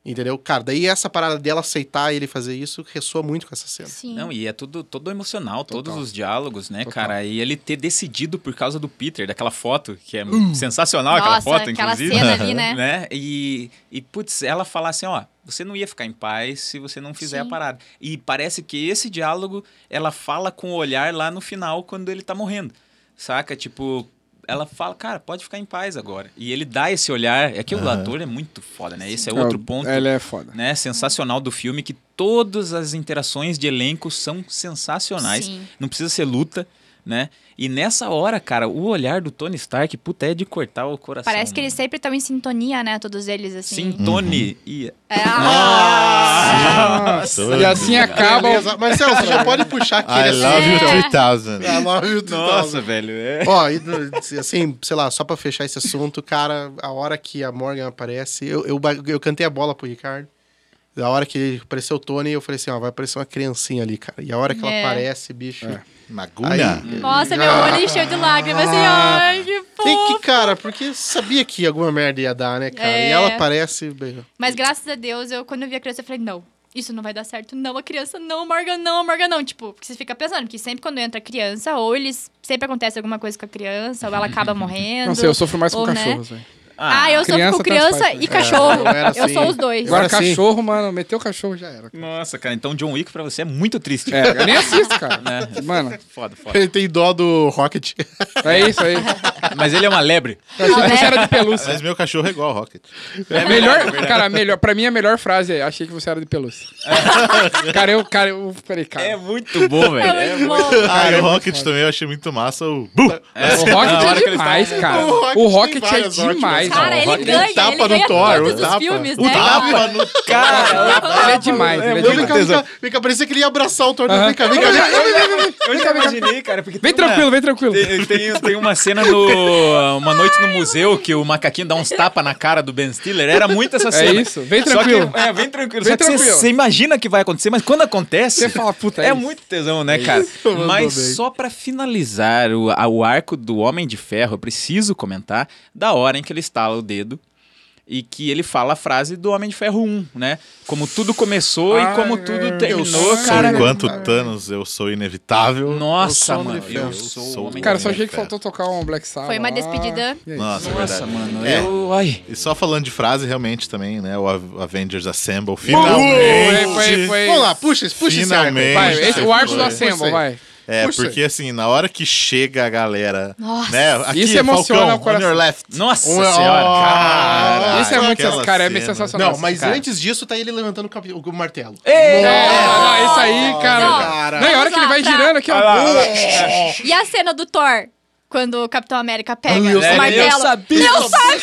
[SPEAKER 4] Entendeu? Cara, daí essa parada dela aceitar ele fazer isso ressoa muito com essa cena.
[SPEAKER 5] Sim.
[SPEAKER 3] Não, e é tudo todo emocional, todos
[SPEAKER 4] Total.
[SPEAKER 3] os diálogos, né,
[SPEAKER 4] Total.
[SPEAKER 3] cara? E ele ter decidido por causa do Peter, daquela foto, que é sensacional aquela
[SPEAKER 5] Hum. Nossa,
[SPEAKER 3] foto,
[SPEAKER 5] aquela
[SPEAKER 3] inclusive.
[SPEAKER 5] cena ali, né?
[SPEAKER 3] E, e, putz, ela falar assim, ó, você não ia ficar em paz se você não fizer a
[SPEAKER 5] Sim.
[SPEAKER 3] parada. E parece que esse diálogo, ela fala com o olhar lá no final, quando ele tá morrendo, saca? Tipo... Ela fala, cara, pode ficar em paz agora. E ele dá esse olhar. É que o ator é muito foda, né? Esse é outro ponto
[SPEAKER 6] Ela é foda.
[SPEAKER 3] né, sensacional do filme, que todas as interações de elenco são sensacionais.
[SPEAKER 5] Sim.
[SPEAKER 3] Não precisa ser luta, né? E nessa hora, cara, o olhar do Tony Stark, puta, é de cortar o coração. né?
[SPEAKER 5] Parece que eles
[SPEAKER 3] mano.
[SPEAKER 5] sempre estão em sintonia, né? Todos eles, assim.
[SPEAKER 3] Sim, Tony. E...
[SPEAKER 5] É, ah,
[SPEAKER 6] Nossa.
[SPEAKER 2] Nossa.
[SPEAKER 6] E assim acaba. o-
[SPEAKER 4] Beleza. Marcelo, você já pode puxar
[SPEAKER 2] I
[SPEAKER 4] aquele
[SPEAKER 2] love you
[SPEAKER 5] É.
[SPEAKER 2] 3000.
[SPEAKER 4] I love you,
[SPEAKER 3] Nossa, velho. É.
[SPEAKER 4] Ó, e do- assim, sei lá, só pra fechar esse assunto, cara, a hora que a Morgan aparece, eu, eu, ba- eu cantei a bola pro Ricardo. Da hora que apareceu o Tony, eu falei assim, ó, vai aparecer uma criancinha ali, cara. E a hora que ela
[SPEAKER 5] É.
[SPEAKER 4] aparece, bicho.
[SPEAKER 2] Maguna.
[SPEAKER 4] Aí-
[SPEAKER 5] Nossa, meu olho encheu de lágrimas. Assim,
[SPEAKER 3] Ah.
[SPEAKER 5] ai, que
[SPEAKER 4] Tem
[SPEAKER 5] fofo.
[SPEAKER 4] que, cara, porque sabia que alguma merda ia dar, né, cara?
[SPEAKER 5] É.
[SPEAKER 4] E ela aparece, bem,
[SPEAKER 5] Mas graças a Deus, eu quando eu vi a criança, eu falei, não, isso não vai dar certo. Não, a criança não, Morgan não, Morgan não. Tipo, porque você fica pensando, porque sempre quando entra criança, ou eles... Sempre acontece alguma coisa com a criança, ou ela acaba morrendo.
[SPEAKER 6] Não sei, eu sofro mais com
[SPEAKER 5] Ou, né?
[SPEAKER 6] cachorros, velho.
[SPEAKER 5] Ah, eu sou
[SPEAKER 6] Criança tá
[SPEAKER 5] com
[SPEAKER 6] tanto
[SPEAKER 5] criança
[SPEAKER 6] faz,
[SPEAKER 5] e
[SPEAKER 6] cara.
[SPEAKER 5] cachorro.
[SPEAKER 4] eu era
[SPEAKER 5] eu
[SPEAKER 4] assim.
[SPEAKER 5] sou os dois.
[SPEAKER 4] Eu
[SPEAKER 6] Agora
[SPEAKER 4] Agora sim.
[SPEAKER 6] cachorro, mano, meteu o cachorro já era.
[SPEAKER 3] Nossa, cara, então John Wick pra você é muito triste.
[SPEAKER 6] É, eu nem assisto, cara. Mano,
[SPEAKER 3] Foda, foda.
[SPEAKER 4] Ele tem dó do Rocket.
[SPEAKER 6] é isso aí.
[SPEAKER 3] Mas ele é uma lebre.
[SPEAKER 6] Achei
[SPEAKER 5] é.
[SPEAKER 6] que você era de pelúcia.
[SPEAKER 2] Mas meu cachorro é igual ao Rocket.
[SPEAKER 6] É melhor, cara, melhor, pra mim a melhor frase é, achei que você era de pelúcia. cara, eu, cara, eu, peraí, cara.
[SPEAKER 3] É muito bom, velho. É
[SPEAKER 5] É muito bom.
[SPEAKER 2] Ah, e o Rocket também eu achei muito massa. O... Bu!
[SPEAKER 6] o
[SPEAKER 3] na hora
[SPEAKER 6] Rocket
[SPEAKER 3] que
[SPEAKER 6] é
[SPEAKER 3] eles
[SPEAKER 6] demais,
[SPEAKER 3] estavam-
[SPEAKER 6] cara.
[SPEAKER 4] O Rocket
[SPEAKER 6] O Rocket
[SPEAKER 4] tem
[SPEAKER 6] é
[SPEAKER 4] várias ótimas,
[SPEAKER 6] demais,
[SPEAKER 5] Cara,
[SPEAKER 6] mano. O
[SPEAKER 5] ele
[SPEAKER 6] Rocket-
[SPEAKER 5] ganha,
[SPEAKER 2] tapa
[SPEAKER 5] ele
[SPEAKER 2] no
[SPEAKER 5] ganha
[SPEAKER 2] Thor,
[SPEAKER 5] todos
[SPEAKER 2] o
[SPEAKER 5] os
[SPEAKER 2] tapa.
[SPEAKER 5] filmes,
[SPEAKER 2] O
[SPEAKER 5] né?
[SPEAKER 2] tapa
[SPEAKER 5] cara?
[SPEAKER 2] no
[SPEAKER 3] Cara,
[SPEAKER 6] Ele é demais, ele é
[SPEAKER 4] Eu vem cá,
[SPEAKER 6] demais.
[SPEAKER 4] vem cá, vem cá, parecia que ele ia abraçar o Thor. Vem cá, vem cá, vem cá.
[SPEAKER 3] eu já imaginei, cara. Porque
[SPEAKER 6] Vem
[SPEAKER 3] tem uma-
[SPEAKER 6] tranquilo, vem tranquilo.
[SPEAKER 3] Tem, tem, tem uma cena no. Uma noite no museu que o macaquinho dá uns tapas na cara do Ben Stiller. Era muito essa cena.
[SPEAKER 6] É isso, vem
[SPEAKER 3] Só
[SPEAKER 6] tranquilo.
[SPEAKER 3] que- é, vem tranquilo.
[SPEAKER 6] Vem
[SPEAKER 3] só que você-
[SPEAKER 6] tranquilo.
[SPEAKER 3] Você imagina que vai acontecer, mas quando acontece.
[SPEAKER 6] Você fala, puta, é
[SPEAKER 3] É
[SPEAKER 6] isso.
[SPEAKER 3] muito tesão, né, cara?
[SPEAKER 4] mandou
[SPEAKER 3] mas
[SPEAKER 4] bem.
[SPEAKER 3] só pra finalizar o, a- o arco do Homem de Ferro, eu preciso comentar da hora em que ele estala o dedo. E que ele fala a frase do Homem de Ferro 1, né? Como tudo começou
[SPEAKER 6] Ai,
[SPEAKER 3] e como tudo
[SPEAKER 6] eu
[SPEAKER 3] terminou,
[SPEAKER 4] sou
[SPEAKER 3] cara. é
[SPEAKER 2] Enquanto Thanos, eu sou inevitável.
[SPEAKER 3] Nossa,
[SPEAKER 4] Eu sou o Homem
[SPEAKER 3] mano.
[SPEAKER 4] de Ferro.
[SPEAKER 3] Eu sou o Homem
[SPEAKER 6] Cara,
[SPEAKER 3] de
[SPEAKER 6] só
[SPEAKER 3] Ferro.
[SPEAKER 6] achei que faltou tocar um Black Sabbath.
[SPEAKER 5] Foi uma
[SPEAKER 6] lá.
[SPEAKER 5] despedida.
[SPEAKER 6] E é isso.
[SPEAKER 2] Nossa,
[SPEAKER 3] Nossa,
[SPEAKER 2] verdade.
[SPEAKER 3] mano.
[SPEAKER 2] É.
[SPEAKER 3] Eu. Ai.
[SPEAKER 2] E só falando de frase, realmente também, né? O Av- Avengers Assemble, finalmente.
[SPEAKER 6] Foi, foi, foi.
[SPEAKER 4] Vamos lá, puxa, esse- puxa esse arco.
[SPEAKER 2] Finalmente.
[SPEAKER 6] Vai, esse, o arco do
[SPEAKER 2] Foi.
[SPEAKER 6] Assemble, vai.
[SPEAKER 2] É,
[SPEAKER 4] Puxa.
[SPEAKER 2] porque assim, na hora que chega a galera.
[SPEAKER 5] Nossa.
[SPEAKER 2] né? Aqui,
[SPEAKER 6] Isso emociona
[SPEAKER 2] Falcão,
[SPEAKER 6] o coração.
[SPEAKER 2] on your left.
[SPEAKER 3] Nossa
[SPEAKER 4] Um-
[SPEAKER 3] senhora.
[SPEAKER 2] Cara,
[SPEAKER 6] Isso é muito
[SPEAKER 2] aquela
[SPEAKER 6] sensacional, cara, é
[SPEAKER 2] cena.
[SPEAKER 6] bem sensacional.
[SPEAKER 4] Não, mas
[SPEAKER 6] cara.
[SPEAKER 4] antes disso tá ele levantando o, capi- o martelo.
[SPEAKER 6] É, não, isso aí, cara.
[SPEAKER 4] cara.
[SPEAKER 6] Não, e a hora que ele vai girando aqui, ó.
[SPEAKER 5] E a cena do Thor? Quando o Capitão América pega
[SPEAKER 4] Eu
[SPEAKER 5] o martelo.
[SPEAKER 3] sabia.
[SPEAKER 5] Eu sabia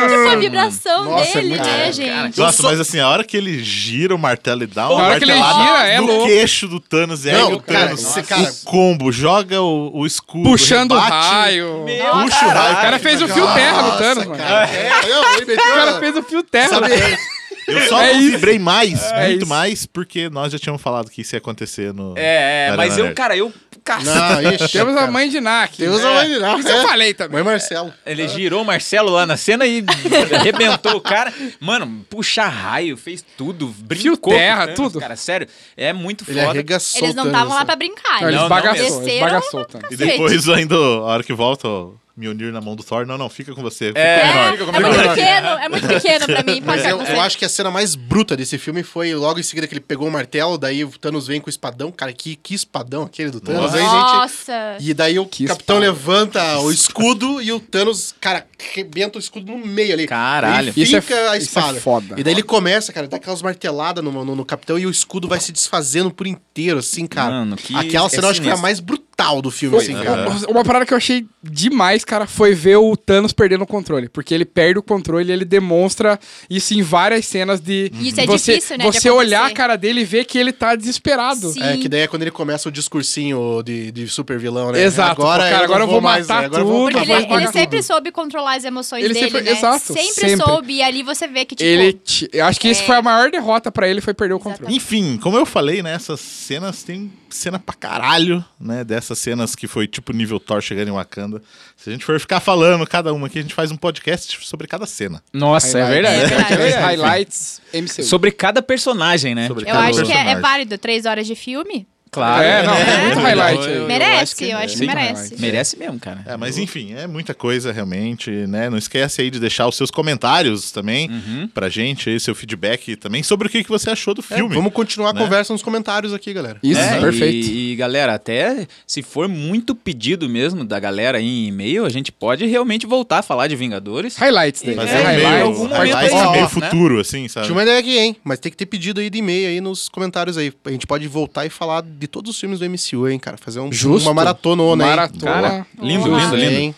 [SPEAKER 5] que foi a vibração
[SPEAKER 4] Nossa, é
[SPEAKER 5] dele,
[SPEAKER 4] muito-
[SPEAKER 5] né,
[SPEAKER 4] Cara,
[SPEAKER 5] gente?
[SPEAKER 2] Nossa, mas assim, a hora que ele gira o martelo e dá uma
[SPEAKER 6] Na hora que ele
[SPEAKER 2] martelada
[SPEAKER 6] gira, é
[SPEAKER 2] no
[SPEAKER 6] louco.
[SPEAKER 2] queixo do Thanos, e aí
[SPEAKER 4] Não,
[SPEAKER 2] o
[SPEAKER 4] cara,
[SPEAKER 2] Thanos,
[SPEAKER 4] esse cara-
[SPEAKER 2] o combo, joga o, o escudo,
[SPEAKER 6] Puxando o
[SPEAKER 2] rebate,
[SPEAKER 6] raio.
[SPEAKER 2] puxa o raio.
[SPEAKER 6] O cara fez o fio terra no Thanos, mano.
[SPEAKER 4] Cara, é, não, ele
[SPEAKER 6] O cara
[SPEAKER 4] meteu...
[SPEAKER 6] fez o fio terra.
[SPEAKER 4] Sabe,
[SPEAKER 6] né?
[SPEAKER 2] Eu só
[SPEAKER 6] É
[SPEAKER 2] não
[SPEAKER 6] isso.
[SPEAKER 2] vibrei mais,
[SPEAKER 6] É
[SPEAKER 2] muito
[SPEAKER 6] isso.
[SPEAKER 2] mais, porque nós já tínhamos falado que isso ia acontecer no...
[SPEAKER 3] É,
[SPEAKER 2] na
[SPEAKER 3] é, mas
[SPEAKER 2] Arena
[SPEAKER 3] eu,
[SPEAKER 2] Nerd.
[SPEAKER 3] cara, eu. Cacete.
[SPEAKER 4] Não, ixi,
[SPEAKER 6] Temos a
[SPEAKER 4] cara.
[SPEAKER 6] mãe de Nak.
[SPEAKER 4] Temos a mãe de Ná.
[SPEAKER 6] Isso eu falei também.
[SPEAKER 4] Mãe Marcelo.
[SPEAKER 3] Ele girou o Marcelo lá na cena e arrebentou o cara. Mano, puxa raio, fez tudo, brincou. com o
[SPEAKER 6] terra,
[SPEAKER 3] Thanos,
[SPEAKER 6] tudo.
[SPEAKER 3] Cara, sério, é muito
[SPEAKER 4] Ele
[SPEAKER 3] foda.
[SPEAKER 4] arregaçou
[SPEAKER 5] Eles não
[SPEAKER 4] o
[SPEAKER 5] estavam
[SPEAKER 4] Thanos,
[SPEAKER 5] lá
[SPEAKER 4] né?
[SPEAKER 5] pra brincar. eles
[SPEAKER 6] Não, ele
[SPEAKER 3] não,
[SPEAKER 6] esbagaçou, ele
[SPEAKER 5] desceram.
[SPEAKER 6] esbagaçou. Thanos.
[SPEAKER 2] E depois ainda, a hora que volta, o Mjolnir na mão do Thor, não, não, fica com você. fica
[SPEAKER 5] É,
[SPEAKER 3] É,
[SPEAKER 2] com o
[SPEAKER 5] é
[SPEAKER 2] Thor.
[SPEAKER 5] muito pequeno, é muito pequeno pra mim.
[SPEAKER 4] Mas
[SPEAKER 5] pra
[SPEAKER 4] eu,
[SPEAKER 5] você.
[SPEAKER 4] eu acho que a cena mais bruta desse filme foi logo em seguida que ele pegou o martelo, daí o Thanos vem com o espadão. Cara, que, que espadão aquele do Thanos. Aí, gente,
[SPEAKER 5] Nossa.
[SPEAKER 4] e daí o
[SPEAKER 6] Que
[SPEAKER 4] capitão
[SPEAKER 6] espada.
[SPEAKER 4] levanta o escudo e o Thanos, cara, arrebenta o escudo no meio ali.
[SPEAKER 3] Caralho.
[SPEAKER 4] Ele
[SPEAKER 6] Isso é-
[SPEAKER 4] fica a
[SPEAKER 6] isso é
[SPEAKER 4] espada.
[SPEAKER 6] foda.
[SPEAKER 4] E daí ele começa, cara, dá aquelas marteladas no, no, no capitão e o escudo vai se desfazendo por inteiro, assim, cara.
[SPEAKER 3] Mano, que-
[SPEAKER 4] Aquela cena
[SPEAKER 3] é
[SPEAKER 4] eu acho que foi a
[SPEAKER 3] sinistro.
[SPEAKER 4] mais brutal do filme,
[SPEAKER 6] Foi,
[SPEAKER 4] assim, cara.
[SPEAKER 6] Tipo uma, uma parada que eu achei demais, cara, foi ver o Thanos perdendo o controle. Porque ele perde o controle e ele demonstra isso em várias cenas de.
[SPEAKER 5] Isso é
[SPEAKER 6] você,
[SPEAKER 5] difícil, né, de
[SPEAKER 6] Você olhar a
[SPEAKER 5] acontecer.
[SPEAKER 6] cara dele e ver que ele tá desesperado.
[SPEAKER 5] Sim.
[SPEAKER 4] É, que daí é quando ele começa o discursinho de, de super vilão, né?
[SPEAKER 6] Exato, pô, cara, agora eu vou
[SPEAKER 4] mais,
[SPEAKER 6] matar
[SPEAKER 4] né? Agora eu
[SPEAKER 6] tudo,
[SPEAKER 5] Porque
[SPEAKER 6] Puta,
[SPEAKER 5] ele,
[SPEAKER 6] vai
[SPEAKER 5] ele
[SPEAKER 6] pagar
[SPEAKER 5] sempre
[SPEAKER 6] tudo.
[SPEAKER 5] soube controlar as emoções
[SPEAKER 6] Ele
[SPEAKER 5] dele,
[SPEAKER 6] sempre-
[SPEAKER 5] né?
[SPEAKER 6] exato,
[SPEAKER 5] sempre,
[SPEAKER 6] sempre.
[SPEAKER 5] soube. E ali você vê que, tipo... é.
[SPEAKER 6] Ele. te- eu acho que isso foi a maior derrota pra ele, foi perder o controle.
[SPEAKER 2] Tá. Enfim, como eu falei, né, essas cenas tem cena pra caralho, né, dessas cenas que foi tipo nível Thor chegando em Wakanda. Se a gente for ficar falando cada uma aqui, a gente faz um podcast sobre cada cena.
[SPEAKER 3] Nossa, é
[SPEAKER 6] Highlights.
[SPEAKER 3] verdade.
[SPEAKER 5] É verdade.
[SPEAKER 6] Highlights, MCU.
[SPEAKER 3] Sobre cada né? personagem, né?
[SPEAKER 2] Sobre
[SPEAKER 5] Eu
[SPEAKER 2] cada
[SPEAKER 5] acho que é, é
[SPEAKER 2] personagem.
[SPEAKER 5] válido. Três horas de filme?
[SPEAKER 3] Claro.
[SPEAKER 6] É, não,
[SPEAKER 3] né?
[SPEAKER 6] tem muito highlight aí. Eu é.
[SPEAKER 5] merece, eu acho que,
[SPEAKER 3] Sim.
[SPEAKER 5] é. merece.
[SPEAKER 3] Merece mesmo, cara.
[SPEAKER 2] É, mas enfim, é muita coisa realmente, né? Não esquece aí de deixar os seus comentários também
[SPEAKER 3] Uhum.
[SPEAKER 2] pra gente, aí, seu feedback também sobre o que que você achou do
[SPEAKER 4] É,
[SPEAKER 2] filme.
[SPEAKER 4] Vamos continuar a
[SPEAKER 2] né?
[SPEAKER 4] conversa nos comentários aqui, galera.
[SPEAKER 6] Isso,
[SPEAKER 3] É,
[SPEAKER 6] perfeito.
[SPEAKER 3] E, e, galera, até se for muito pedido mesmo da galera aí em e-mail, a gente pode realmente voltar a falar de Vingadores.
[SPEAKER 6] Highlights dele.
[SPEAKER 2] Mas
[SPEAKER 3] É,
[SPEAKER 2] é,
[SPEAKER 3] em
[SPEAKER 2] meio,
[SPEAKER 3] algum momento
[SPEAKER 2] highlights
[SPEAKER 3] aí,
[SPEAKER 2] meio
[SPEAKER 3] ó, né?
[SPEAKER 2] futuro, assim, sabe?
[SPEAKER 4] Tinha uma ideia aqui, hein? Mas tem que ter pedido aí de e-mail aí nos comentários aí. A gente pode voltar e falar de todos os filmes do MCU, hein, cara? Fazer um,
[SPEAKER 6] Justo.
[SPEAKER 4] uma maratona, né?
[SPEAKER 6] Maratona.
[SPEAKER 3] Cara, lindo,
[SPEAKER 5] Olá.
[SPEAKER 3] lindo, lindo.
[SPEAKER 4] Hein?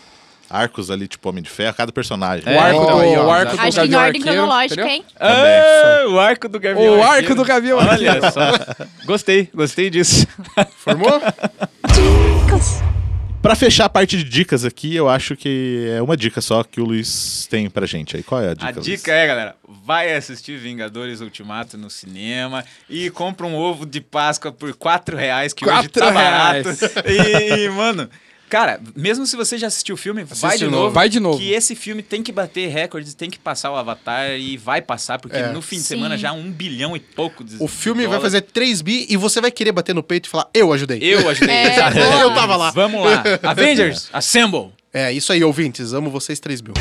[SPEAKER 2] Arcos ali, tipo Homem de Ferro, cada personagem.
[SPEAKER 3] É,
[SPEAKER 6] o arco
[SPEAKER 3] então,
[SPEAKER 6] do,
[SPEAKER 3] aí, ó,
[SPEAKER 6] o arco do
[SPEAKER 5] Acho que em
[SPEAKER 6] Gavião
[SPEAKER 5] ordem
[SPEAKER 6] um Arqueiro,
[SPEAKER 5] cronológica,
[SPEAKER 6] entendeu?
[SPEAKER 5] hein?
[SPEAKER 3] Ah, o arco do Gavião.
[SPEAKER 6] O arco
[SPEAKER 3] Arqueiro.
[SPEAKER 6] do Gavião
[SPEAKER 3] Olha só. Gostei, gostei disso.
[SPEAKER 4] Formou?
[SPEAKER 2] Pra fechar a parte de dicas aqui, eu acho que é uma dica só que o Luiz tem pra gente aí. Qual é a dica?
[SPEAKER 3] A
[SPEAKER 2] Luiz?
[SPEAKER 3] dica é, galera, vai assistir Vingadores Ultimato no cinema e compra um ovo de Páscoa por 4 reais, que hoje
[SPEAKER 6] Quatro
[SPEAKER 3] tá barato.
[SPEAKER 6] reais.
[SPEAKER 3] E, e, mano... Cara, mesmo se você já assistiu o filme, vai
[SPEAKER 4] de
[SPEAKER 3] de
[SPEAKER 4] novo.
[SPEAKER 3] novo.
[SPEAKER 6] Vai de novo.
[SPEAKER 3] Que esse filme tem que bater recordes, tem que passar o Avatar e vai passar, porque no fim de
[SPEAKER 5] Sim.
[SPEAKER 3] semana já um bilhão e pouco de
[SPEAKER 4] O filme
[SPEAKER 3] de
[SPEAKER 4] vai
[SPEAKER 3] dólar.
[SPEAKER 4] fazer 3 bi e você vai querer bater no peito e falar, eu ajudei.
[SPEAKER 3] Eu ajudei.
[SPEAKER 5] É,
[SPEAKER 3] Exato.
[SPEAKER 4] boa. Eu tava lá.
[SPEAKER 3] Vamos lá. Avengers, assemble.
[SPEAKER 4] É, isso aí, ouvintes. Amo vocês 3 mil.